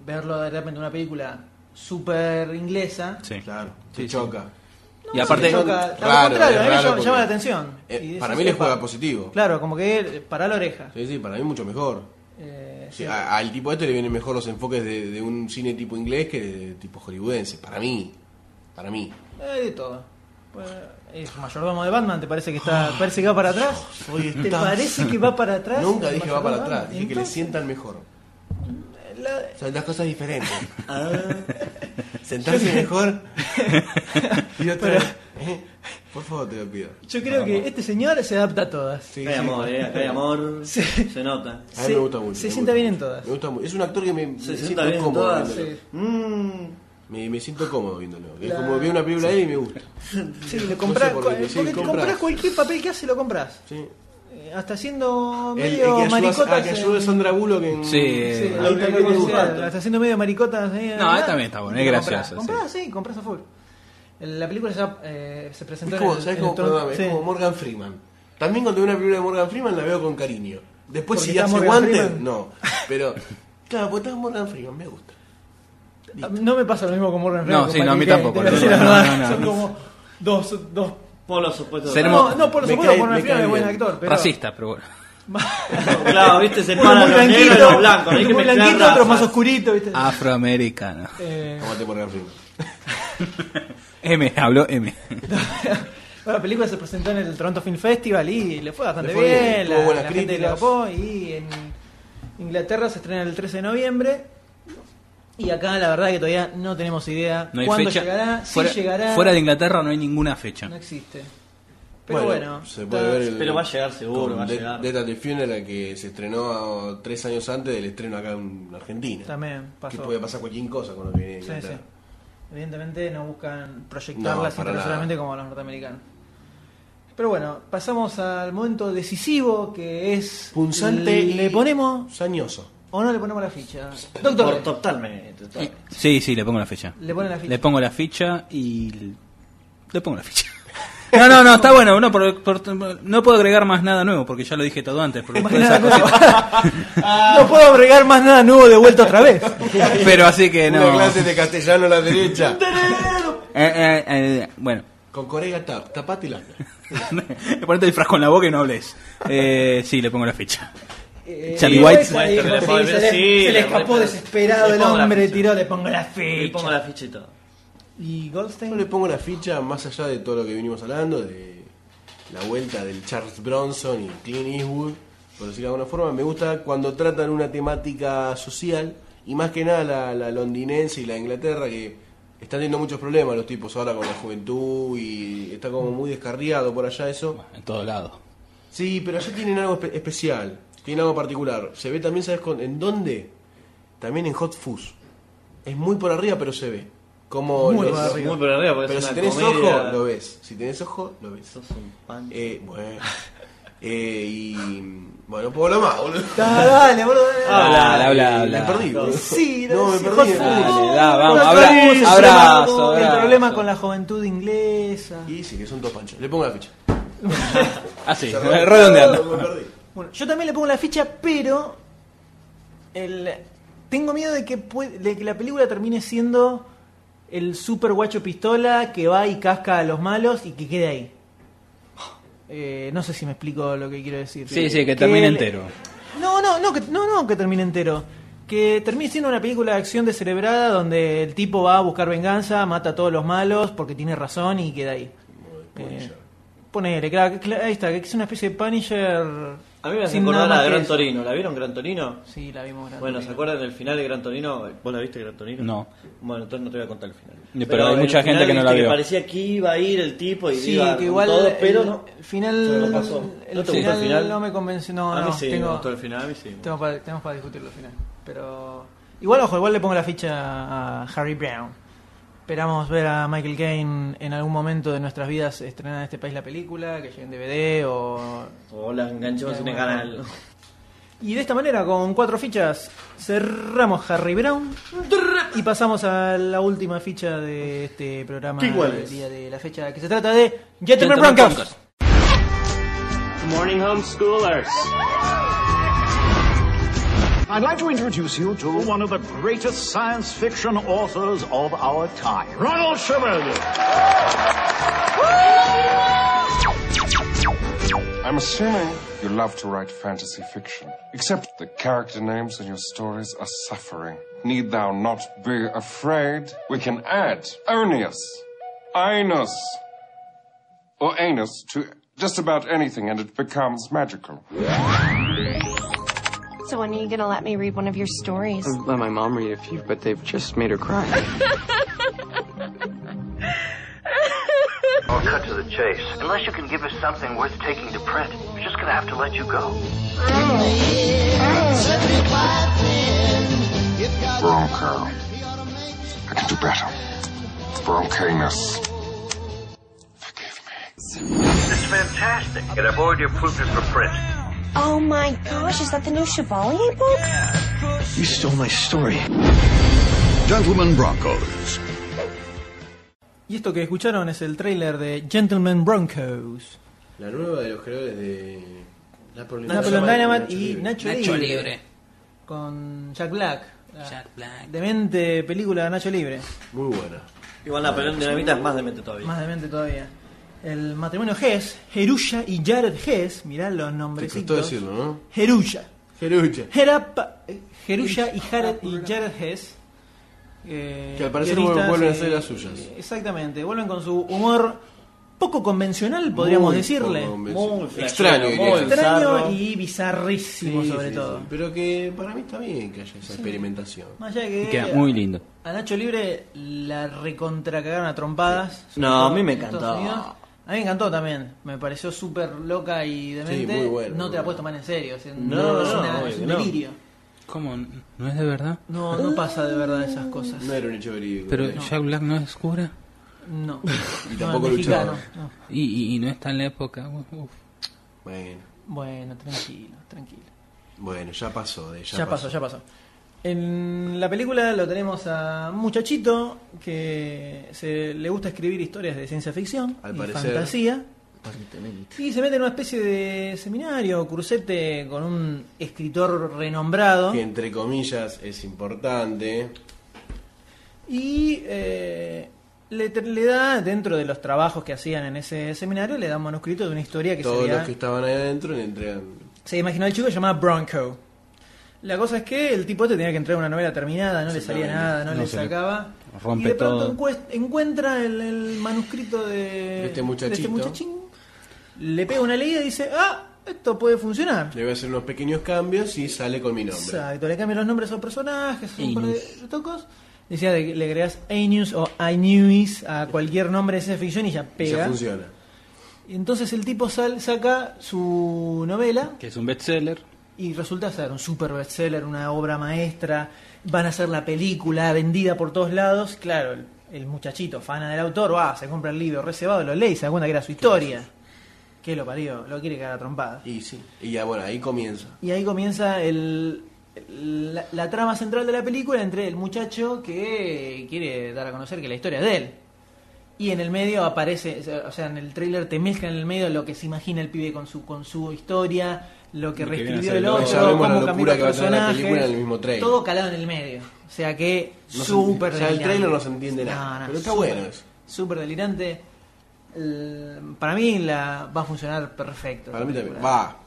Verlo de repente en una película super inglesa. Sí. Claro, se Sí, sí. choca. Y aparte, no, son choca, al raro, contrario, a mí es raro llama- porque- llama la atención. Eh, Y decís, para mí le "Epa". juega positivo. Claro, como que eh, para la oreja. Sí, sí, para mí mucho mejor. Eh, Sí, ah. sí. a- al tipo este le vienen mejor los enfoques de, de un cine tipo inglés que de tipo hollywoodense, para mí. Para mí. Eh, de todo. Bueno, Es mayordomo de Batman, ¿te parece que está Ah. parece que va para atrás? Hoy ¿Te está- parece que va para atrás? Nunca el dije va para mayordomo? atrás, dije que le Entonces, sientan mejor. la- Son dos cosas [LAUGHS] diferentes. Ah. Sentarse mejor y otra. Pero- Eh, Por favor, te lo pido. Yo creo que este señor se adapta a todas. Sí, Acá hay sí. amor, eh, acá [LAUGHS] hay amor. Se nota. A mí Se- me gusta mucho. se me sienta gusta. bien en todas. Me gusta mucho. Es un actor que me, me Se siento sienta bien cómodo. todas. viéndolo. Sí. Mm. Me, me siento cómodo viéndolo. Es La- como veo una película de él y me gusta. Sí, lo comprás, por cu- qué, sí, porque compras. comprás cualquier papel que hace, lo compras. Sí. Eh, hasta siendo El, el que medio ayuda, maricotas. a ah, que en- ayuda a Sandra Bullock en. Sí, Sí, eh, ahí lo que también decía, me gusta. hasta haciendo medio maricotas. eh, No, ¿verdad? eh, también está bueno, es Y lo gracioso, Comprás, comprás, sí, comprás a full. La película se, va- eh, se presentó Es como, en el, ¿sabes en cómo? el Toronto- Perdóname, es sí. como Morgan Freeman. También cuando veo una película de Morgan Freeman la veo con cariño. Después Porque si está hace Morgan guantes, Freeman. no. Pero, claro, porque está Morgan Freeman, me gusta. No me pasa lo mismo con Morgan No, Freeman. sí, con no, a mí Michael Caine, tampoco, te voy a no, decir la no, verdad. no, no. Son como dos, dos Polos opuestos. Seremos- No, no, por Me supuesto, cae- Morgan me Freeman cae es buen bien. actor, pero. [LAUGHS] Racista, pero bueno. Claro, viste, Uno separan muy los negros y blanquito, los blancos. Hay muy que mezclar blanquito, otro más razas. Ah. oscurito, ¿viste? Afroamericano. Eh, Amate Morgan Freeman. M, habló M. bueno, la película se presentó en el Toronto Film Festival y le fue bastante Le fue bien, bien, tuvo la, buenas la gente le críticas. copó y en Inglaterra se estrena el 13 de noviembre. Y acá la verdad que todavía no tenemos idea No hay cuándo fecha. llegará, si fuera, llegará, fuera de Inglaterra no hay ninguna fecha. no existe. Pero bueno, se puede ver el- Pero va a llegar seguro, con va a Dead- llegar. Death at the Funeral que se estrenó tres años antes del estreno acá en Argentina. también Que pasó. puede pasar cualquier cosa con lo que viene. de Sí, Inglaterra. sí. Evidentemente no buscan proyectarlas No, para internacionalmente como los norteamericanos. Pero bueno, pasamos al momento decisivo que es. Punzante y- ¿Le ponemos Sañoso. o no le ponemos la ficha? Por- Doctor, Totalmente. totalmente. Eh, Sí, sí, le pongo la fecha. le ponen la ficha. Le pongo la ficha y. l- Le pongo la ficha. [LAUGHS] No, no, no, está bueno. No, por- por- no puedo agregar más nada nuevo porque ya lo dije todo antes. porque todas esas [LAUGHS] No puedo agregar más nada nuevo de vuelta otra vez. cosas- Pero así Eh, que no. Una clase de castellano a la [LAUGHS] derecha. Eh, eh, eh, bueno, [LAUGHS] con Corega Tap, tapate la. ponete el frasco en la boca y no hables. Eh, sí, le pongo la ficha. Eh, Charlie y White. esa ahí, Muestra, como le se le- pongo- sí, Se le le escapó pongo- desesperado le el pongo la hombre, ficha. tiró, le pongo la Le pongo ficha. la ficha y todo. Yo ¿Y le Goldstein? pongo la ficha más allá de todo lo que venimos hablando, de la vuelta del Charles Bronson y Clint Eastwood, por decirlo de alguna forma. Me gusta cuando tratan una temática social y más que nada la, la londinense y la de Inglaterra que están teniendo muchos problemas los tipos ahora con la juventud y está como muy descarriado por allá eso. En todos lados. Sí, pero allá tienen algo espe- especial, tienen algo particular. Se ve también, ¿sabes con- en dónde? También en Hot Fuzz. Es muy por arriba, pero se ve. Como Muy los- por arriba. Muy por arriba, porque pero es si una tenés comedia. ojo, lo ves. Si tenés ojo, lo ves. Sos un pan. Eh, [LAUGHS] bueno. Eh, y. Bueno, puedo lo más, boludo. [LAUGHS] Ah, Dale, boludo. dale. Habla, Habla, habla, Me habla. perdí, boludo. Sí, no, me sí, perdí. Hot Dale, Fuzz. da, vamos, Hot abra- Fuzz, el abrazo, problema- abrazo. El problema con la juventud inglesa. Y sí, que son dos panchos. Le pongo la ficha. Ah, sí, Cerrado. redondeando. Me perdí. Bueno, yo también le pongo la ficha, pero el- tengo miedo de que, pue- de que la película termine siendo el super guacho pistola que va y casca a los malos y que quede ahí. Eh, no sé si me explico lo que quiero decir. Sí, sí, que termine el- entero. No, no, no, que, no, no, que termine entero. Que termine siendo una película de acción descerebrada donde el tipo va a buscar venganza, mata a todos los malos porque tiene razón y queda ahí. Eh, ponele, claro, cla- ahí está, que es una especie de Punisher. A mí me hace sin nada acordar más a que Gran eso. Torino. ¿La vieron Gran Torino? Sí, la vimos grande. Bueno, ¿se acuerdan del final de Gran Torino? ¿Vos la viste Gran Torino? No. Bueno, entonces no te voy a contar el final. Pero hay el mucha gente que no la viste vio. parecía que iba a ir el tipo y Sí, iba que con igual todo, pero el, no. el Se final, lo pasó. ¿No te el gustó el final, final? no me convenció. No, a mí no, sí, me tengo, gustó el final, a mí sí. tengo para, tenemos para discutirlo al final. Pero igual, ojo, igual le pongo la ficha a Harry Brown. Esperamos ver a Michael Caine en algún momento de nuestras vidas estrenar en este país la película, que llegue en DVD o... O la enganchamos en el canal. Y de esta manera, con cuatro fichas, cerramos Harry Brown y pasamos a la última ficha de este programa ¿Qué cuál del es? día de la fecha, que se trata de Gentleman Broncos. Morning, homeschoolers. I'd like to introduce you to one of the greatest science fiction authors of our time, Ronald Shimon. I'm assuming you love to write fantasy fiction, except the character names in your stories are suffering. Need thou not be afraid? We can add Onius, anus or anus to just about anything and it becomes magical. So when are you gonna let me read one of your stories? I've let my mom read a few, but they've just made her cry. I'll cut to the chase. Unless you can give us something worth taking to print, we're just gonna have to let you go. Bronco. I can do better. Broncanus. It's fantastic, and I've already approved it for print. Oh my gosh, is that the new Chevalier book? You stole my story. Gentlemen Broncos. Y esto que escucharon es el tráiler de Gentleman Broncos. La nueva de los creadores de Napoleon, Napoleon Dynamite y Nacho, Nacho Libre. Libre. Con Jack Black. La Jack Black. Demente película de Nacho Libre. Muy buena. Igual la pelea de Dinamita es más [LAUGHS] demente todavía. Más demente todavía. El matrimonio Hess, Jerusha y Jared Hess, mirá los Te costó nombrecitos. decirlo, ¿no? Jerusha. Jerucha. Gerapa- eh, Jerusha y Jared, y Jared Hess. eh, Que al parecer guionistas, vuelven a eh, hacer las suyas. Exactamente, vuelven con su humor poco convencional, podríamos Muy decirle. poco convencional. Muy Extraño, flashero, diría. muy extraño Bizarro. y bizarrísimo Sí, sobre sí, todo. sí. Pero que para mí está bien que haya esa experimentación. Más allá de que Queda muy lindo. a Nacho Libre la recontracagaron a trompadas. sobre No, todo a mí me en Estados encantó. Unidos. A mí me encantó también. Me pareció súper loca y demente. muy bueno, no muy te la puedes tomar en serio. o sea, No, no, es, no, una- obvio es un que no. delirio. ¿Cómo? ¿No es de verdad? No, no pasa de verdad esas cosas. No era un hecho verídico. Pero No. Jack Black no es cura. No. Y No, tampoco el mexicano, luchador. no. Y, y- y no está en la época. Uf. Bueno, Bueno, tranquilo, tranquilo. bueno, ya pasó. de- Ya, ya, pasó, ya pasó. En la película lo tenemos a un muchachito que se, le gusta escribir historias de ciencia ficción Al y parecer. fantasía. Y se mete en una especie de seminario o cursete con un escritor renombrado. Que entre comillas es importante. Y eh, le, le da, dentro de los trabajos que hacían en ese seminario, le da un manuscrito de una historia que Todos sería... los que estaban ahí adentro le entregan. Se imaginó el chico que se llamaba Bronco. La cosa es que el tipo te tenía que entregar una novela terminada, no le salía nada, no, no le se le sacaba. rompe y de pronto todo. encuest- encuentra el, el manuscrito de, de este muchachito. muchachín. Le pega una leída y dice, ah, esto puede funcionar. Le voy a hacer unos pequeños cambios y sale con mi nombre. Exacto, le cambian los nombres a los personajes, un par de Anus. retocos. Decía, de que le creas Anus o Inews a cualquier nombre de ciencia ficción y ya Y pega. ya funciona. Y entonces el tipo sal, saca su novela Que es un bestseller. y resulta ser un super bestseller, una obra maestra, van a hacer la película vendida por todos lados, claro, el, el muchachito, fana del autor, va, se compra el libro reservado, lo lee y se da cuenta que era su historia. Que lo parió, lo quiere cagar a trompada. Y sí. Y ya bueno, ahí comienza. Y ahí comienza el, la, la trama central de la película entre el muchacho que quiere dar a conocer que la historia es de él. Y en el medio aparece, o sea, en el tráiler te mezclan en el medio lo que se imagina el pibe con su con su historia, lo que Lo que viene reescribió a ser el el otro, otro. Ya vemos la cómo locura cambió los que va a tener la personajes, película en el mismo tráiler. Todo calado en el medio. O sea que No se- súper o sea, el delirante. tráiler no se entiende nada, No, no, pero está súper- bueno eso. Súper delirante. El- para mí la va a funcionar perfecto. Para mí la también. película. Va.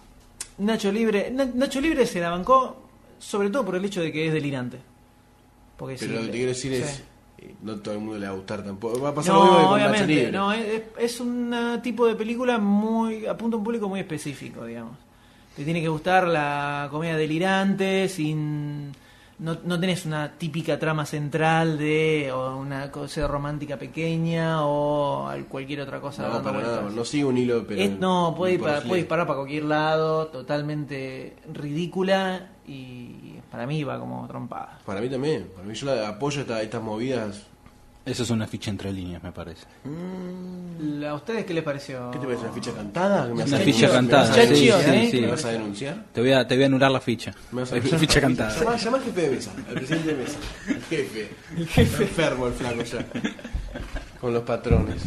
Nacho Libre, Na- Nacho Libre se la bancó sobre todo por el hecho de que es delirante. Porque Pero sí, lo que te quiero decir sí. es. eh, No todo el mundo le va a gustar tampoco. Va a pasar lo mismo que No, con Nacho obviamente, Libre. no, es, es un eh, tipo de película muy apunta a un público muy específico, digamos. Te tiene que gustar la comedia delirante sin no, no tenés una típica trama central de o una cosa romántica pequeña o al- cualquier otra cosa No, dando para nada, vueltas. no sigue un hilo, pero. Es- no, puede, por disparar, así. puede disparar para cualquier lado, totalmente ridícula y para mí va como trompada. Para mí también. Para mí yo la- apoyo esta- estas movidas. Eso es una ficha entre líneas, me parece. ¿A ustedes qué les pareció? ¿Qué te parece? ¿Una ficha cantada? ¿Me vas Una a ficha denunciar? cantada. ¿Me vas a sí, denunciar, sí, eh? sí. ¿Me vas a denunciar? Te voy a, te voy a anular la ficha. Me vas [LAUGHS] a ficha, cantada. Llamá, llamá al jefe de mesa, al presidente de mesa, al [LAUGHS] jefe. El jefe. enfermo el flaco ya. Con los patrones.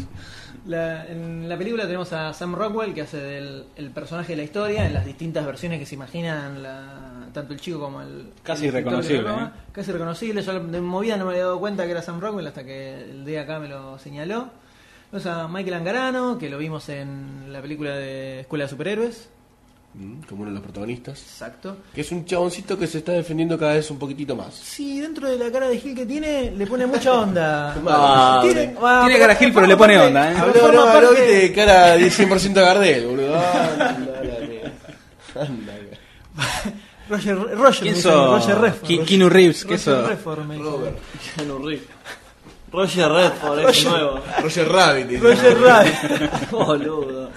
La- en la película tenemos a Sam Rockwell que hace del el personaje de la historia en las distintas versiones que se imaginan la- tanto el chico como el Casi el escritor que lo irreconocible, toma. casi reconocible yo de movida no me había dado cuenta que era Sam Rockwell hasta que el día acá me lo señaló tenemos a Michael Angarano que lo vimos en la película de Escuela de Superhéroes Mm, Como uno de los protagonistas. Exacto. Que es un chaboncito que se está defendiendo cada vez un poquitito más. Sí, dentro de la cara de Gil que tiene, le pone mucha [LAUGHS] onda. Ah, tiene ah, Tiene cara Gil, pero le pone onda, ¿eh? Habló, Forma no, habló, parte- viste, de cara de 100% Gardel, boludo. Anda, la mierda. Roger, Roger, ¿Quién me sos? dicen, Roger Redford. Ki- Keanu Reeves, ¿qué Roger sos? Redford, me dicen. Keanu Reeves. Roger Redford, es Roger- nuevo. [LAUGHS] Roger Rabbit. dice. Roger [LAUGHS] Rabbit. Boludo.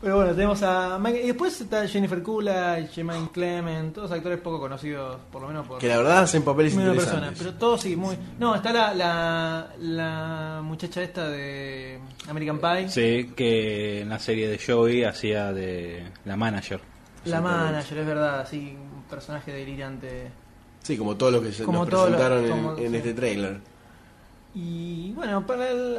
Pero bueno, tenemos a Michael- Y después está Jennifer Coolidge, Jemaine Clement, todos actores poco conocidos, por lo menos por. Que la verdad hacen papeles Muy buena interesantes. persona, pero todos sí, muy. No, está la, la, la muchacha esta de American Pie, Sí, que en la serie de Joey hacía de la manager. la manager, es verdad, así, un personaje delirante. Sí, como todos los que se Como nos todos los- presentaron en- como- en, sí. este trailer. Y bueno, para el-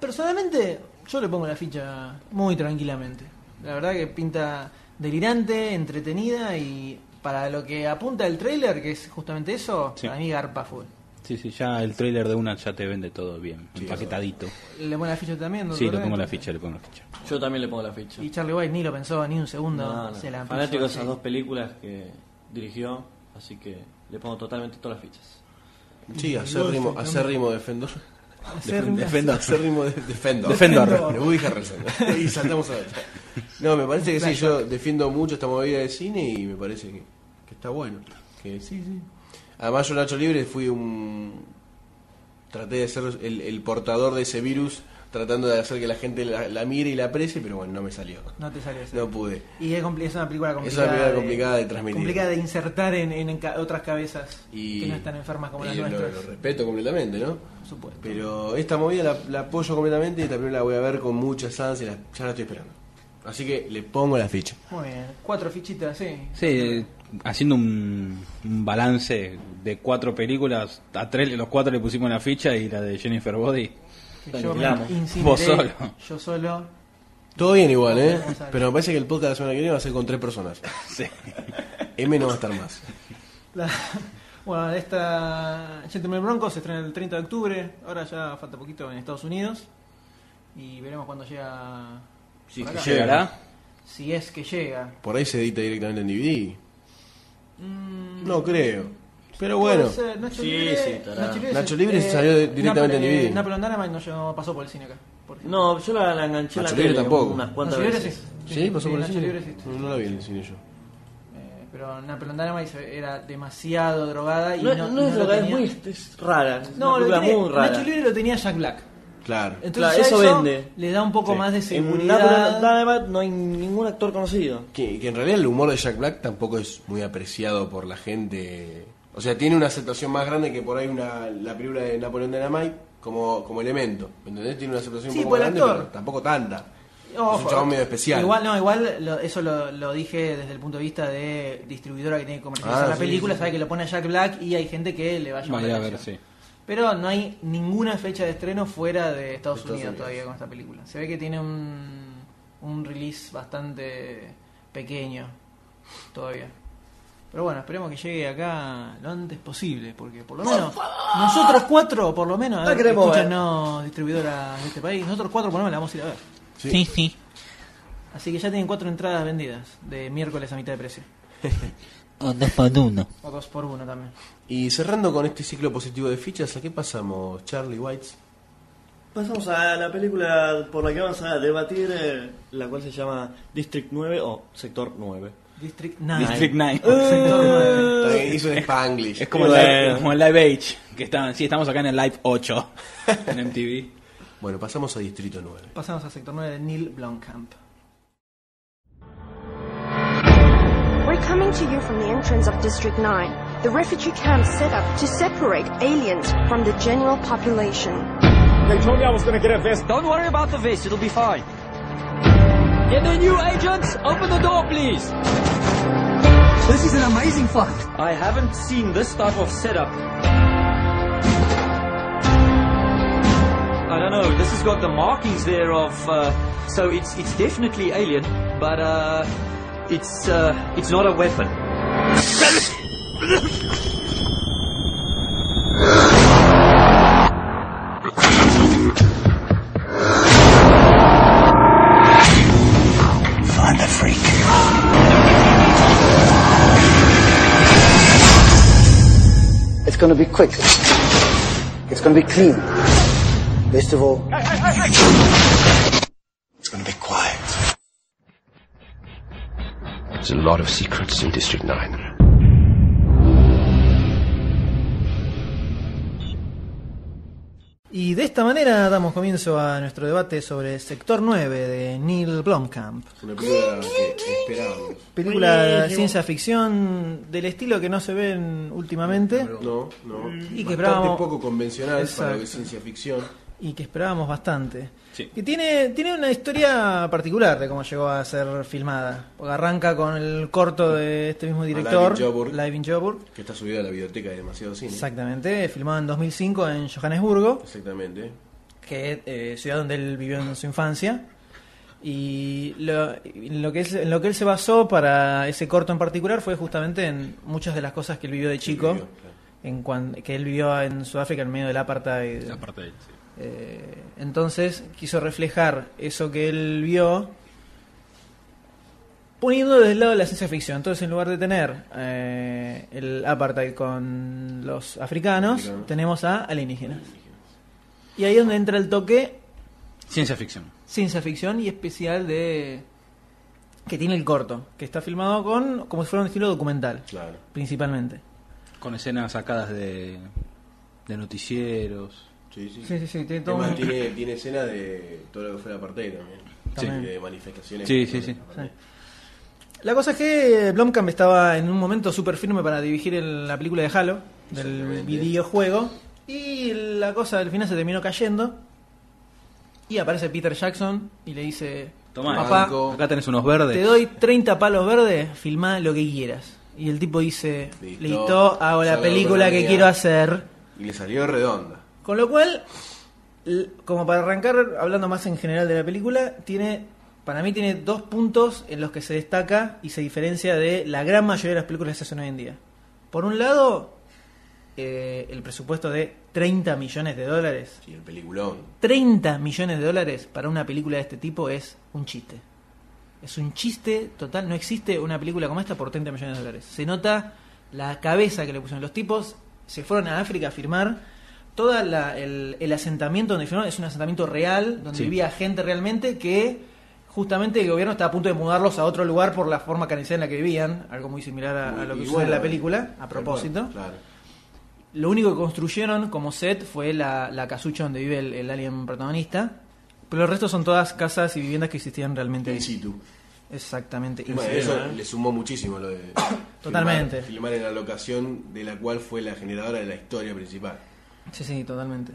personalmente, yo le pongo la ficha muy tranquilamente. La verdad que pinta delirante, entretenida y para lo que apunta el trailer, que es justamente eso, Sí. a mí garpa full. Sí, sí, ya el trailer de una ya te vende todo bien, empaquetadito. Le pongo la ficha también. Sí, le doctor pongo la Lento. ficha, le pongo la ficha. Yo también le pongo la ficha. Y Charlie White ni lo pensó ni un segundo. No, no, se la Fanático de puso esas así. [LAUGHS] dos películas que dirigió, así que le pongo totalmente todas las fichas. Sí, eh, acérrimo, acérrimo defendor. Acérrimo- defendor. Acérrimo de- defendor. Defendor. De Woody Harrelson. Y saltamos a otra. No, me parece que sí, yo defiendo mucho esta movida de cine y me parece que, que está bueno. Que sí, sí. Además, yo Nacho Libre fui un. Traté de ser el, el portador de ese virus, tratando de hacer que la gente la, la mire y la aprecie, pero bueno, no me salió. No te salió eso. No pude. Y es, compli- es una película Es complicada. una película complicada de transmitir. Complicada de insertar en, en ca- otras cabezas Y- que no están enfermas como las y lo- nuestras. Lo, respeto completamente, ¿no? Por supuesto. Pero esta movida la, la apoyo completamente y también la voy a ver con mucha ansia. la- ya la estoy esperando. Así que le pongo la ficha. Muy bien. Cuatro fichitas, sí. Sí, eh, haciendo un, un balance de cuatro películas, a tres, los cuatro le pusimos la ficha y la de Jennifer Body. Que yo me Aniquilamos. incineré, Vos solo. Yo solo. Todo bien igual, ¿eh? Vamos a ver. Pero me parece que el podcast de la semana que viene va a ser con tres [LAUGHS] personas. Sí. M no va a estar más. La- [LAUGHS] bueno, esta Gentleman Bronco se estrena el 30 de octubre. Ahora ya falta poquito en Estados Unidos. Y veremos cuándo llega. Sí, por que acá. llegará. Si es que llega. Por ahí se edita directamente en DVD. Mm, No creo. Pero puede bueno. ser, Nacho Sí, Libre, sí, estará. Nacho Libre, eh, Nacho Libre salió de- directamente Napo- en DVD. eh, Napoleon Dynamite no llegó- pasó por el cine acá. Por ejemplo. No, yo la, la enganché en la Nacho Libre tele tampoco. unas cuantas Nacho Libre veces. sí. ¿Sí? ¿Pasó por el Nacho cine? Libre sí. No, no la vi en el cine yo. Eh, pero Napoleon Dynamite se- era demasiado drogada y no, No, no, no es lo lo que es tenía- muy es rara. es No, una lo película tiene- muy rara. Nacho Libre lo tenía Jack Black. Claro. Entonces Claro, ya eso eso vende. le da un poco Sí. más de En seguridad. Dynamite no hay ningún actor conocido. Que, que en realidad el humor de Jack Black tampoco es muy apreciado por la gente. O sea, tiene una aceptación más grande que por ahí una, la película de Napoleón Dynamite como, como elemento. ¿Me entendés? Tiene una aceptación Sí, un poco por más el grande, actor. pero tampoco tanta. Ojo, es un chabón medio especial. Igual, no, igual lo- eso lo, lo dije desde el punto de vista de distribuidora que tiene que comercializar Ah, la sí, película, sí. sabe que lo pone a Jack Black y hay gente que le va a llamar Vaya la a ver, atención. sí. Pero no hay ninguna fecha de estreno fuera de Estados, Unidos, todavía con esta película. Se ve que tiene un, un release bastante pequeño todavía. Pero bueno, esperemos que llegue acá lo antes posible, porque por lo menos nosotros cuatro, por lo menos, a La ver, queremos ver. escúchanos, distribuidoras de este país, nosotros cuatro por lo menos la vamos a ir a ver. Sí. Así que ya tienen cuatro entradas vendidas de miércoles a mitad de precio. O dos por uno también. Y cerrando con este ciclo positivo de fichas, ¿a qué pasamos, Charlie Whites? Pasamos a la película por la que vamos a debatir, eh, la cual se llama District 9 o Sector 9. District Ah, 9. District 9. Sector 9. Está [LAUGHS] bien, Hizo un Spanglish. Es como, el live, como el Live Age, que está, sí, estamos acá en el Live [LAUGHS] 8 en MTV. Bueno, pasamos a Distrito 9. Pasamos al sector 9 de Neil Blomkamp. We're coming to you from the entrance of District 9, the refugee camp set up to separate aliens from the general population. They told me I was gonna get a vest. Don't worry about the vest, it'll be fine. Get the new agents, open the door, please. This is an amazing fight. I haven't seen this type of setup. I don't know, this has got the markings there of, uh, so it's, it's definitely alien, but, uh, it's, uh, it's not a weapon. It's going to be quick. It's going to be clean. Best of all, It's gonna be quiet. There's a lot of secrets in District 9. Y de esta manera damos comienzo a nuestro debate sobre Sector 9 de Neil Blomkamp. Una película que esperábamos. Película de ciencia ficción del estilo que no se ven últimamente No, no. Y que Bastante esperábamos- poco convencional para lo que Exacto. es ciencia ficción. y que esperábamos bastante. Que tiene, tiene una historia particular de cómo llegó a ser filmada. Porque arranca con el corto de este mismo director, Live in Joburg. Live in Joburg. Que está subida a la biblioteca de demasiado cine. Exactamente, filmado en 2005 en Johannesburgo. Exactamente. que eh, ciudad donde él vivió en su infancia. Y lo, en lo que él, se- en lo que él se basó para ese corto en particular fue justamente en muchas de las cosas que él vivió de chico, en cuan- que él vivió en Sudáfrica en medio del apartheid. Eh, entonces quiso reflejar eso que él vio poniendo desde el lado de la ciencia ficción. Entonces, en lugar de tener eh, el apartheid con los africanos, Africanos. tenemos a alienígenas. Y ahí es donde entra el toque Ciencia ficción. ciencia ficción y especial de que tiene el corto, que está filmado con como si fuera un estilo documental, principalmente. Con escenas sacadas de, de noticieros. Sí, sí. Sí, sí, sí, tiene todo Además, un- tiene, tiene escena de todo lo que fue la apartheid también. También. Y de manifestaciones. Sí, sí, sí. La cosa es que Blomkamp estaba en un momento súper firme para dirigir el- la película de Halo, del videojuego, y la cosa al final se terminó cayendo. Y aparece Peter Jackson y le dice: Tomá, Papá, banco. acá tenés unos verdes. Te doy 30 palos verdes, filmá lo que quieras. Y el tipo dice: Listo, hago la salgo película con la que mía". quiero hacer. Y le salió redonda. Con lo cual, l- como para arrancar hablando más en general de la película, tiene para mí tiene dos puntos en los que se destaca y se diferencia de la gran mayoría de las películas que se hacen hoy en día. Por un lado, eh, el presupuesto de 30 millones de dólares. Y el peliculón. 30 millones de dólares para una película de este tipo es un chiste. Es un chiste total. No existe una película como esta por 30 millones de dólares. Se nota la cabeza que le pusieron. Los tipos se fueron a África a firmar. Todo el, el asentamiento donde firmaron es un asentamiento real, donde Sí. vivía gente realmente que justamente el gobierno estaba a punto de mudarlos a otro lugar por la forma carnicera en la que vivían. Algo muy similar a, a lo que Y sucede bueno, en la película, a propósito. Claro. Lo único que construyeron como set fue la, la casucha donde vive el, el alien protagonista. Pero el resto son todas casas y viviendas que existían realmente. In situ. Exactamente. Y bueno, eso le sumó muchísimo lo de. ¿eh? [COUGHS] Totalmente. Filmar, filmar en la locación de la cual fue la generadora de la historia principal. Sí, sí, totalmente.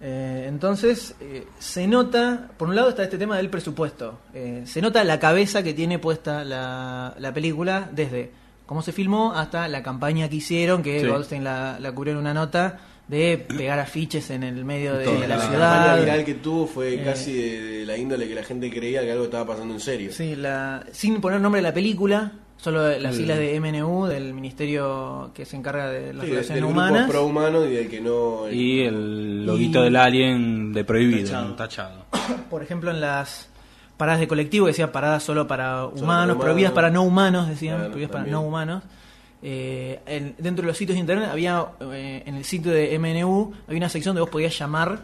Eh, entonces, eh, se nota, por un lado está este tema del presupuesto. Eh, se nota la cabeza que tiene puesta la, la película desde cómo se filmó hasta la campaña que hicieron, que Sí. Goldstein la, la cubrió en una nota, de pegar afiches en el medio de Toda Eh, la, campaña ciudad. viral que tuvo fue Eh, casi de, de la índole que la gente creía que algo estaba pasando en serio. Sí, la, sin poner nombre de la película, solo las Mm. siglas de MNU, del ministerio que se encarga de las Sí, de- relaciones del humanas. grupo pro humano y del que no. el- Y el loguito Y- del alien de prohibido, tachado. Por ejemplo, en las paradas de colectivo, que decía paradas solo para humanos, humanos. prohibidas para no humanos, decían, Claro, prohibidas para también. no humanos. Eh, en- dentro de los sitios de internet había, eh, en el sitio de MNU, había una sección donde vos podías llamar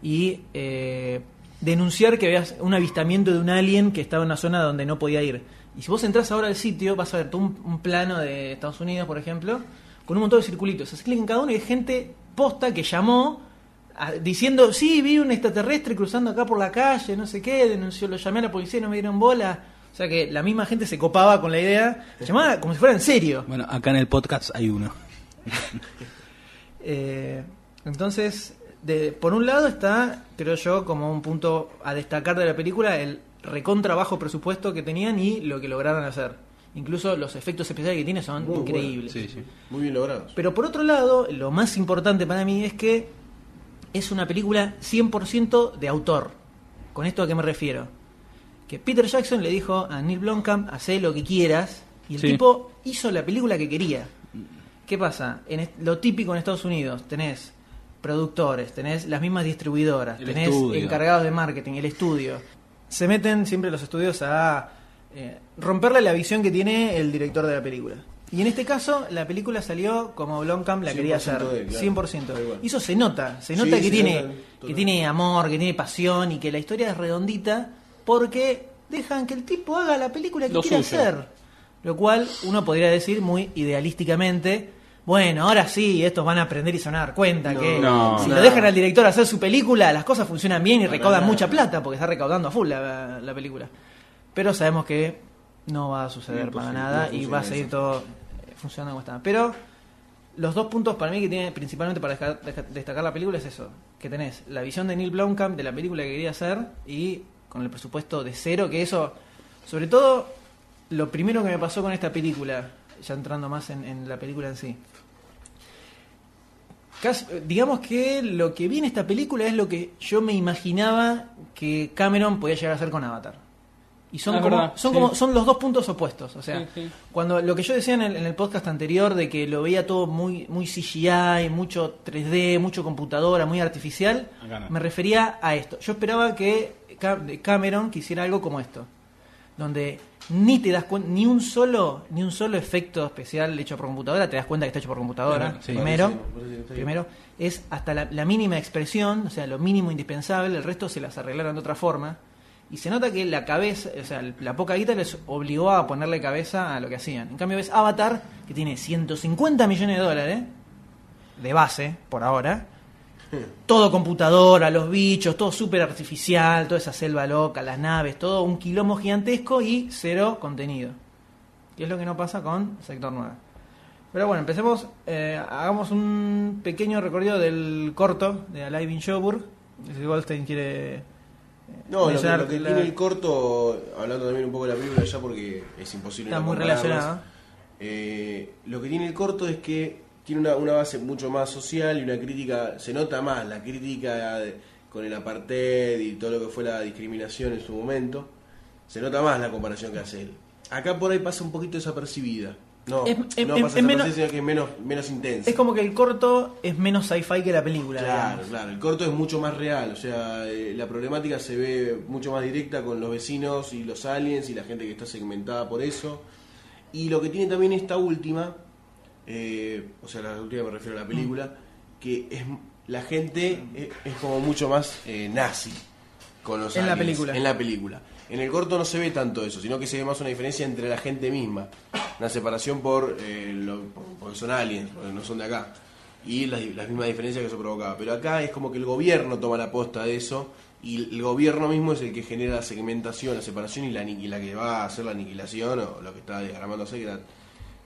y eh, denunciar que habías un avistamiento de un alien que estaba en una zona donde no podía ir. Y si vos entras ahora al sitio, vas a ver todo un, un plano de Estados Unidos, por ejemplo, con un montón de circulitos. Haces clic en cada uno y hay gente posta que llamó a- Ah, diciendo, sí, vi un extraterrestre cruzando acá por la calle, no sé qué, denunció, lo llamé a la policía y no me dieron bola. O sea que la misma gente se copaba con la idea, llamaba como si fuera en serio. Bueno, acá en el podcast hay uno. Eh, entonces, de- por un lado está, creo yo, como un punto a destacar de la película, el recontra bajo presupuesto que tenían y lo que lograron hacer. Incluso los efectos especiales que tiene son Muy bueno. increíbles. Sí, sí. Muy bien logrados. Pero por otro lado, lo más importante para mí es que es una película 100% de autor. ¿Con esto a qué me refiero? Que Peter Jackson le dijo a Neil Blomkamp, hacé lo que quieras, y el Sí. tipo hizo la película que quería. ¿Qué pasa? En est- lo típico en Estados Unidos, tenés productores, tenés las mismas distribuidoras, El tenés estudio. encargados de marketing, el estudio. Se meten siempre los estudios a eh, romperle la visión que tiene el director de la película. Y en este caso, la película salió como Blomkamp la quería hacer. 100% de él, claro. 100%. Tal cual. Y eso se nota, se Sí, nota que, se tiene, nota, que total. tiene amor, que tiene pasión y que la historia es redondita porque dejan que el tipo haga la película que Lo quiere suyo. hacer. Lo cual uno podría decir muy idealísticamente, bueno, ahora sí, estos van a aprender y se van a dar cuenta que No, si no. lo dejan al director hacer su película, las cosas funcionan bien y Para recaudan nada. mucha plata porque está recaudando a full la, la película. Pero sabemos que no va a suceder para Imposible, nada no y funciona va a seguir eso. todo eh, funcionando como está. Pero los dos puntos para mí que tiene principalmente para dejar- deja- destacar la película es eso, que tenés la visión de Neil Blomkamp de la película que quería hacer y con el presupuesto de cero, que eso, sobre todo, lo primero que me pasó con esta película, ya entrando más en, en la película en sí. Cas- digamos que lo que vi en esta película es lo que yo me imaginaba que Cameron podía llegar a hacer con Avatar. Y son, Ah, como, verdad, son sí. como son los dos puntos opuestos. O sea, Sí, sí. cuando lo que yo decía en el, en el podcast anterior de que lo veía todo muy, muy CGI, mucho 3D, mucho computadora, muy artificial, Acá no. me refería a esto. Yo esperaba que Ca- Cameron quisiera algo como esto, donde ni te das cuenta, ni un solo, ni un solo efecto especial hecho por computadora, te das cuenta que está hecho por computadora. Claro, sí. primero, Buenísimo, buenísimo, sí. primero es hasta la, la mínima expresión, o sea, lo mínimo indispensable, el resto se las arreglaron de otra forma. Y se nota que la cabeza, o sea, la poca guita les obligó a ponerle cabeza a lo que hacían. En cambio ves Avatar, que tiene 150 millones de dólares de base, por ahora. Todo computadora, los bichos, todo súper artificial, toda esa selva loca, las naves, todo un quilombo gigantesco y cero contenido. Y es lo que no pasa con Sector 9. Pero bueno, empecemos, eh, hagamos un pequeño recorrido del corto de Alive in Shoburg. Si Goldstein quiere... eh, No, lo que, mencionar lo que la- tiene el corto, hablando también un poco de la película ya porque es imposible. Está no muy compararlas, relacionado. eh, lo que tiene el corto es que tiene una, una base mucho más social y una crítica, se nota más la crítica de- con el apartheid y todo lo que fue la discriminación en su momento, se nota más la comparación que hace él. Acá por ahí pasa un poquito desapercibida. No, Es- es- no es- pasa desapercibida, es menos- sino que es menos, menos intensa. Es como que el corto es menos sci-fi que la película. Claro, digamos. claro, el corto es mucho más real, o sea, eh, la problemática se ve mucho más directa con los vecinos y los aliens y la gente que está segmentada por eso. Y lo que tiene también esta última, eh, o sea, la última me refiero a la película, Mm. que es la gente es, es como mucho más eh, nazi con los En la aliens, película. En la película. En el corto no se ve tanto eso, sino que se ve más una diferencia entre la gente misma, una separación por, eh, lo- por- porque son aliens, porque no son de acá y las, las mismas diferencias que eso provocaba. Pero acá es como que el gobierno toma la posta de eso y el- el gobierno mismo es el que genera la segmentación, la separación y la, aniqui- la que va a hacer la aniquilación o lo que está desarmándose, que era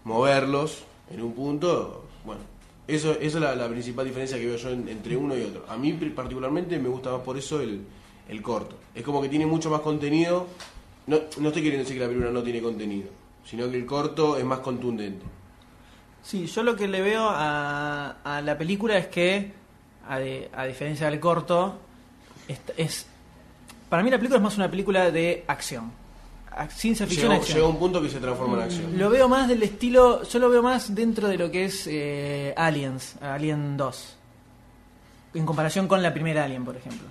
moverlos en un punto. Bueno, eso, esa es la, la principal diferencia que veo yo en- entre uno y otro. A mí pri- particularmente me gusta más por eso el, el corto. Es como que tiene mucho más contenido. No, no estoy queriendo decir que la película no tiene contenido, sino que el corto es más contundente. Sí, yo lo que le veo a, a la película es que, a, de- a diferencia del corto, es, es- Para mí la película es más una película de acción. Ac- Ciencia ficción, Llega, acción. llega un punto que se transforma en acción. Lo veo más del estilo, yo lo veo más dentro de lo que es eh, Aliens, Alien 2. En comparación con la primera Alien, por ejemplo.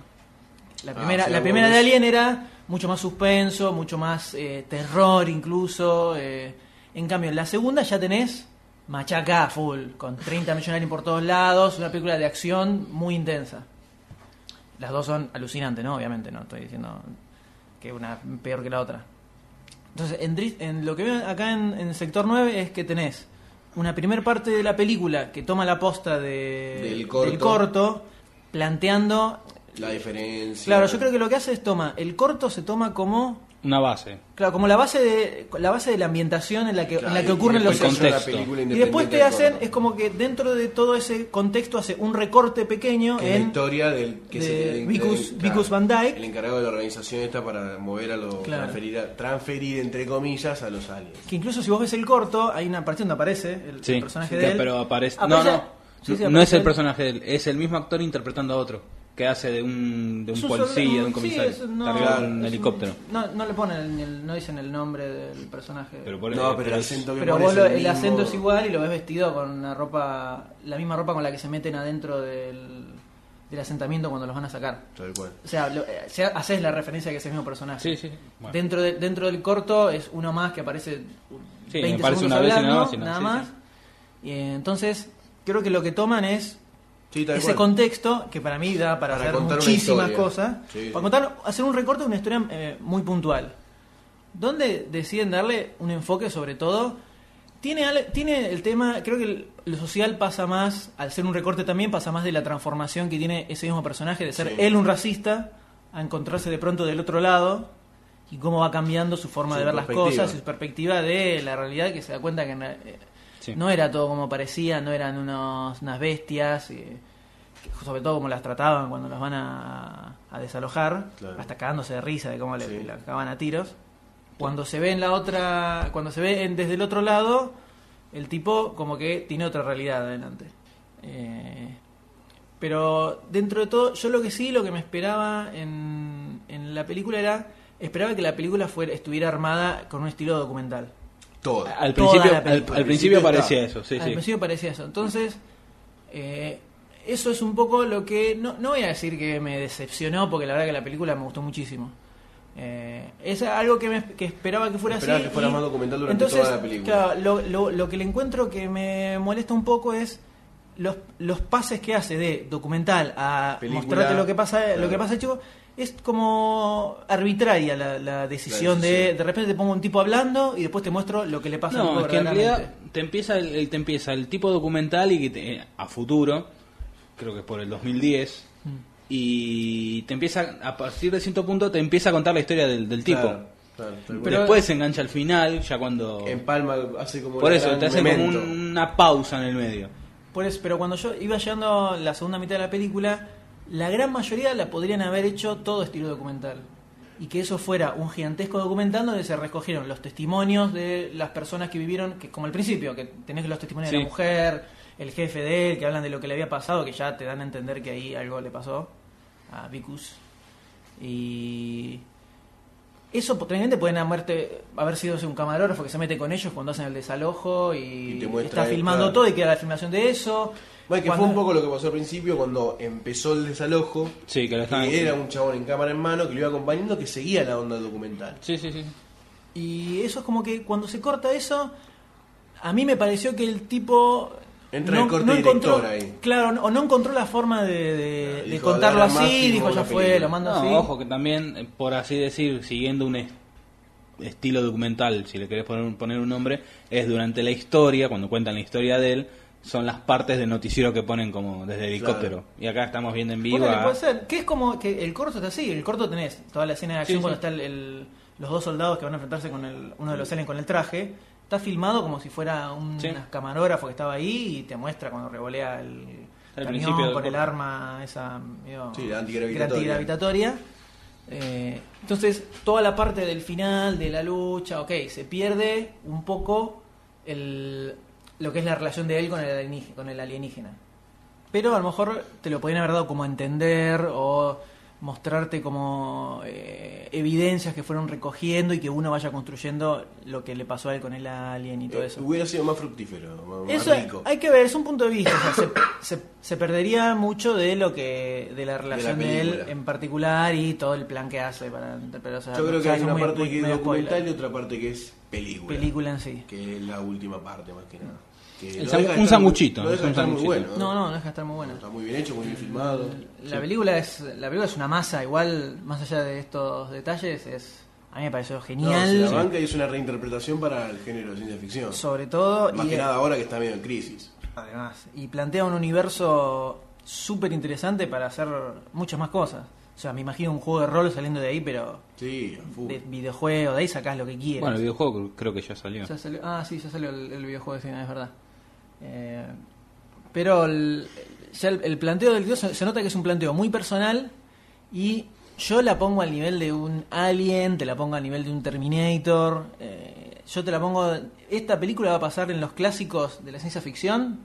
La Ah, primera, o sea, la vos primera de ves- Alien era mucho más suspenso, mucho más eh, terror incluso. eh. En cambio, en la segunda ya tenés machaca a full, con 30 millones de aliens por todos lados, una película de acción muy intensa. Las dos son alucinantes, ¿no? Obviamente, no estoy diciendo que una peor que la otra. Entonces, en, Dri- en lo que veo acá en, en sector 9 es que tenés una primer parte de la película que toma la posta de- Del corto. corto, planteando... La diferencia. Claro, yo creo que lo que hace es toma, el corto se toma como Una base. Claro, como la base de la base de la ambientación en la que, Claro, en la que y ocurren los después hechos. hace una película Y después independiente te del hacen, corto. es como que dentro de todo ese contexto hace un recorte pequeño Que es la en historia del que de se el- Vicus- el- Vicus Van Dyke. el encargado de la organización esta para mover a los Claro. transferir, a- transferir entre comillas a los aliens. que incluso si vos ves el corto, hay una parte donde aparece el, el Sí, sí, personaje de él. Ah, pero aparece. Aparece- no, no. sí, sí, no- no aparece es el él. personaje de él, es el mismo actor interpretando a otro. Que hace de un, de un Es un policía, soldado, de un sí, comisario. es- no, Está arriba de es un un- helicóptero. No, no le ponen, el- el- no dicen el nombre del personaje. Pero por- No, pero el es- acento que Pero pone vos es lo- el el, mismo. acento es igual y lo ves vestido con una ropa, la misma ropa con la que se meten adentro del, del asentamiento cuando los van a sacar. Tal cual. O sea, lo- eh, se- haces la referencia a que es el mismo personaje. Sí, sí, sí. Bueno. Dentro, de- dentro del corto es uno más que aparece Sí, me 20 parece una segundos vez y hablando, nada más y nada. Sí, más. Y eh, entonces, creo que lo que toman es tal ese cual. contexto que para mí da Para para, hacer contar una muchísimas historia. cosas. Sí, para sí. contar, hacer un recorte de una historia eh, muy puntual. Donde deciden darle un enfoque sobre todo. Tiene, al- tiene el tema, creo que el- lo social pasa más, al ser un recorte también, pasa más de la transformación que tiene ese mismo personaje, de ser Sí. él un racista, a encontrarse de pronto del otro lado, y cómo va cambiando su forma Su de ver las perspectiva. cosas, y su perspectiva de la realidad, que se da cuenta que en la- eh, Sí. no era todo como parecía, no eran unos, unas bestias, eh, que sobre todo como las trataban cuando las van a, a desalojar, Claro. hasta cagándose de risa de cómo le, le acaban a tiros. Cuando se ve en la otra, cuando se ve en- desde el otro lado, el tipo como que tiene otra realidad adelante. Eh, pero dentro de todo, yo lo que sí, lo que me esperaba en, en la película era, esperaba que la película fuera, estuviera armada con un estilo documental. Todo. Al Toda principio, la al, película. al principio parecía eso, sí, Al sí. principio parecía eso. Entonces, eh, eso es un poco lo que. No, no voy a decir que me decepcionó, porque la verdad que la película me gustó muchísimo. Eh, es algo que, me- que esperaba que fuera Esperaba así. que fuera y- más documental durante entonces, toda la película. claro, lo, lo- lo que le encuentro que me molesta un poco es los, los pases que hace de documental a Película, mostrarte lo que pasa, claro. lo que pasa, chico. Es como arbitraria la, la decisión de de repente te pongo un tipo hablando y después te muestro lo que le pasa al No, tipo es que en realidad verdaderamente. te empieza el, el- te empieza el tipo documental y que te- a futuro, creo que es por el 2010, y te empieza, a partir de cierto punto, te empieza a contar la historia del, del tipo. Claro, claro, tal cual. Pero después se engancha al final, ya cuando... En Palma hace como Por una eso, gran te hace como memento. un- una pausa en el medio. Por eso, pero cuando yo iba llegando a la segunda mitad de la película, la gran mayoría la podrían haber hecho todo estilo documental. Y que eso fuera un gigantesco documental donde se recogieron los testimonios de las personas que vivieron, que como al principio, que tenés los testimonios de Sí. la mujer, el jefe de él, que hablan de lo que le había pasado, que ya te dan a entender que ahí algo le pasó a Vicus. Y eso pues, potente pueden haberte- haber sido no sé, un camarógrafo que se mete con ellos cuando hacen el desalojo y, Y te muestra está ahí, filmando claro. todo y queda la filmación de eso. Bueno, que Cuando- fue un poco lo que pasó al principio cuando empezó el desalojo. Sí, que lo estaban- Y era un chabón en cámara en mano que lo iba acompañando que seguía la onda documental. Sí, sí, sí. Y eso es como que cuando se corta eso, a mí me pareció que el tipo. Entra el corte encontró, director ahí. Claro, no- o no encontró la forma de, de- de Dijo, contarlo "Ahora más así, filmo dijo una ya fue, película". lo mando No, así. Ojo, que también, eh, por así decir, siguiendo un es- estilo documental, si le querés poner un, poner un nombre, es durante la historia, cuando cuentan la historia de él, son las partes del noticiero que ponen como desde helicóptero. Y acá estamos viendo en vivo. Ponele, a- puede ser. Que es como que el corto está así. El corto tenés toda la escena de acción Sí, cuando sí. están los dos soldados que van a enfrentarse con el, uno de los aliens con el traje. Está filmado como si fuera un Sí. camarógrafo que estaba ahí y te muestra cuando revolea el Al cañón principio del por el corto. arma esa medio Sí, la antigravitatoria. antigravitatoria. Eh, entonces, toda la parte del final, de la lucha, ok, se pierde un poco el, lo que es la relación de él con el alienígena. Con el alienígena. Pero a lo mejor te lo podrían haber dado como a entender o mostrarte como eh, evidencias que fueron recogiendo y que uno vaya construyendo lo que le pasó a él con el alien y todo Eh, eso. hubiera sido más fructífero, más, más Eso rico. hay que ver, es un punto de vista. o sea, se, se- se perdería mucho de lo que de la relación de, él película. en particular y todo el plan que hace para interpretar. o sea, Yo creo o que sea, hay es una muy- parte muy- que es medio documental spoiler. y otra parte que es película. Película en sí. Que es la última parte, más que nada. Que El lo sangu- deja de un estar muy- sanguchito, lo deja es de un estar muy sanguchito. bueno. No, no, no es que estar muy buena. Está muy bien hecho, muy bien filmado. La Sí. película es la película es una masa, igual más allá de estos detalles es a mí me pareció genial. No, se la banca y es una reinterpretación para el género de ciencia ficción. Sobre todo Más y- eh, que nada ahora que está medio en crisis. Además. y plantea un universo súper interesante para hacer muchas más cosas. O sea, me imagino un juego de rol saliendo de ahí, pero Sí, de videojuego, de ahí sacás lo que quieras. Bueno, el videojuego creo que ya salió. Ya salió- ah, sí, ya salió el, el videojuego de cine, es verdad. Eh, pero el, ya el, el planteo del dios se, se nota que es un planteo muy personal y yo la pongo al nivel de un Alien, te la pongo al nivel de un Terminator. eh, yo te la pongo. Esta película va a pasar en los clásicos de la ciencia ficción.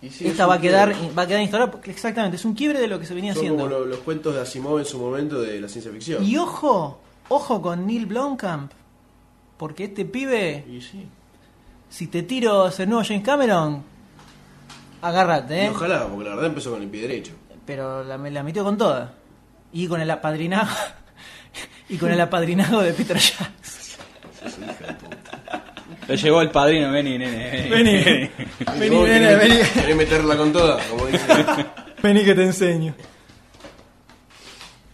Y sí, Esta es va a un quedar, quiebre. va a quedar instaurada. porque Exactamente, es un quiebre de lo que se venía Son haciendo. como lo- los cuentos de Asimov en su momento de la ciencia ficción. Y ojo, ojo con Neil Blomkamp, porque este pibe, si te tiro ese nuevo James Cameron, agárrate, Y ¿eh? ojalá, porque la verdad empezó con el pie derecho. pero la, me la metió con toda. Y con el [LAUGHS] apadrinago, y con el apadrinago de Peter Jackson. Lo llevó el padrino, vení, nene. Vení. Vení, vos nene, querés- vení. ¿Querés meterla con toda? Como [LAUGHS] dice. Vení que te enseño.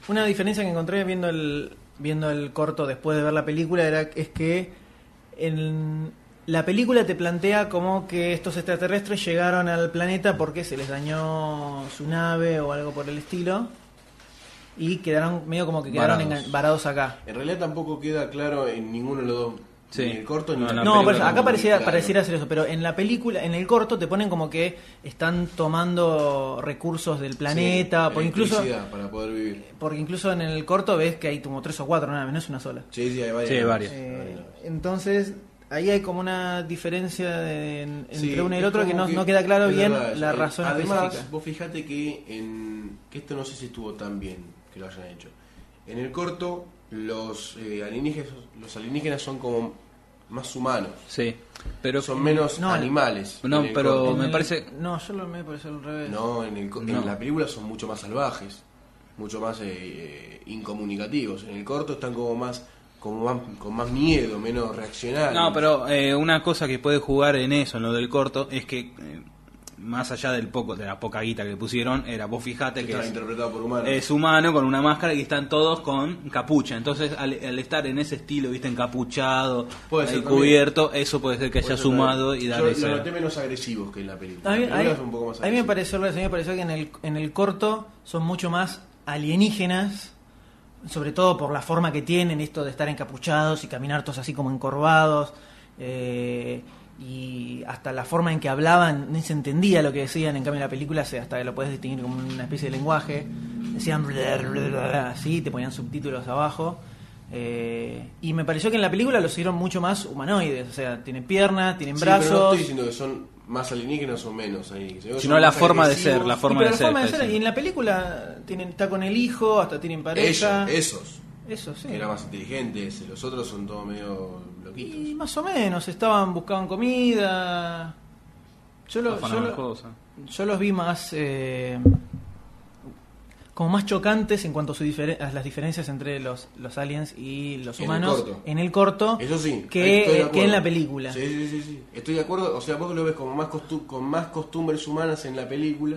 Una diferencia que encontré viendo el viendo el corto después de ver la película era es que en la película te plantea como que estos extraterrestres llegaron al planeta porque se les dañó su nave o algo por el estilo y quedaron medio como que quedaron Varados. engan- varados acá. En realidad tampoco queda claro en ninguno de los dos. Ni en el corto ni en la No, película pero acá como- pareciera, claro. pareciera ser eso, pero en la película, en el corto te ponen como que están tomando recursos del planeta, Sí, por incluso electricidad para poder vivir. porque incluso en el corto ves que hay como tres o cuatro naves, no es una sola. Sí, sí, hay varias. Sí, varias. Eh, entonces, ahí hay como una diferencia de- en- entre Sí, uno y el es otro que como no, no queda claro es bien verdad eso. la Eh, razón Además, específica. vos fijate que, en, que esto no sé si estuvo tan bien que lo hayan hecho. En el corto, los, eh, alienígenas, los alienígenas son como más humanos. Sí, pero son menos No, animales. no, en el pero corto. me En el- parece- No, yo lo me parece al revés. No, en, el co- en No. la película son mucho más salvajes, mucho más eh, eh, incomunicativos. En el corto están como más, como más- con más miedo, menos reaccionarios. No, pero eh, una cosa que puede jugar en eso, en lo del corto, es que eh, más allá del poco, de la poca guita que le pusieron, era vos fijate que Estaba es, interpretado por humanos. es humano con una máscara y están todos con capucha. Entonces, al, al estar en ese estilo, viste, encapuchado, Puede ahí ser también. cubierto, eso puede ser que haya Por eso sumado lo- y yo dar ese... lo noté menos agresivos que en la película. A mí, La película a mí- es un poco más a mí me agresiva. pareció al revés, a mí me pareció que en el, en el corto son mucho más alienígenas, sobre todo por la forma que tienen, esto de estar encapuchados y caminar todos así como encorvados, eh, y hasta la forma en que hablaban, no se entendía lo que decían, en cambio en la película se, hasta lo puedes distinguir como una especie de lenguaje, decían bla, bla, bla, bla, así, te ponían subtítulos abajo. eh, y me pareció que en la película los hicieron mucho más humanoides, o sea, tienen piernas, tienen Sí, pero brazos. no estoy diciendo que son más alienígenas o menos alienígenas. Digo que Sino son la más forma de ser, agresivos. la forma Y pero de la ser, forma de está ser, y en la película tienen, está con el hijo, hasta tienen pareja. Ellos, esos, Eso, sí. que era más inteligente ese. Los otros son todos medio loquitos. Y más o menos, estaban, buscaban comida. Yo, lo- yo, lo- yo los vi más. eh, como más chocantes en cuanto a, su difere- a las diferencias entre los, los aliens y los En el humanos corto. en el corto, Eso sí, ahí estoy de que, acuerdo. que en la película. Sí, sí, sí, sí. Estoy de acuerdo. O sea, vos lo ves como más costu- con más costumbres humanas en la película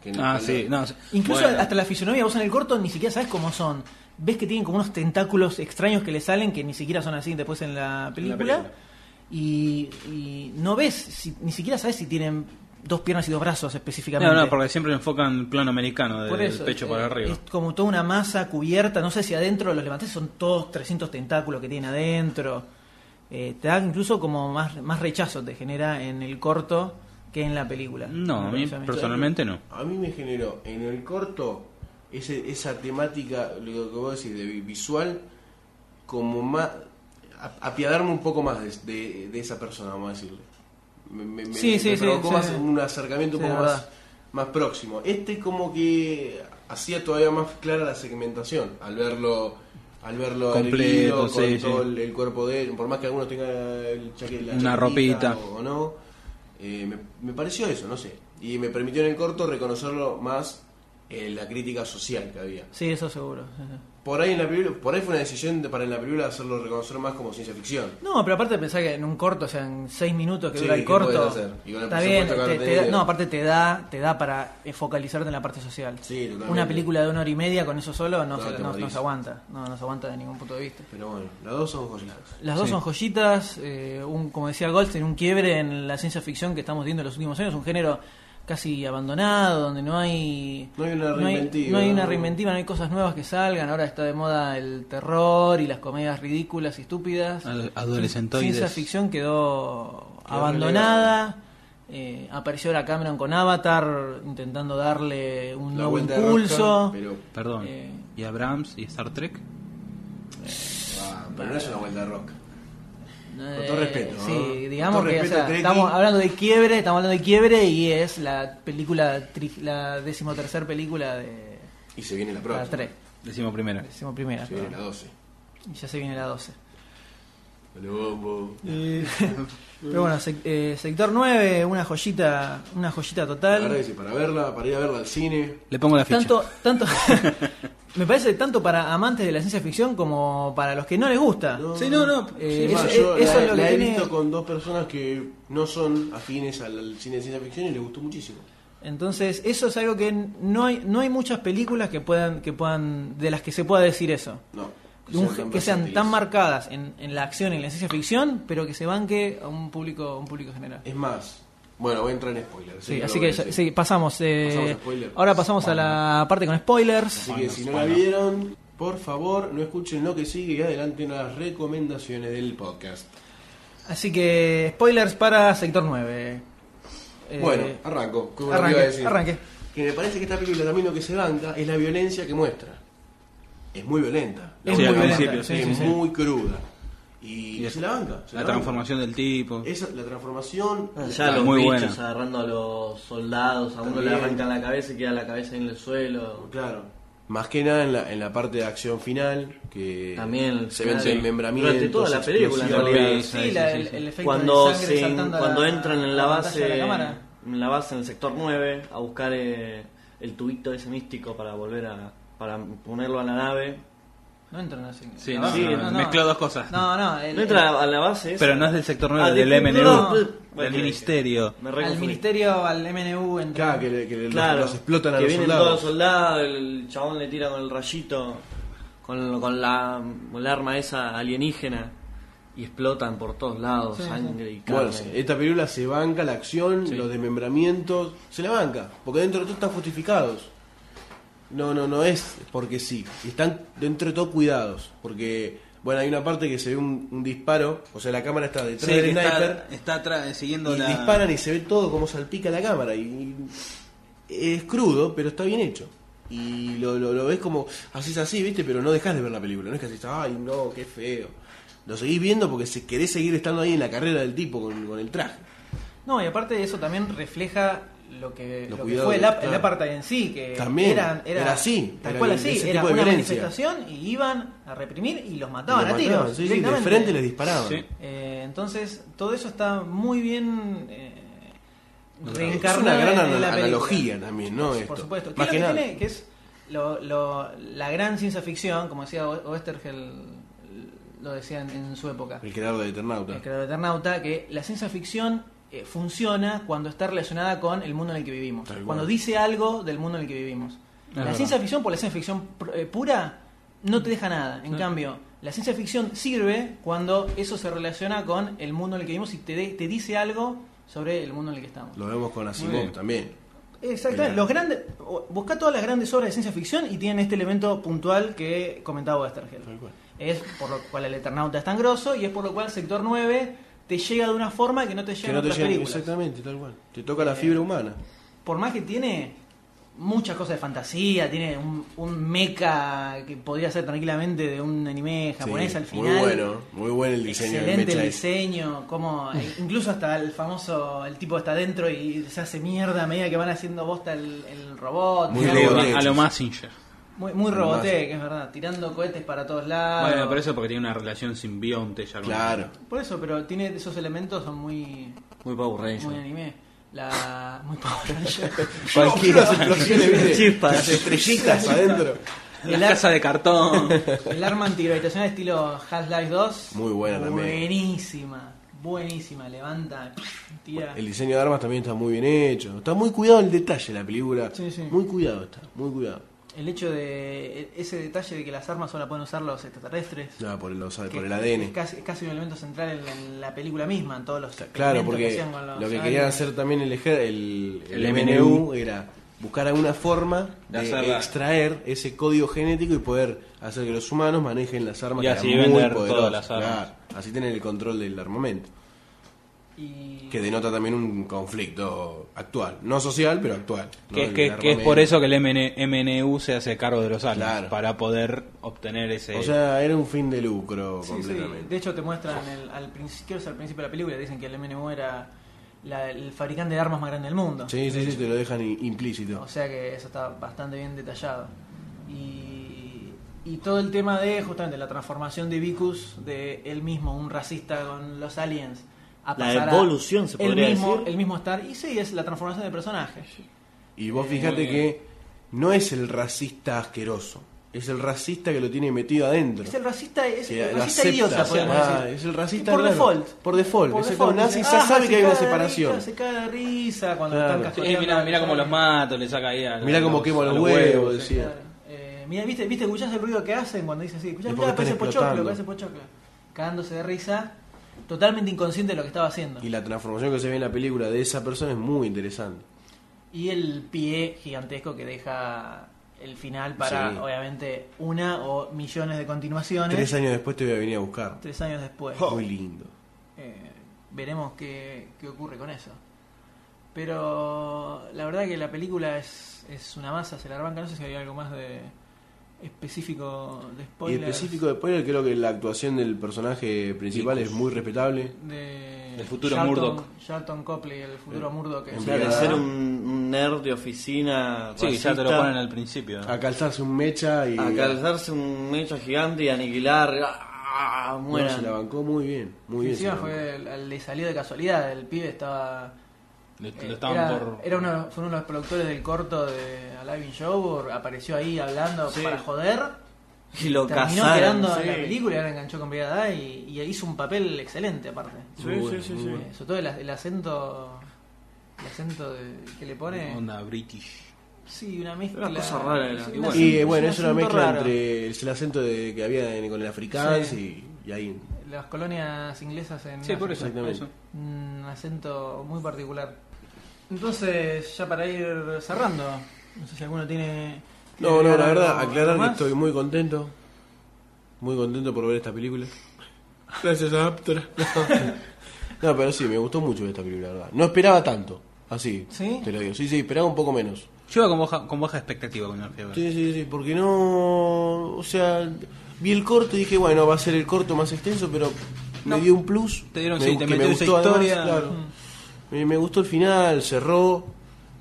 que en la Ah, sí, no, sí. Incluso Bueno. hasta la fisonomía, vos en el corto ni siquiera sabes cómo son. Ves que tienen como unos tentáculos extraños que le salen que ni siquiera son así después en la película. película. Y, y no ves, si- ni siquiera sabes si tienen dos piernas y dos brazos específicamente. No, no, porque siempre enfocan el plano americano, del Por eso, pecho eh, para arriba. Es como toda una masa cubierta, no sé si adentro los levantes son todos 300 tentáculos que tiene adentro. Eh, te da incluso como más, más rechazo, te genera en el corto que en la película. No, a Me mí parece personalmente no. A mí me generó en el corto ese- esa temática, lo que vos decís, de vi- visual, como más. a- apiadarme un poco más de, de- de esa persona, vamos a decirle. Me, me- me- Sí, sí, me sí, provocó sí. más un acercamiento Sí, un poco la más, verdad. más próximo. Este, como que hacía todavía más clara la segmentación al verlo. Al verlo Completo, erguido, con sí, todo sí. el, el cuerpo de él, por más que algunos tengan el chaque- la Una chaquetita ropita. o- o no, eh, me, me pareció eso, no sé. Y me permitió en el corto reconocerlo más eh, la crítica social que había. Sí, eso seguro. sí, sí. Por ahí en la película, por ahí fue una decisión de- para en la película hacerlo reconocer más como ciencia ficción. No, pero aparte pensá que en un corto, o sea, en seis minutos que Sí, dura el ¿qué podés corto, hacer? Y con el está bien. presupuesto que te- habrá te da- tenido. no, aparte te da, te da para eh, focalizarte en la parte social. totalmente. Una película de una hora y media con eso solo no, No, se, te no- no morís. se aguanta, no, no se aguanta de ningún punto de vista. Pero bueno, las dos son joyitas. Las dos son joyitas, eh, un, como decía Goldstein, un quiebre en la ciencia ficción que estamos viendo en los últimos años, un género casi abandonado, donde no hay... No hay una no hay- reinventiva. no hay una reinventiva, no hay cosas nuevas que salgan. Ahora está de moda el terror y las comedias ridículas y estúpidas. Ad- adolescentoides. Ciencia ficción quedó abandonada. Eh, apareció la Cameron con Avatar intentando darle un La nuevo vuelta de impulso. rosca, pero, Perdón. eh. ¿Y Abrams y Star Trek? ah, pero no es una vuelta de rock. Eh, todo respeto, sí, ¿no? digamos Con todo que o respeto, sea, Treki. estamos hablando de quiebre, estamos hablando de quiebre y es la película, tri- la decimotercer película de Y se viene la la próxima. 3, Decimos primero. decimoprimera. Se viene la 12. Y ya se viene la 12. Dale, bombo. [LAUGHS] Pero bueno, sec- eh, sector 9, una joyita, una joyita La verdad total. que sí, para verla, para ir a verla al cine. [LAUGHS] Le pongo la ficha. Tanto, tanto, [LAUGHS] Me parece tanto para amantes de la ciencia ficción como para los que no les gusta. Sí, no, no. Eh, Sí, eso, ma, yo eh, eso la, es lo que la he tiene- visto con dos personas que no son afines al, al cine de ciencia ficción y les gustó muchísimo. Entonces, eso es algo que no hay, no hay muchas películas que puedan, que puedan, de las que se pueda decir eso. No. De un- Que tan sean, tan, versátiles. marcadas en, en la acción y en la ciencia ficción, pero que se banque a un público, a un público general. Es más, bueno, voy a entrar en spoilers. Sí, ya así lo que voy a ya- decir. sí, pasamos. eh, Pasamos a spoilers. ahora pasamos a la parte con spoilers. Así que si no la vieron, por favor, no escuchen lo que sigue y adelanten a las recomendaciones del podcast. Así que spoilers para sector 9. Eh, bueno, arranco. como lo arranque, iba a decir. arranque. Que me parece que esta película también lo que se banca es la violencia que muestra. Es muy violenta. Es Sí, muy al violenta, principio, Es sí, sí, sí. muy cruda. Y, se la banca. se La banca. transformación del tipo. Esa, la transformación. Ya Ah, los muy bichos buena. agarrando a los soldados, a uno le También. arrancan la cabeza y queda la cabeza en el suelo. Claro. Más que nada en la, en la parte de acción final, que También se ven desmembramientos. Durante toda la película, en explosivos. realidad. Sí, la- el- el efecto cuando de sangre se- saltando a cuando la- entran en la, a la base, pantalla de la cámara. en la base, en el sector 9, a buscar eh, el tubito ese místico para volver a, para ponerlo a la nave. No entran así. Sí, Ah, no, no, no, mezcló dos cosas. No, no. el- No entra a la base. esa? Pero no es del sector 9, Ah, del del- MNU, no, del bueno, ministerio. me al reconfundí. ministerio, al MNU, entra. Claro, que, le- que le- los- Claro, los explotan a que los vienen soldados. todos los soldados, el chabón le tira con el rayito, con, con la, con la arma esa alienígena, y explotan por todos lados, Sí, sí. sangre y carne. Bueno, se- esta película se banca la acción, los desmembramientos, se la banca, porque dentro de todo están justificados. No, no, no es porque sí. Y Están dentro de todo cuidados, porque, bueno, hay una parte que se ve un, un disparo, o sea, la cámara está Sí, detrás que del sniper, está, está tra- siguiendo y la. disparan y se ve todo como salpica la cámara, y y es crudo, pero está bien hecho. Y lo, lo, lo ves como, así es así, ¿viste? Pero no dejas de ver la película, no es que así, ay, no, qué feo. Lo seguís viendo porque se querés seguir estando ahí en la carrera del tipo con- con el traje. No, y aparte de eso también refleja lo que, Lo lo que cuidado fue que el, ap- está. el apartheid en sí, que También, era, era, era así, tal era cual vi- así, ese era tipo de una violencia. manifestación y iban a reprimir y los Y mataban los a mataban, tiros. sí, sí, de directamente. frente les disparaban. Sí. Eh, entonces, todo eso está muy bien eh, Es reencarnado. una gran en la ana- película. analogía también, ¿no? Por Esto. supuesto. Más que, que lo que nada. tiene, que es lo- lo- la gran ciencia ficción, como decía O- Oesterheld, lo decía en, en su época. El creador de Eternauta. el creador de Eternauta, que la ciencia ficción eh, funciona cuando está relacionada con el mundo en el que vivimos. Tal cual. Cuando dice algo del mundo en el que vivimos. la verdad. ciencia ficción, por la ciencia ficción pr- eh, pura, no te deja nada. En cambio, la ciencia ficción sirve cuando eso se relaciona con el mundo en el que vivimos y te, de- te dice algo sobre el mundo en el que estamos. Lo vemos con Muy Asimov bien. también. Exactamente. Los grandes, o- busca todas las grandes obras de ciencia ficción y tienen este elemento puntual que comentaba Westergel. Es por lo cual el Eternauta es tan grosso y es por lo cual Sector 9 te llega de una forma que no Eh, te llega Que en no te otras llegan- películas. exactamente, tal cual. Te toca la fibra humana. Por más que tiene muchas cosas de fantasía, tiene un, un mecha que podría ser tranquilamente de un anime japonés Sí, al final. Muy bueno, muy bueno el diseño del Excelente el Mecha ese. diseño, [LAUGHS] como incluso hasta el famoso, el tipo está adentro y se hace mierda a medida que van haciendo bosta el, el robot. Muy tirando- robotech. A lo Mazinger. Muy, muy Al robotech, es verdad, tirando cohetes para todos lados. Bueno, pero eso porque tiene una relación simbionte ya con- Ah. Claro. Por eso, pero tiene esos elementos, son muy, Muy Power muy Ranger. anime. La... Muy Power Ranger. Cualquiera las explosiones, ¿viste? Chispas. Las estrellitas adentro. El, La ar- casa de cartón. el arma antigravitacional estilo Half-Life 2. Muy buena también. Buenísima, buenísima. Levanta, tira. El diseño de armas también está muy bien hecho. Está muy cuidado el detalle la película. Sí, sí. Muy cuidado está, muy cuidado. El hecho de e, ese detalle de que las armas solo pueden usar los extraterrestres. Nada, por el, o sea, que por el Es ADN. casi, es casi un elemento central en la, en la película misma, en todos los Claro, experimentos que porque hacían con los lo que aliens. querían hacer también el, ejer- el, el El MNU, MNU era buscar alguna forma De de, hacerla. extraer ese código genético y poder hacer que los humanos manejen las armas Y que así eran muy vender todas poderosas, las armas. claro. así tener el control del armamento. Y- Que denota también un conflicto actual, no social, pero actual. ¿no? Que, es, que, El que es armamento. por eso que el MN MNU se hace cargo de los aliens, Claro. para poder obtener ese... O sea, era un fin de lucro Sí, sí. completamente. De hecho, te muestran el- al principio, al principio de la película, dicen que el MNU era la- el fabricante de armas más grande del mundo. Sí, sí, sí, te lo dejan i- implícito. O sea que eso está bastante bien detallado. Y, y todo el tema de justamente la transformación de Vicus, de él mismo, un racista con los aliens, a La pasar a evolución, se él podría mismo, decir. El mismo estar. Y sí, es la transformación del personaje. Y vos fijate que no es el racista asqueroso, Es el racista que lo tiene metido adentro. Es el racista, es Que el lo racista acepta, idiota, o sea, podemos ah, decir. Es el racista Por claro. default. Por default. Por es el default, nazi dice, ya "Ah, sabe se que hay una caga de separación. risa, se caga de risa cuando Claro. están Eh, casteando. mirá, mirá cómo los mato, le saca ahí a Mirá cómo quemo los huevos, decía. Eh, mirá, ¿viste, ¿viste? ¿Escuchás el ruido que hacen cuando dicen así? Escuchás, Es mirá, porque parece están pochoclo, explotando. parece pochoclo. Cagándose de risa, totalmente inconsciente de lo que estaba haciendo. Y la transformación que se ve en la película de esa persona es muy interesante. Y el pie gigantesco que deja el final para, Sí. obviamente, una o millones de continuaciones. Tres años Oh. después te voy a venir a buscar. Tres años después. Muy lindo. Eh, veremos qué, qué ocurre con eso. Pero la verdad que la película es, es una masa, se la arranca. No sé si había algo más de específico de Y spoiler. específico de spoiler, creo que la actuación del personaje principal es muy respetable. de Del futuro Charlton- Murdoch. Charlton Copley, el futuro Murdoch. En vez de Claro. ser un, un nerd de oficina. Sí, ya te lo racista, ponen al principio. A calzarse un mecha y. A calzarse un mecha gigante y aniquilar. Ah, No, mueran. se la bancó muy bien. Muy bien. Encima se la bancó. fue, le salió de casualidad, el pibe estaba... Le- eh, lo estaban era, por- era uno, fue uno de los productores del corto de Alive in Show, or- apareció ahí hablando Sí. para joder. Y lo Terminó cazaron, quedando sí. en la película, y ahora enganchó con Brigada y, y hizo un papel excelente aparte. Sí, Muy sí, bueno, sí, muy sí. bueno. Eh, Sobre todo el, el acento, el acento de- que le pone... Onda british. Sí, una mezcla... Una cosa rara era. es un Y bueno, ac- Y eh, es bueno, un es una acento mezcla raro. entre el, el acento de, que había en- con el africano Sí. y, y ahí. Las colonias inglesas en Sí, por eso, África. por eso. Un acento muy particular. Entonces, ya para ir cerrando, no sé si alguno tiene. No, no, la verdad, algo aclarar que más. estoy muy contento. Muy contento por ver esta película. Gracias a Aptra. [LAUGHS] No, pero sí, me gustó mucho esta película, la verdad. No esperaba tanto. Así, ¿Sí? te lo digo. Sí, sí, esperaba un poco menos. Yo iba con baja, con baja expectativa con el fiebre. Sí, sí, sí, porque no. O sea, vi el corto y dije, bueno, va a ser el corto más extenso, pero me dio un plus. Te dieron, me, sí, gu- te que me metió esa gustó además, historia. claro. me, me gustó el final, cerró,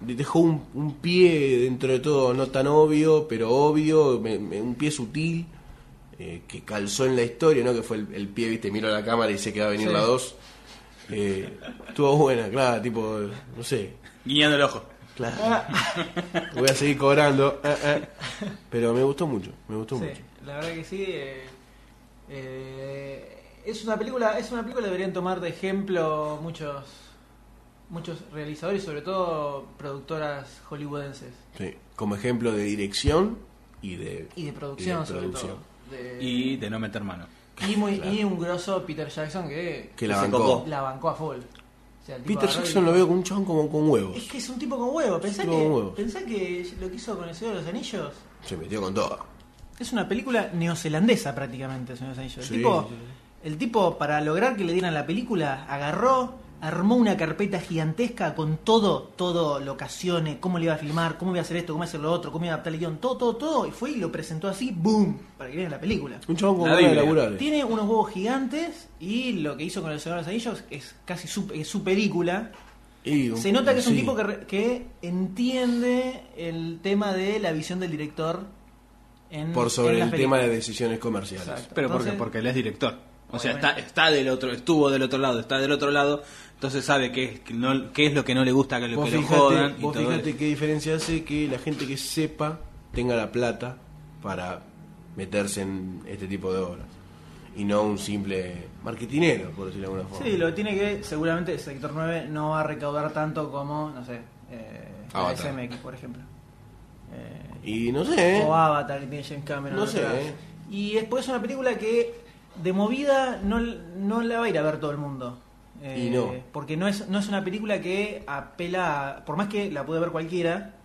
le dejó un, un pie dentro de todo, no tan obvio, pero obvio, me- me- un pie sutil. eh, que calzó en la historia, ¿no? Que fue el, el pie, viste, miro a la cámara y sé que va a venir Sí. la 2. estuvo buena, claro, tipo, no sé, Guiñando el ojo. Claro. Ah. [LAUGHS] Voy a seguir cobrando. eh, eh. Pero me gustó mucho, me gustó Sí, mucho. la verdad que sí. eh, eh, es una película, es una película que deberían tomar de ejemplo muchos muchos realizadores, sobre todo productoras hollywoodenses Sí. Como ejemplo de dirección y de, y de producción, y de producción. sobre todo. De- Y de no meter mano. Y, muy, [LAUGHS] y un grosso Peter Jackson que, Que la se bancó. copó. la bancó a full. O sea, el tipo Peter agarró y Jackson lo dijo, veo con un chabón como con huevos. Es que es un tipo con huevo. Pensá, tipo que, con huevos. pensá que lo que hizo con el Señor de los Anillos Se metió con todo. es una película neozelandesa prácticamente, el Señor de los Anillos. El, Sí, tipo, sí, el tipo, para lograr que le dieran la película, agarró, armó una carpeta gigantesca con todo, todo, locaciones, cómo le iba a filmar, cómo iba a hacer esto, cómo iba a hacer lo otro, cómo iba a adaptar el guión, todo, todo, todo. Y fue y lo presentó así, boom, para que vieran la película. Un chabón con La ganas de Biblia. laburar. eh. Tiene unos huevos gigantes y lo que hizo con el Señor de los Anillos es casi su, es su película. Y un- Se nota que es un sí. tipo que, re- que entiende el tema de la visión del director en, Por sobre en las el tema películas. de decisiones comerciales. Exacto. Pero porque, Entonces- porque él es director. O sea, está, Obviamente. está del otro, estuvo del otro lado, está del otro lado, entonces sabe qué es, que no, qué es lo que no le gusta, que, lo- Vos que lo fijate, jodan y vos todo fijate eso. qué diferencia hace que la gente que sepa tenga la plata para meterse en este tipo de obras. Y no un simple marketinero, por decirlo de alguna forma. Sí, lo que tiene que seguramente el sector 9 no va a recaudar tanto como, no sé, eh, la Avatar. SMX, por ejemplo. Eh, Y no sé. O Avatar que tiene James Cameron. No sé. ¿eh? atrás. Y después es una película que de movida no, no la va a ir a ver todo el mundo. Eh, Y no. Porque no es, no es una película que apela, a- por más que la puede ver cualquiera,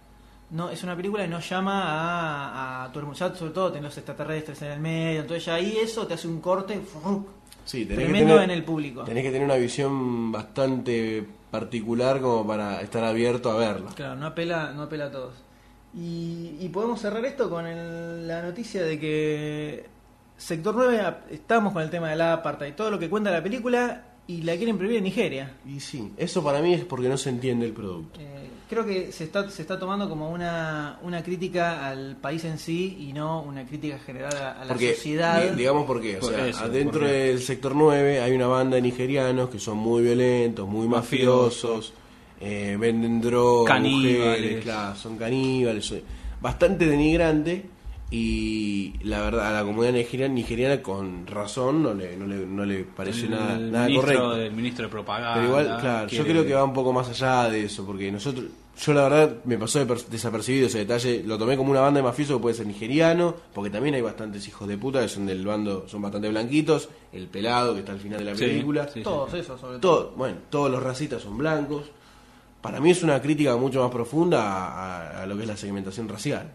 no es una película que no llama a, a todo el mundo. Ya sobre todo tenés los extraterrestres en el medio, entonces ya ahí eso te hace un corte ¡fru! Sí, tenés que tremendo tener- en el público. Tenés que tener una visión bastante particular como para estar abierto a verla. Claro, no apela, no apela a todos. Y, y podemos cerrar esto con el- la noticia de que Sector 9, ap- estamos con el tema de la aparta y todo lo que cuenta la película y la quieren prohibir en Nigeria. Y sí, eso para mí es porque no se entiende el producto. Eh, creo que se está, se está tomando como una, una crítica al país en sí y no una crítica general a, a la Porque, sociedad. di- digamos por qué, o Por sea, eso, adentro por qué. del sector 9 hay una banda de nigerianos que son muy violentos, muy mafiosos, eh, venden drogas, Caníbales. mujeres, claro, son caníbales, son- bastante denigrante Y la verdad, a la comunidad nigeriana, nigeriana con razón no le, no le, no le pareció El- nada, el nada ministro- correcto. el ministro de propaganda Pero Ah, igual, claro, yo quiere- creo que va un poco más allá de eso, porque nosotros, yo la verdad me pasó de per- desapercibido ese detalle, lo tomé como una banda de mafiosos que puede ser nigeriano, porque también hay bastantes hijos de puta que son del bando, son bastante blanquitos, el pelado que está al final de la Sí, película, sí, Todos sí. esos, sobre Todo- bueno, todos los racistas son blancos. Para mí es una crítica mucho más profunda a, a- a lo que es la segmentación racial,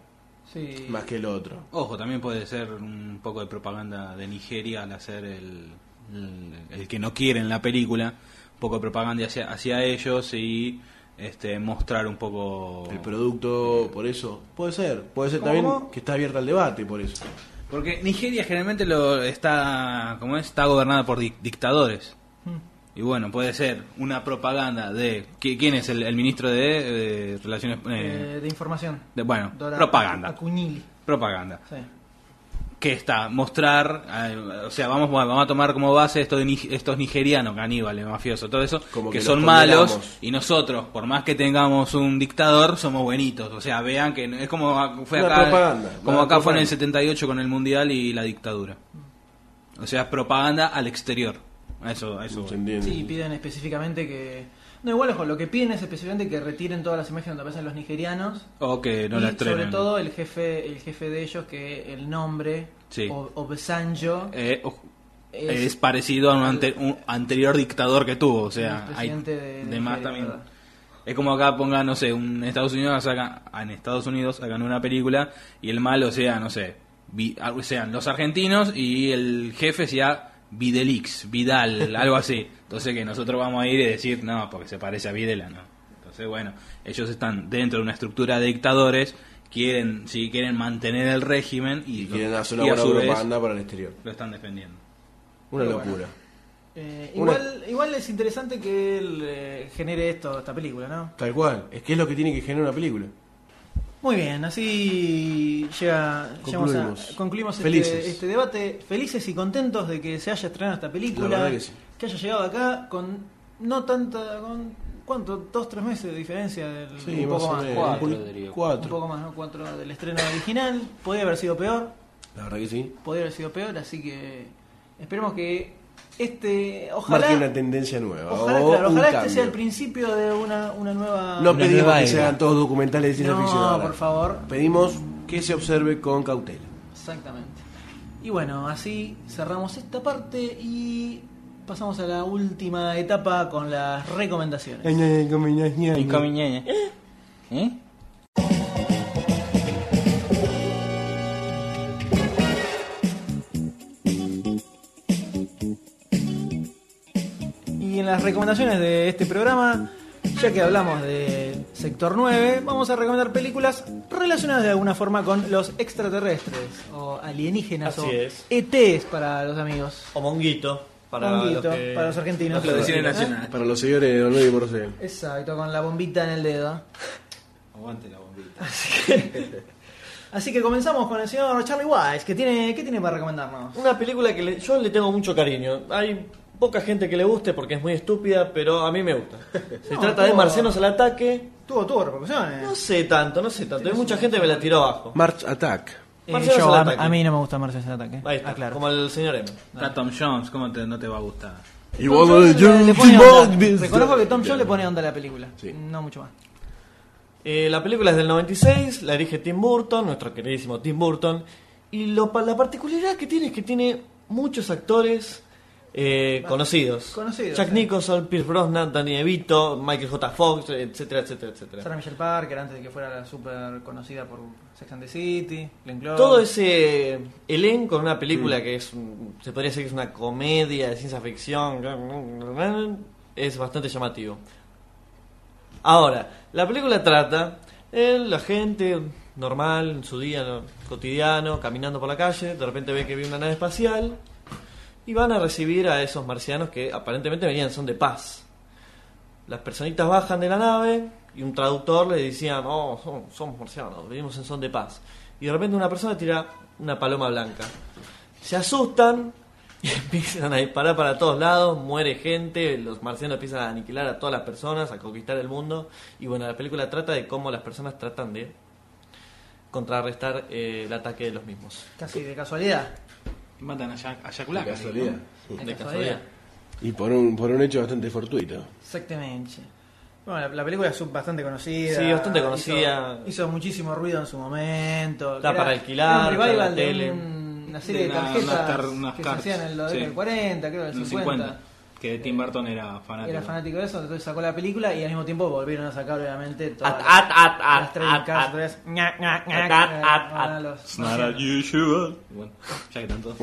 Sí. más que el otro. Ojo, también puede ser un poco de propaganda de Nigeria al hacer el, el, el que no quiere en la película, un poco de propaganda hacia, hacia ellos y este mostrar un poco... Oh, El eh. producto, por eso, puede ser, puede ser ¿Cómo, también cómo? que está abierta al debate, por eso. Porque Nigeria generalmente lo está, como es, está gobernada por dic- dictadores. Mm. Y bueno, puede ser una propaganda de... ¿qui- ¿Quién es el, el ministro de eh, Relaciones... eh, Eh, de información. de- bueno, Dora propaganda. Acuñili. Propaganda. Sí. que está mostrar, eh, o sea, vamos, vamos a tomar como base esto de ni- estos nigerianos, caníbales, mafiosos, todo eso, que, que son los malos condenamos. y nosotros, por más que tengamos un dictador, somos buenitos, o sea, vean que no- es como a- fue Una acá, propaganda, como una acá fue en propaganda. el 78 con el mundial y la dictadura. O sea, es propaganda al exterior. A Eso, a eso. voy. Sí, piden específicamente que. No, igual, ojo, lo que piden es específicamente que retiren todas las imágenes donde aparecen los nigerianos. O que no y la estrenen. sobre todo el jefe el jefe de ellos, que el nombre, Sí. O- Obasanjo, Eh, ojo, es, es parecido a un, ante- un anterior dictador que tuvo, o sea, el hay presidente de, de más Nigeria, también. ¿verdad? Es como acá ponga, no sé, un Estados Unidos saca, en Estados Unidos hagan una película y el malo sea, no sé, vi- algo- sean los argentinos y el jefe sea Videlix, [LAUGHS] Vidal, algo así. Entonces que nosotros vamos a ir y decir, no, porque se parece a Videla, no. Entonces, bueno, ellos están dentro de una estructura de dictadores, quieren, sí, quieren mantener el régimen y, Quieren hacer y una a buena su vez propaganda para el exterior. lo están defendiendo. Una Pero locura. Eh, Una- igual, igual es interesante que él eh, genere esto, esta película, ¿no? Tal cual, es que es lo que tiene que generar una película. Muy bien, así llega, llegamos a- Concluimos. concluimos Felices. este, este debate. Felices y contentos de que se haya estrenado esta La película, verdad que sí. que haya llegado acá con no tanta, con cuánto, dos, tres meses de diferencia del Sí, un más poco o más, menos. cuatro, Un poqu- diría. cuatro. un poco más, ¿no? cuatro del estreno original. Podría haber sido peor, La verdad que sí. podría haber sido peor, así que esperemos que este, ojalá, Marque una tendencia nueva. ojalá, o claro, un ojalá este cambio. sea el principio de una, una nueva. No una pedimos nueva que era. se hagan todos documentales de ciencia No, ficción. ahora. por favor. Pedimos que se observe con cautela. Exactamente. Y bueno, así cerramos esta parte y pasamos a la última etapa con las recomendaciones. ¿Eh? Y en las recomendaciones de este programa, ya que hablamos de Sector 9, vamos a recomendar películas relacionadas de alguna forma con los extraterrestres, o alienígenas, Así o es. ETs para los amigos. O monguito. Para Monguito, los que- para los argentinos. Los que Para- deciden ¿eh? Para los señores de Don Luis Morcel. Exacto, con la bombita en el dedo. Aguante la [LAUGHS] bombita. Así que comenzamos con el señor Charlie Wise, que tiene, ¿qué tiene para recomendarnos? Una película que le- yo le tengo mucho cariño. Hay poca gente que le guste porque es muy estúpida, pero a mí me gusta. Se No, trata de tuvo- Marcianos al ataque. Tuvo, tuvo repercusiones. No sé tanto, no sé tanto. Hay mucha gente que me la tiró abajo. March Attack. Eh, Marcianos yo, al a, ataque. a mí no me gusta Marcianos al ataque. Ahí está, como el señor M. Está Tom Jones, ¿cómo te- no te va a gustar? Y Tom vos, Jones yo- le- yo- le pone vos- onda. vos- Reconozco que Tom Jones le pone onda a la película. No mucho más. Eh, la película es del 96, la dirige Tim Burton, nuestro queridísimo Tim Burton. Y lo, pa- la particularidad que tiene es que tiene muchos actores eh, conocidos. Conocidos, Jack sí. Nicholson, Pierce Brosnan, Danny DeVito, Michael J. Fox, etcétera, etcétera, etcétera. Sarah Michelle Parker, antes de que fuera la super conocida por Sex and the City, Glenn Close. Todo ese elenco en una película que es un- se podría decir que es una comedia de ciencia ficción es bastante llamativo. Ahora, la película trata de la gente normal en su día ¿no? cotidiano, caminando por la calle, de repente ve que viene una nave espacial y van a recibir a esos marcianos que aparentemente venían son de paz. Las personitas bajan de la nave y un traductor les decía, oh, son- somos marcianos, venimos en son de paz. Y de repente una persona tira una paloma blanca. Se asustan y [LAUGHS] empiezan a disparar para todos lados, muere gente, los marcianos empiezan a aniquilar a todas las personas, a conquistar el mundo. Y bueno, la película trata de cómo las personas tratan de contrarrestar eh, el ataque de los mismos. Casi de casualidad. Matan a, Jack, a Jack De Black. casualidad. De De casualidad. casualidad. Y por un, por un hecho bastante fortuito. Exactamente. Bueno, la, la película es bastante conocida. Sí, bastante hizo- conocida. Hizo, muchísimo ruido en su momento. Está Era- para alquilar, era un revival está en la de tele. un- una serie de, una- tarjetas unas tar- unas que cartas, se hacían en, lo- en sí. el 40, creo, en En el los 50. 50. Que Tim Burton era Ah, fanático. Era fanático de eso, entonces sacó la película y al mismo tiempo volvieron a sacar, obviamente, todas At, las- at, at, at, las trading at, cards, at. otra vez. Ña, ña, ña, At, at, eh, van at, a at. los- It's not unusual. Bueno, ya que tanto.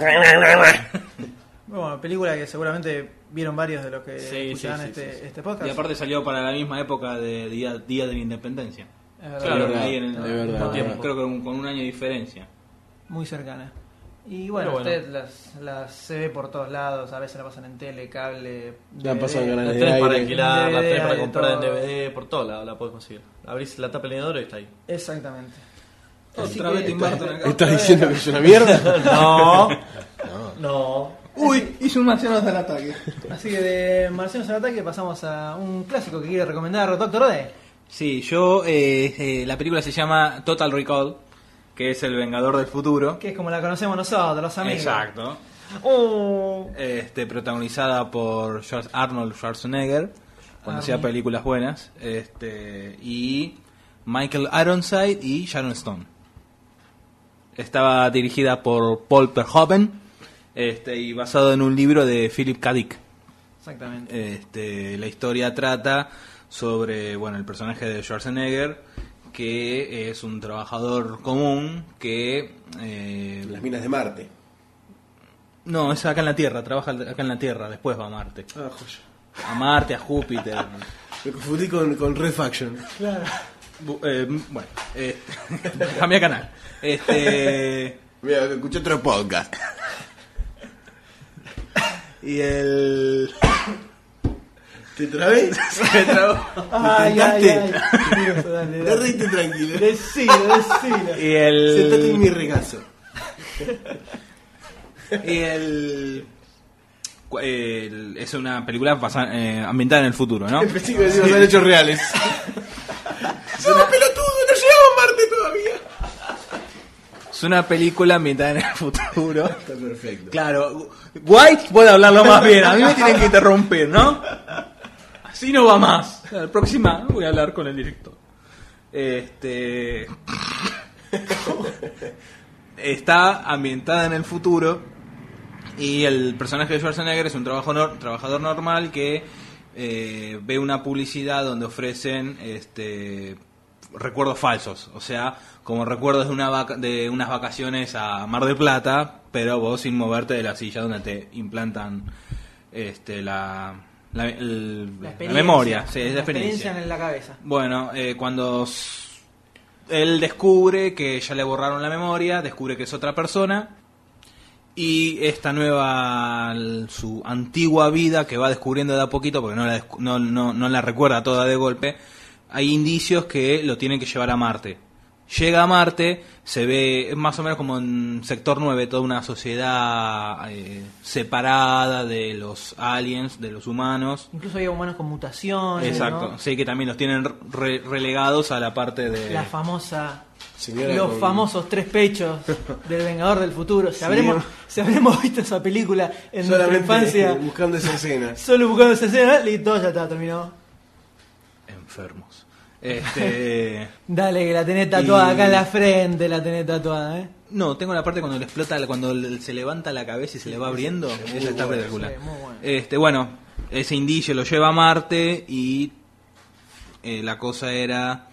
Bueno, película que seguramente vieron varios de los que Sí, escuchaban sí, sí, este, sí, sí. este podcast. Y aparte salió para la misma época de Día, día de la Independencia. Es verdad. Claro, Es verdad, ahí en el- es verdad, mismo es tiempo. verdad. creo que un- con un año de diferencia. muy cercana. Y bueno, Pero bueno. usted las, las se ve por todos lados, a veces la pasan en tele, cable. La DVD. pasan en canales La de tenés para aire. alquilar, la DVD, tenés para hay de comprar en todo. DVD, por todo lado la podés conseguir. Abrís la tapa del inodoro y está ahí. Exactamente. Otra vez Tim Burton acá. ¿Estás diciendo que es una [LAUGHS] mierda? [LAUGHS] No. No. Uy, hizo un marciano del ataque. Así que de Marcianos en Ataque pasamos a un clásico que quiere recomendar Doctor Ode. Sí, yo. eh, eh, la película se llama Total Recall, que es El Vengador del Futuro. Que es como la conocemos nosotros, los amigos. Exacto. Oh. Este, protagonizada por Schwar- Arnold Schwarzenegger, cuando hacía Arnie. películas buenas. Este, y Michael Ironside y Sharon Stone. Estaba dirigida por Paul Verhoeven este, y basado en un libro de Philip K. Dick. Exactamente. Este, la historia trata sobre bueno el personaje de Schwarzenegger que es un trabajador común que eh, Las minas de Marte. no es acá en la Tierra trabaja acá en la Tierra después va a Marte Ah, joya. a Marte a Júpiter Me confundí con, con Red Faction. Claro. Bu- eh, bueno eh, [LAUGHS] cambié de canal este Mira, escuché otro podcast. y el ¿Te trabé? se trabó. Ay, ay, ay. Curioso, [LAUGHS] dale, Te dale. reíste tranquilo. Decilo, decilo. y el Sentate en mi regazo. Y el, cu- el- es una película basa- eh, ambientada en el futuro, [LAUGHS] ¿no? Pensé que me decías los hechos [LAUGHS] reales. ¡No, pelotudo! ¡No llegamos a Marte todavía! Es una película ambientada en el futuro. Está perfecto. Claro, White puede hablarlo más bien, a mí me tienen que interrumpir, ¿no? Así no va más. La próxima voy a hablar con el director. Este está ambientada en el futuro y el personaje de Schwarzenegger es un trabajo nor- trabajador normal que eh, ve una publicidad donde ofrecen este recuerdos falsos, o sea, como recuerdos de, una vaca- de unas vacaciones a Mar del Plata, pero vos sin moverte de la silla donde te implantan este, la, la- el- La [LAUGHS] la experiencia. memoria, sí, es La la experiencia. en la cabeza. Bueno, eh, cuando s- él descubre que ya le borraron la memoria, descubre que es otra persona y esta nueva, l- su antigua vida que va descubriendo de a poquito, porque no la, descu- no, no, no la recuerda toda de golpe, hay indicios que lo tienen que llevar a Marte. Llega a Marte, se ve es más o menos como en Sector 9, toda una sociedad eh, separada de los aliens, de los humanos. Incluso había humanos con mutaciones. Exacto, ¿no? sí que también los tienen re- relegados a la parte de... La famosa. Señora los con- famosos tres [LAUGHS] pechos del Vengador del Futuro. Si habremos, si habremos [LAUGHS] visto esa película en nuestra Solamente [LAUGHS] eh, infancia, buscando esa escena. solo buscando esa escena, listo, ya está, terminó. Enfermos. Este... [LAUGHS] Dale, que la tenés tatuada Y- acá en la frente, la tenés tatuada, ¿eh? No, tengo la parte cuando le explota, cuando le- se levanta la cabeza y se le va abriendo. Esa está espectacular. sí, muy bueno. Este, bueno, ese indicio lo lleva a Marte y eh, la cosa era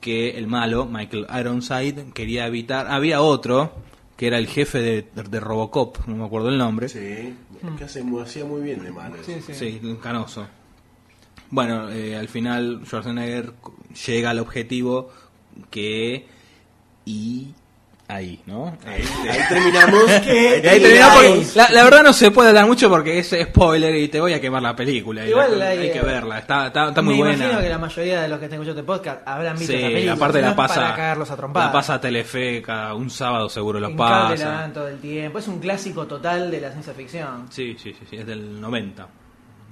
que el malo, Michael Ironside, quería evitar... Había otro, que era el jefe de, de Robocop, no me acuerdo el nombre. Sí, que hace, hacía muy bien de malo. eso. Sí, un canoso. Bueno, eh, al final Schwarzenegger c- llega al objetivo que... Y ahí, ¿no? Este- Ahí terminamos. Y ahí terminamos porque- la, la verdad no se puede hablar mucho porque es spoiler y te voy a quemar la película. y Igual la- hay, hay que eh, verla, está, está, está muy Me buena. imagino que la mayoría de los que están escuchando este podcast habrán visto Sí, esa película. la parte no la es pasa. Para cagarlos a trompadas. la pasa a Telefe cada un sábado seguro la En cable la pasa. dan todo el tiempo. Es un clásico total de la ciencia ficción. Sí, sí, sí, sí, es del 90.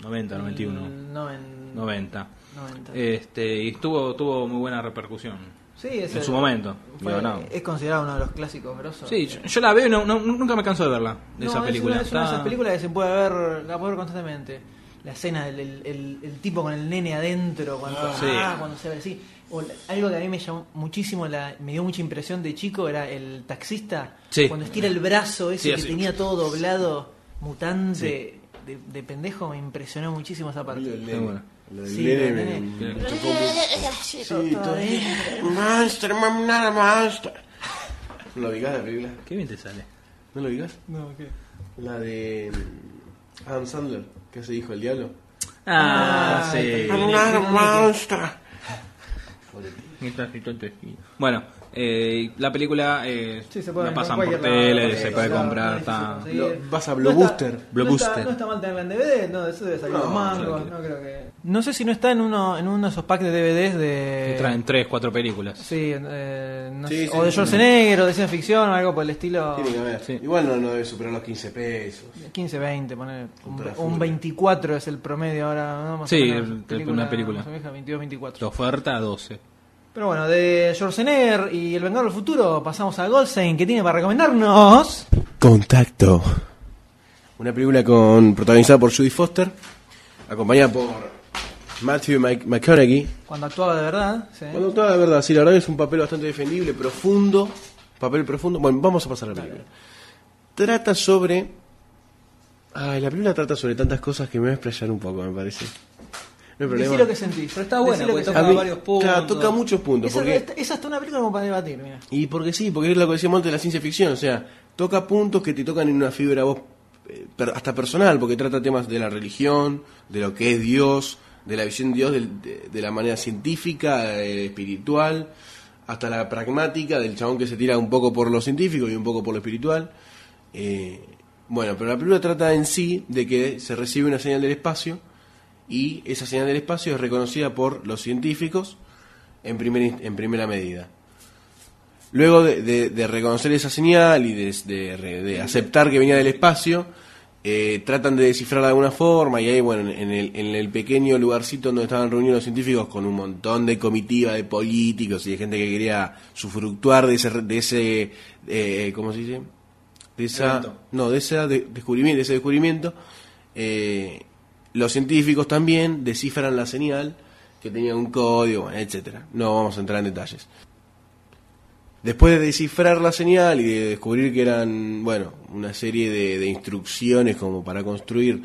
90, 91. Mm, noven- 90. 90. Eh, Este, y estuvo, tuvo muy buena repercusión. Sí, es en el- su momento. fue- Digo, no. Es considerado uno de los clásicos grosos. Sí, yo, yo la veo y no- no- nunca me canso de verla, de No, esa es película. una- Es una, de Está- esas películas que se puede ver, la puede ver constantemente. La escena del el, el- el tipo con el nene adentro, cuando, Ah. Sí. ah, cuando se ve así. O la- algo que a mí me llamó muchísimo, la, me dio mucha impresión de chico, era el taxista. Sí. Cuando estira el brazo ese Sí, que así. tenía todo doblado, mutante, de, de pendejo, me impresionó muchísimo esa parte. nene. Bueno. Lo del Sí, nene lo del me- nene. me chocó mucho. Sí, todo bien. Monster, mom, not a monster. ¿No lo ubicás la película? Qué bien te sale. ¿No lo ubicás? No, ¿qué? La de mm, Adam Sandler, que hace Hijo del Diablo. Ah, Ah, sí. el I'm not a película. monster. Bueno, eh, la película eh, Sí, se puede la ver en pasan por cualquier lado, tele, sí, se sí, puede sí, comprar. sí, sí, Está... sí, sí. Vas a No está- Blockbuster. No está, no está mal tenerla en DVD, no, eso debe salir No, los mangos, tranquilo. no creo que... No sé si no está en uno, en uno de esos packs de DVDs de... Te traen tres, cuatro películas. Sí, eh, no Sí, sé, sí, o de sí. Schwarzenegger, o de ciencia ficción, o algo por el estilo. Tiene que ver. Igual no, no debe superar los 15 pesos. 15, 20, poner un, Ultra ve- full. un 24 es el promedio ahora. ¿no? Más o Sí, menos, el- el- una película. más o menos, 22, 24. La oferta 12. Pero bueno, de Schwarzenegger y El Vengador del Futuro pasamos a Goldstein, que tiene para recomendarnos. Contacto. Una película con protagonizada por Judy Foster, acompañada por Matthew Mc- McConaughey. Cuando actuaba de verdad. sí. Bueno, toda la verdad, sí, la verdad es un papel bastante defendible, profundo, papel profundo. Bueno, vamos a pasar a la película. Trata sobre... Ay, la película trata sobre tantas cosas que me voy a explayar un poco, me parece. No hay Decí problema. lo que sentís. Pero está bueno, porque A mí- Claro, Ah, toca muchos puntos. Esa, porque- esa- esa está una película como para debatir, mira. Y porque sí, porque es lo que decíamos antes de la ciencia ficción, o sea, toca puntos que te tocan en una fibra vos eh, per- hasta personal, porque trata temas de la religión, de lo que es Dios, de la visión de Dios del- de, de la manera científica, eh, espiritual, hasta la pragmática del chabón que se tira un poco por lo científico y un poco por lo espiritual. Eh, bueno, pero la película trata en sí de que se recibe una señal del espacio y esa señal del espacio es reconocida por los científicos en, primer inst- en primera medida. Luego de, de- de reconocer esa señal y de, de re- de aceptar que venía del espacio, eh, tratan de descifrarla de alguna forma y ahí, bueno, en el, en el pequeño lugarcito donde estaban reunidos los científicos con un montón de comitiva de políticos y de gente que quería sufructuar de ese, re- de ese eh, ¿cómo se dice? De esa, Evento. no, de, esa de- descubrimiento, de ese descubrimiento, eh, los científicos también descifran la señal que tenía un código, bueno, etcétera. No vamos a entrar en detalles. Después de descifrar la señal y de descubrir que eran, bueno, una serie de, de instrucciones como para construir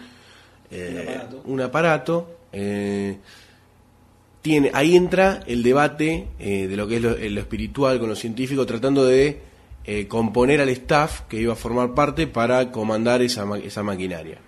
eh, un aparato, eh, tiene, ahí entra el debate eh, de lo que es lo, eh, lo espiritual con lo científico, tratando de eh, componer al staff que iba a formar parte para comandar esa, ma- esa maquinaria.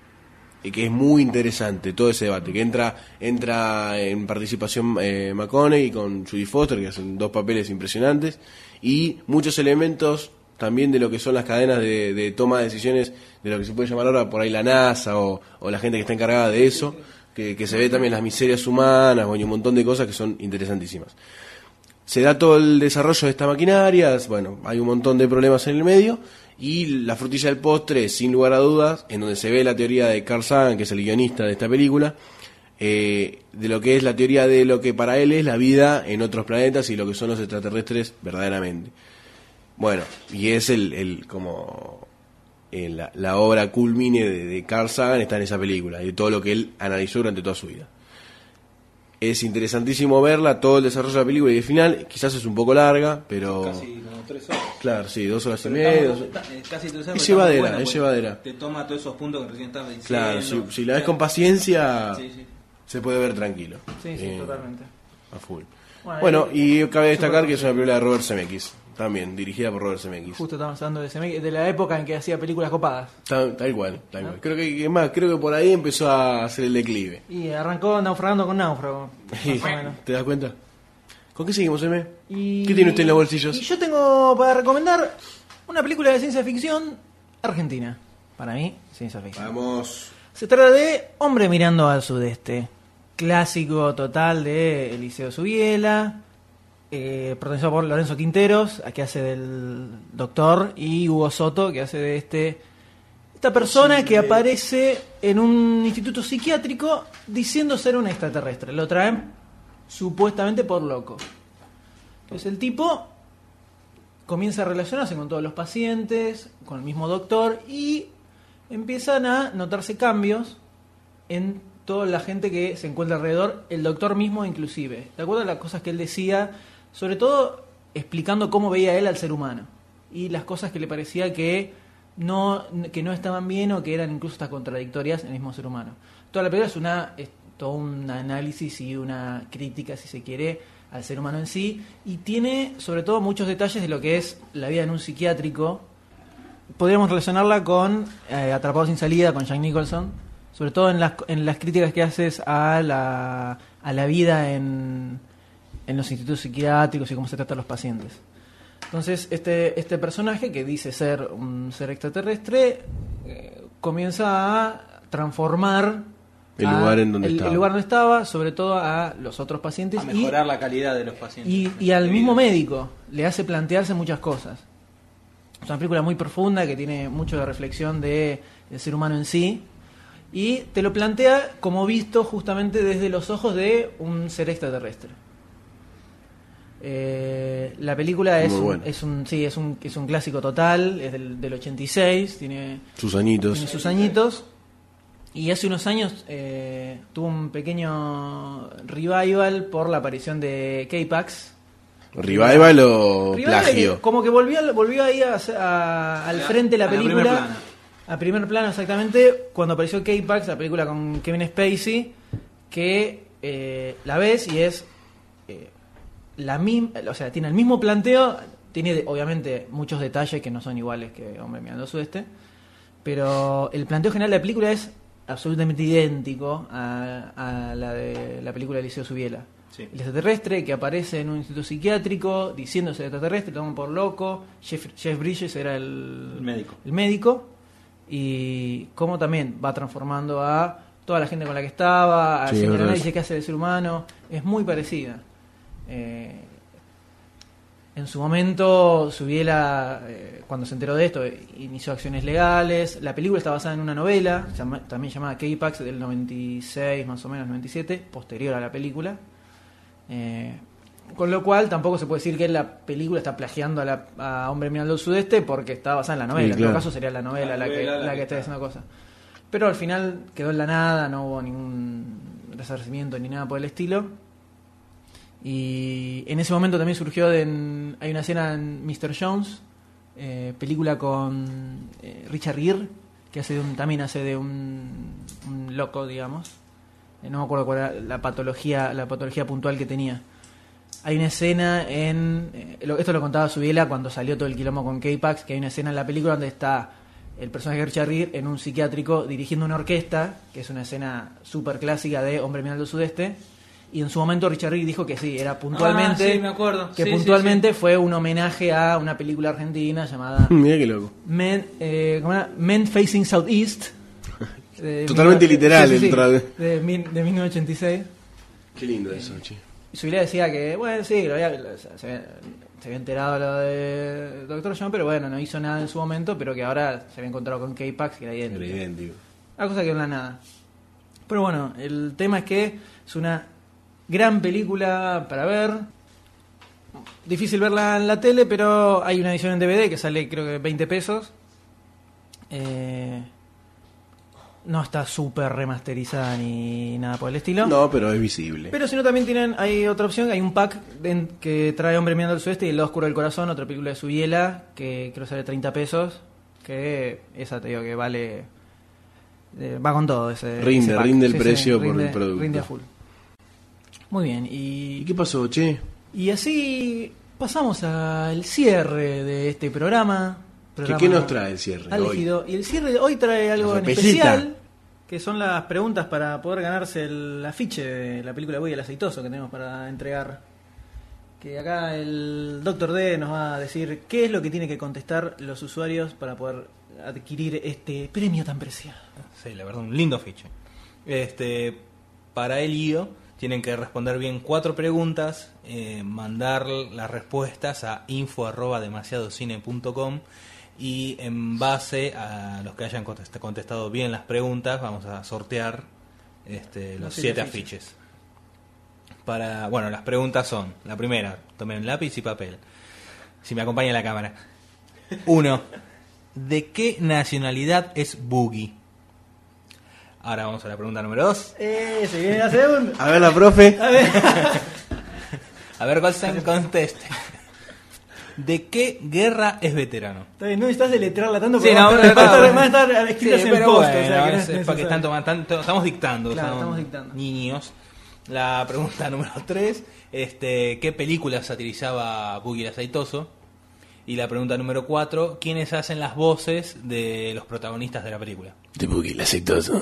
Y que es muy interesante todo ese debate, que entra, entra en participación eh, McConaughey con Judy Foster, que hacen dos papeles impresionantes, y muchos elementos también de lo que son las cadenas de, de toma de decisiones, de lo que se puede llamar ahora por ahí la NASA o, o la gente que está encargada de eso, que, que se ve también las miserias humanas, bueno, y un montón de cosas que son interesantísimas. Se da todo el desarrollo de esta maquinaria, es- bueno, hay un montón de problemas en el medio, y la frutilla del postre, sin lugar a dudas, en donde se ve la teoría de Carl Sagan, que es el guionista de esta película, eh, de lo que es la teoría de lo que para él es la vida en otros planetas y lo que son los extraterrestres verdaderamente. Bueno, y es el, el como eh, la, la obra culmine de, de Carl Sagan está en esa película y de todo lo que él analizó durante toda su vida. Es interesantísimo verla, todo el desarrollo de la película y el final, quizás es un poco larga, pero... Casi como tres horas. Claro, sí, dos horas y Pero media. está- dos- está- eh, casi tres horas, es está llevadera, muy buena, es porque llevadera. Te toma todos esos puntos que recién estabas diciendo. Claro, si, si la ves con paciencia, Sí, sí. se puede ver tranquilo. Sí, sí, Eh, totalmente. A full. Bueno, Bueno, y cabe destacar Super- que es una película de Robert Zemeckis, también, dirigida por Robert Zemeckis. Justo estábamos hablando de, ese- de la época en que hacía películas copadas. Tal, tal cual, tal cual. Creo que, que más, creo que por ahí empezó a hacer el declive. Y arrancó naufragando [LAUGHS] con náufrago. más o menos. ¿Te das cuenta? ¿Con qué seguimos, M? Y- ¿Qué tiene usted en los bolsillos? Y yo tengo para recomendar una película de ciencia ficción argentina. Para mí, ciencia ficción. Vamos. Se trata de Hombre mirando al sudeste. Clásico total de Eliseo Subiela. Eh, protagonizado por Lorenzo Quinteros, que hace del doctor, y Hugo Soto, que hace de este. Esta persona que aparece en un instituto psiquiátrico diciendo ser un extraterrestre. Lo traen supuestamente por loco. Entonces el tipo comienza a relacionarse con todos los pacientes, con el mismo doctor y empiezan a notarse cambios en toda la gente que se encuentra alrededor, el doctor mismo inclusive. De acuerdo a las cosas que él decía, sobre todo explicando cómo veía él al ser humano y las cosas que le parecía que no, que no estaban bien o que eran incluso hasta contradictorias en el mismo ser humano. Toda la película es una es todo un análisis y una crítica, si se quiere, al ser humano en sí y tiene sobre todo muchos detalles de lo que es la vida en un psiquiátrico. Podríamos relacionarla con eh, Atrapado sin salida, con Jack Nicholson, sobre todo en las, en las críticas que haces a la, a la vida en, en los institutos psiquiátricos y cómo se tratan los pacientes. Entonces, este, este personaje que dice ser un ser extraterrestre eh, comienza a transformar El a- lugar en donde el, estaba. el lugar donde estaba, sobre todo a los otros pacientes A y, mejorar la calidad de los pacientes. y, y al mismo médico le hace plantearse muchas cosas. Es una película muy profunda que tiene mucho de reflexión de- del ser humano en sí y te lo plantea como visto justamente desde los ojos de un ser extraterrestre. Eh, la película es Muy un, buena. es un sí es un es un clásico total, es del, del 86, tiene Sus añitos. tiene sus añitos. Y hace unos años eh, tuvo un pequeño revival por la aparición de K-Pax. Revival o Revival plagio. [LAUGHS] que como que volvió, volvió ahí a- a- al frente de la a la película. primer plana. a primer plano, exactamente. Cuando apareció K-Pax, la película con Kevin Spacey, que eh, la ves y es eh, la misma, o sea, tiene el mismo planteo, tiene obviamente muchos detalles que no son iguales que Hombre Mirando al Sudeste, pero el planteo general de la película es absolutamente idéntico a, a la de la película de Liceo Subiela. Sí. El extraterrestre que aparece en un instituto psiquiátrico diciéndose extraterrestre, lo toman por loco. Jeff, Jeff Bridges era el, El médico. el médico. Y cómo también va transformando a toda la gente con la que estaba, al Sí, es verdad análisis eso. que hace del ser humano. Es muy parecida. Eh, en su momento, Subiela, eh, cuando se enteró de esto, eh, inició acciones legales. La película está basada en una novela, llama- también llamada K-Pax, del 96, más o menos, 97, posterior a la película. Eh, con lo cual, tampoco se puede decir que la película está plagiando a, la, a Hombre Mirando al Sudeste porque está basada en la novela. Sí, claro. En todo caso, sería la novela la, La que, novela la, la que que está está. diciendo cosas. Pero al final quedó en la nada, no hubo ningún resarcimiento ni nada por el estilo. Y en ese momento también surgió de en- hay una escena en Mr. Jones, eh, película con eh, Richard Gere, que hace de un, también hace de un, un loco, digamos. Eh, no me acuerdo cuál era la patología, la patología puntual que tenía. Hay una escena en. eh, lo- esto lo contaba Subiela cuando salió todo el quilombo con K-Pax, que hay una escena en la película donde está el personaje de Richard Gere en un psiquiátrico dirigiendo una orquesta, que es una escena súper clásica de Hombre Mirando del Sudeste. Y en su momento Richard Gere dijo que sí, era puntualmente. Ah, sí, me acuerdo. Que Sí, sí, puntualmente Este fue un homenaje a una película argentina llamada Mira qué loco. Men, eh, ¿cómo era? Men Facing Southeast. de [LAUGHS] Totalmente literal el trad- de, mil- de 1986. Qué lindo eso, che. Y Subiela decía que, bueno, sí, lo había- lo- se, se había, se había enterado lo de Dr. John, pero bueno, no hizo nada en su momento, pero que ahora se había encontrado con K-Pax, que era idéntico. Era idéntico. Una cosa que no la nada. Pero bueno, el tema es que es una gran película para ver. Difícil verla en la tele, pero hay una edición en DVD que sale creo que 20 pesos. Eh, no está súper remasterizada ni nada por el estilo. No, pero es visible. Pero si no, también tienen, hay otra opción, hay un pack en- que trae Hombre Mirando al Sudeste y El Lado Oscuro del Corazón, otra película de Subiela, que creo sale 30 pesos, que esa te digo que vale, eh, va con todo ese Rinde, ese pack. rinde el precio por el rinde- producto. Rinde a full. Muy bien, y... ¿Y qué pasó, che? Y así pasamos al cierre de este programa. ¿Qué, programa qué nos trae el cierre hoy? álgido. Y el cierre de hoy trae algo La en sorpresita. especial, que son las preguntas para poder ganarse el afiche de la película Voy al aceitoso que tenemos para entregar. Que acá el Doctor D nos va a decir qué es lo que tiene que contestar los usuarios para poder adquirir este premio tan preciado. Sí, la verdad, un lindo fiche. Este, para el IO tienen que responder bien cuatro preguntas, eh, mandar las respuestas a info arroba demasiadocine.com y en base a los que hayan contest- contestado bien las preguntas vamos a sortear este, los Los siete siete afiches. afiches. para... Bueno, las preguntas son, la primera, tomen lápiz y papel, si me acompaña la cámara. Uno, ¿de qué nacionalidad es Boogie? Ahora vamos a la pregunta número dos. Eh, se viene la segunda. A ver, la profe. A ver. A ver, Goldstein, conteste. ¿De qué guerra es veterano? Está bien, no necesitas deletrearla tanto porque Sí, no, va a no, estar- va a no, estar- no. va a estar escritas Sí, en pero post, bueno, o sea, que no es- no es para que tanto, tanto- estamos dictando, Claro, estamos estamos, dictando. niños. La pregunta [LAUGHS] número 3, este, ¿qué película satirizaba Boogie el Aceitoso? Y la pregunta número 4, ¿quiénes hacen las voces de los protagonistas de la película? De Boogie, el aceitoso.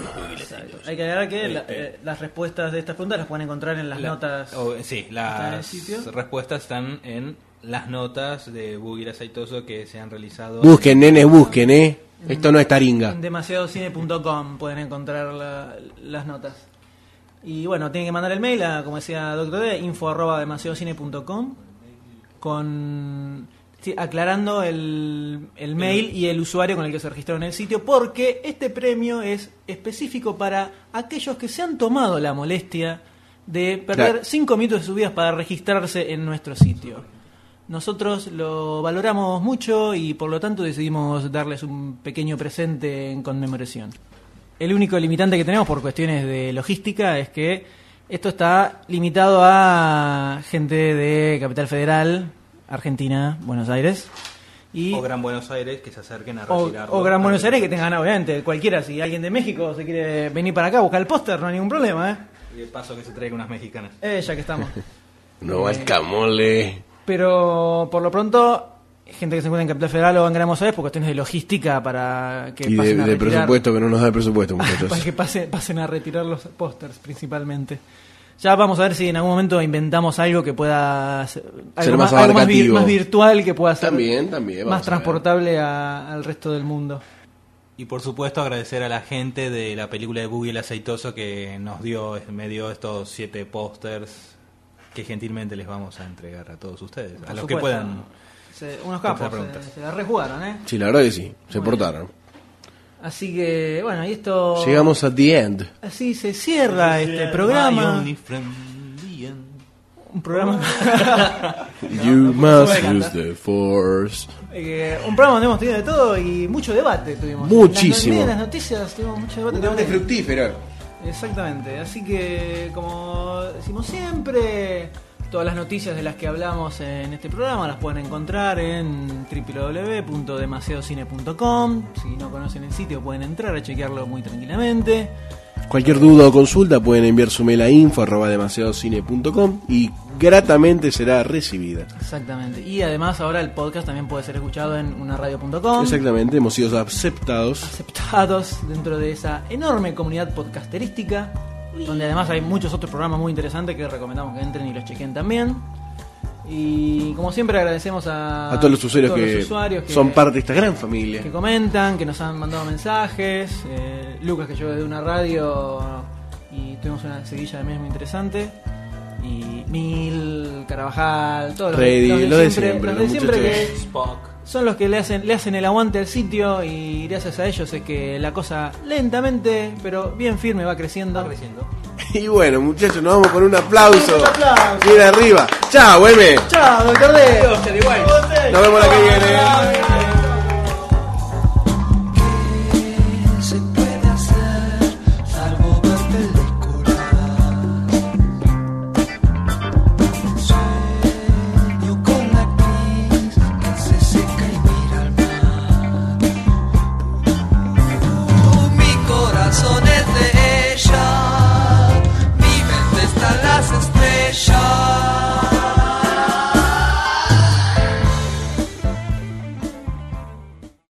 Hay que agregar que la- eh, las respuestas de estas preguntas las pueden encontrar en las Este. La- notas. o- sí, ¿Está en el las sitio? respuestas están en las notas de Boogie el Aceitoso que se han realizado. Busquen, nenes, busquen, ¿eh? Esto no es taringa. En demasiadocine.com pueden encontrar la- las notas. Y bueno, tienen que mandar el mail a, como decía Doctor D, info arroba demasiadocine.com con sí, aclarando el, el mail y el usuario con el que se registró en el sitio, porque este premio es específico para aquellos que se han tomado la molestia de perder Claro. 5 minutos de sus vidas para registrarse en nuestro sitio. Nosotros lo valoramos mucho y por lo tanto decidimos darles un pequeño presente en conmemoración. El único limitante que tenemos por cuestiones de logística es que esto está limitado a gente de Capital Federal, Argentina, Buenos Aires. Y O Gran Buenos Aires que se acerquen a o, retirarlo. o Gran Buenos Aires que tengan, obviamente, cualquiera. Si alguien de México se quiere venir para acá a buscar el póster, no hay ningún problema, ¿eh? Y de paso que se traiga unas mexicanas. Eh, ya que estamos. No al camole. Pero por lo pronto, gente que se encuentra en Capital Federal o en Gran Buenos Aires por cuestiones de logística para que Y de, pasen a de retirar- presupuesto, que no nos da el presupuesto, muchachos. [LAUGHS] para que pase- pasen a retirar los pósters principalmente. Ya vamos a ver si en algún momento inventamos algo que pueda ser, algo más algo más, abarcativo. más virtual que pueda ser También, también, vamos más a transportable a- al resto del mundo. Y por supuesto agradecer a la gente de la película de Boogie el Aceitoso que nos dio, me dio estos siete pósters que gentilmente les vamos a entregar a todos ustedes, a Por los supuesto. que puedan. Se- unos capos, se, contestar preguntas. se la rejugaron, ¿eh? Sí, la verdad que sí, se Muy Oh. portaron. Así que, bueno, y esto... Llegamos a The End. Así se cierra este programa. Un programa... Oh. [LAUGHS] you must puede use the force. Eh, un programa donde hemos tenido de todo y mucho debate tuvimos. Muchísimo. En las noticias tuvimos mucho debate. Un debate también. fructífero. Exactamente. Así que, como decimos siempre, todas las noticias de las que hablamos en este programa las pueden encontrar en www.demasiadocine.com. Si no conocen el sitio, pueden entrar a chequearlo muy tranquilamente. Cualquier duda o consulta pueden enviar su mail a info arroba demasiadocine.com y gratamente será recibida. Exactamente. Y además, ahora el podcast también puede ser escuchado en unaradio.com. Exactamente, hemos sido aceptados. aceptados dentro de esa enorme comunidad podcasterística, donde además hay muchos otros programas muy interesantes que recomendamos que entren y los chequen también. Y como siempre agradecemos a, a todos los usuarios, Ah, todos que, los usuarios que- son parte de esta gran familia. que comentan, que nos han mandado mensajes. eh, Lucas que llegó de una radio y tuvimos una seguilla de memes muy interesante. Y Mil, Carabajal, todos los, Ready, los lo de siempre, los los de siempre muchachos. que Spock. son los que le hacen, le hacen el aguante al sitio y gracias a ellos es que la cosa lentamente, pero bien firme va creciendo. [LAUGHS] Y bueno, muchachos, nos vamos con un aplauso. Un aplauso. Bien arriba. Chao, M. Chao, doctor D. Nos vemos la que viene.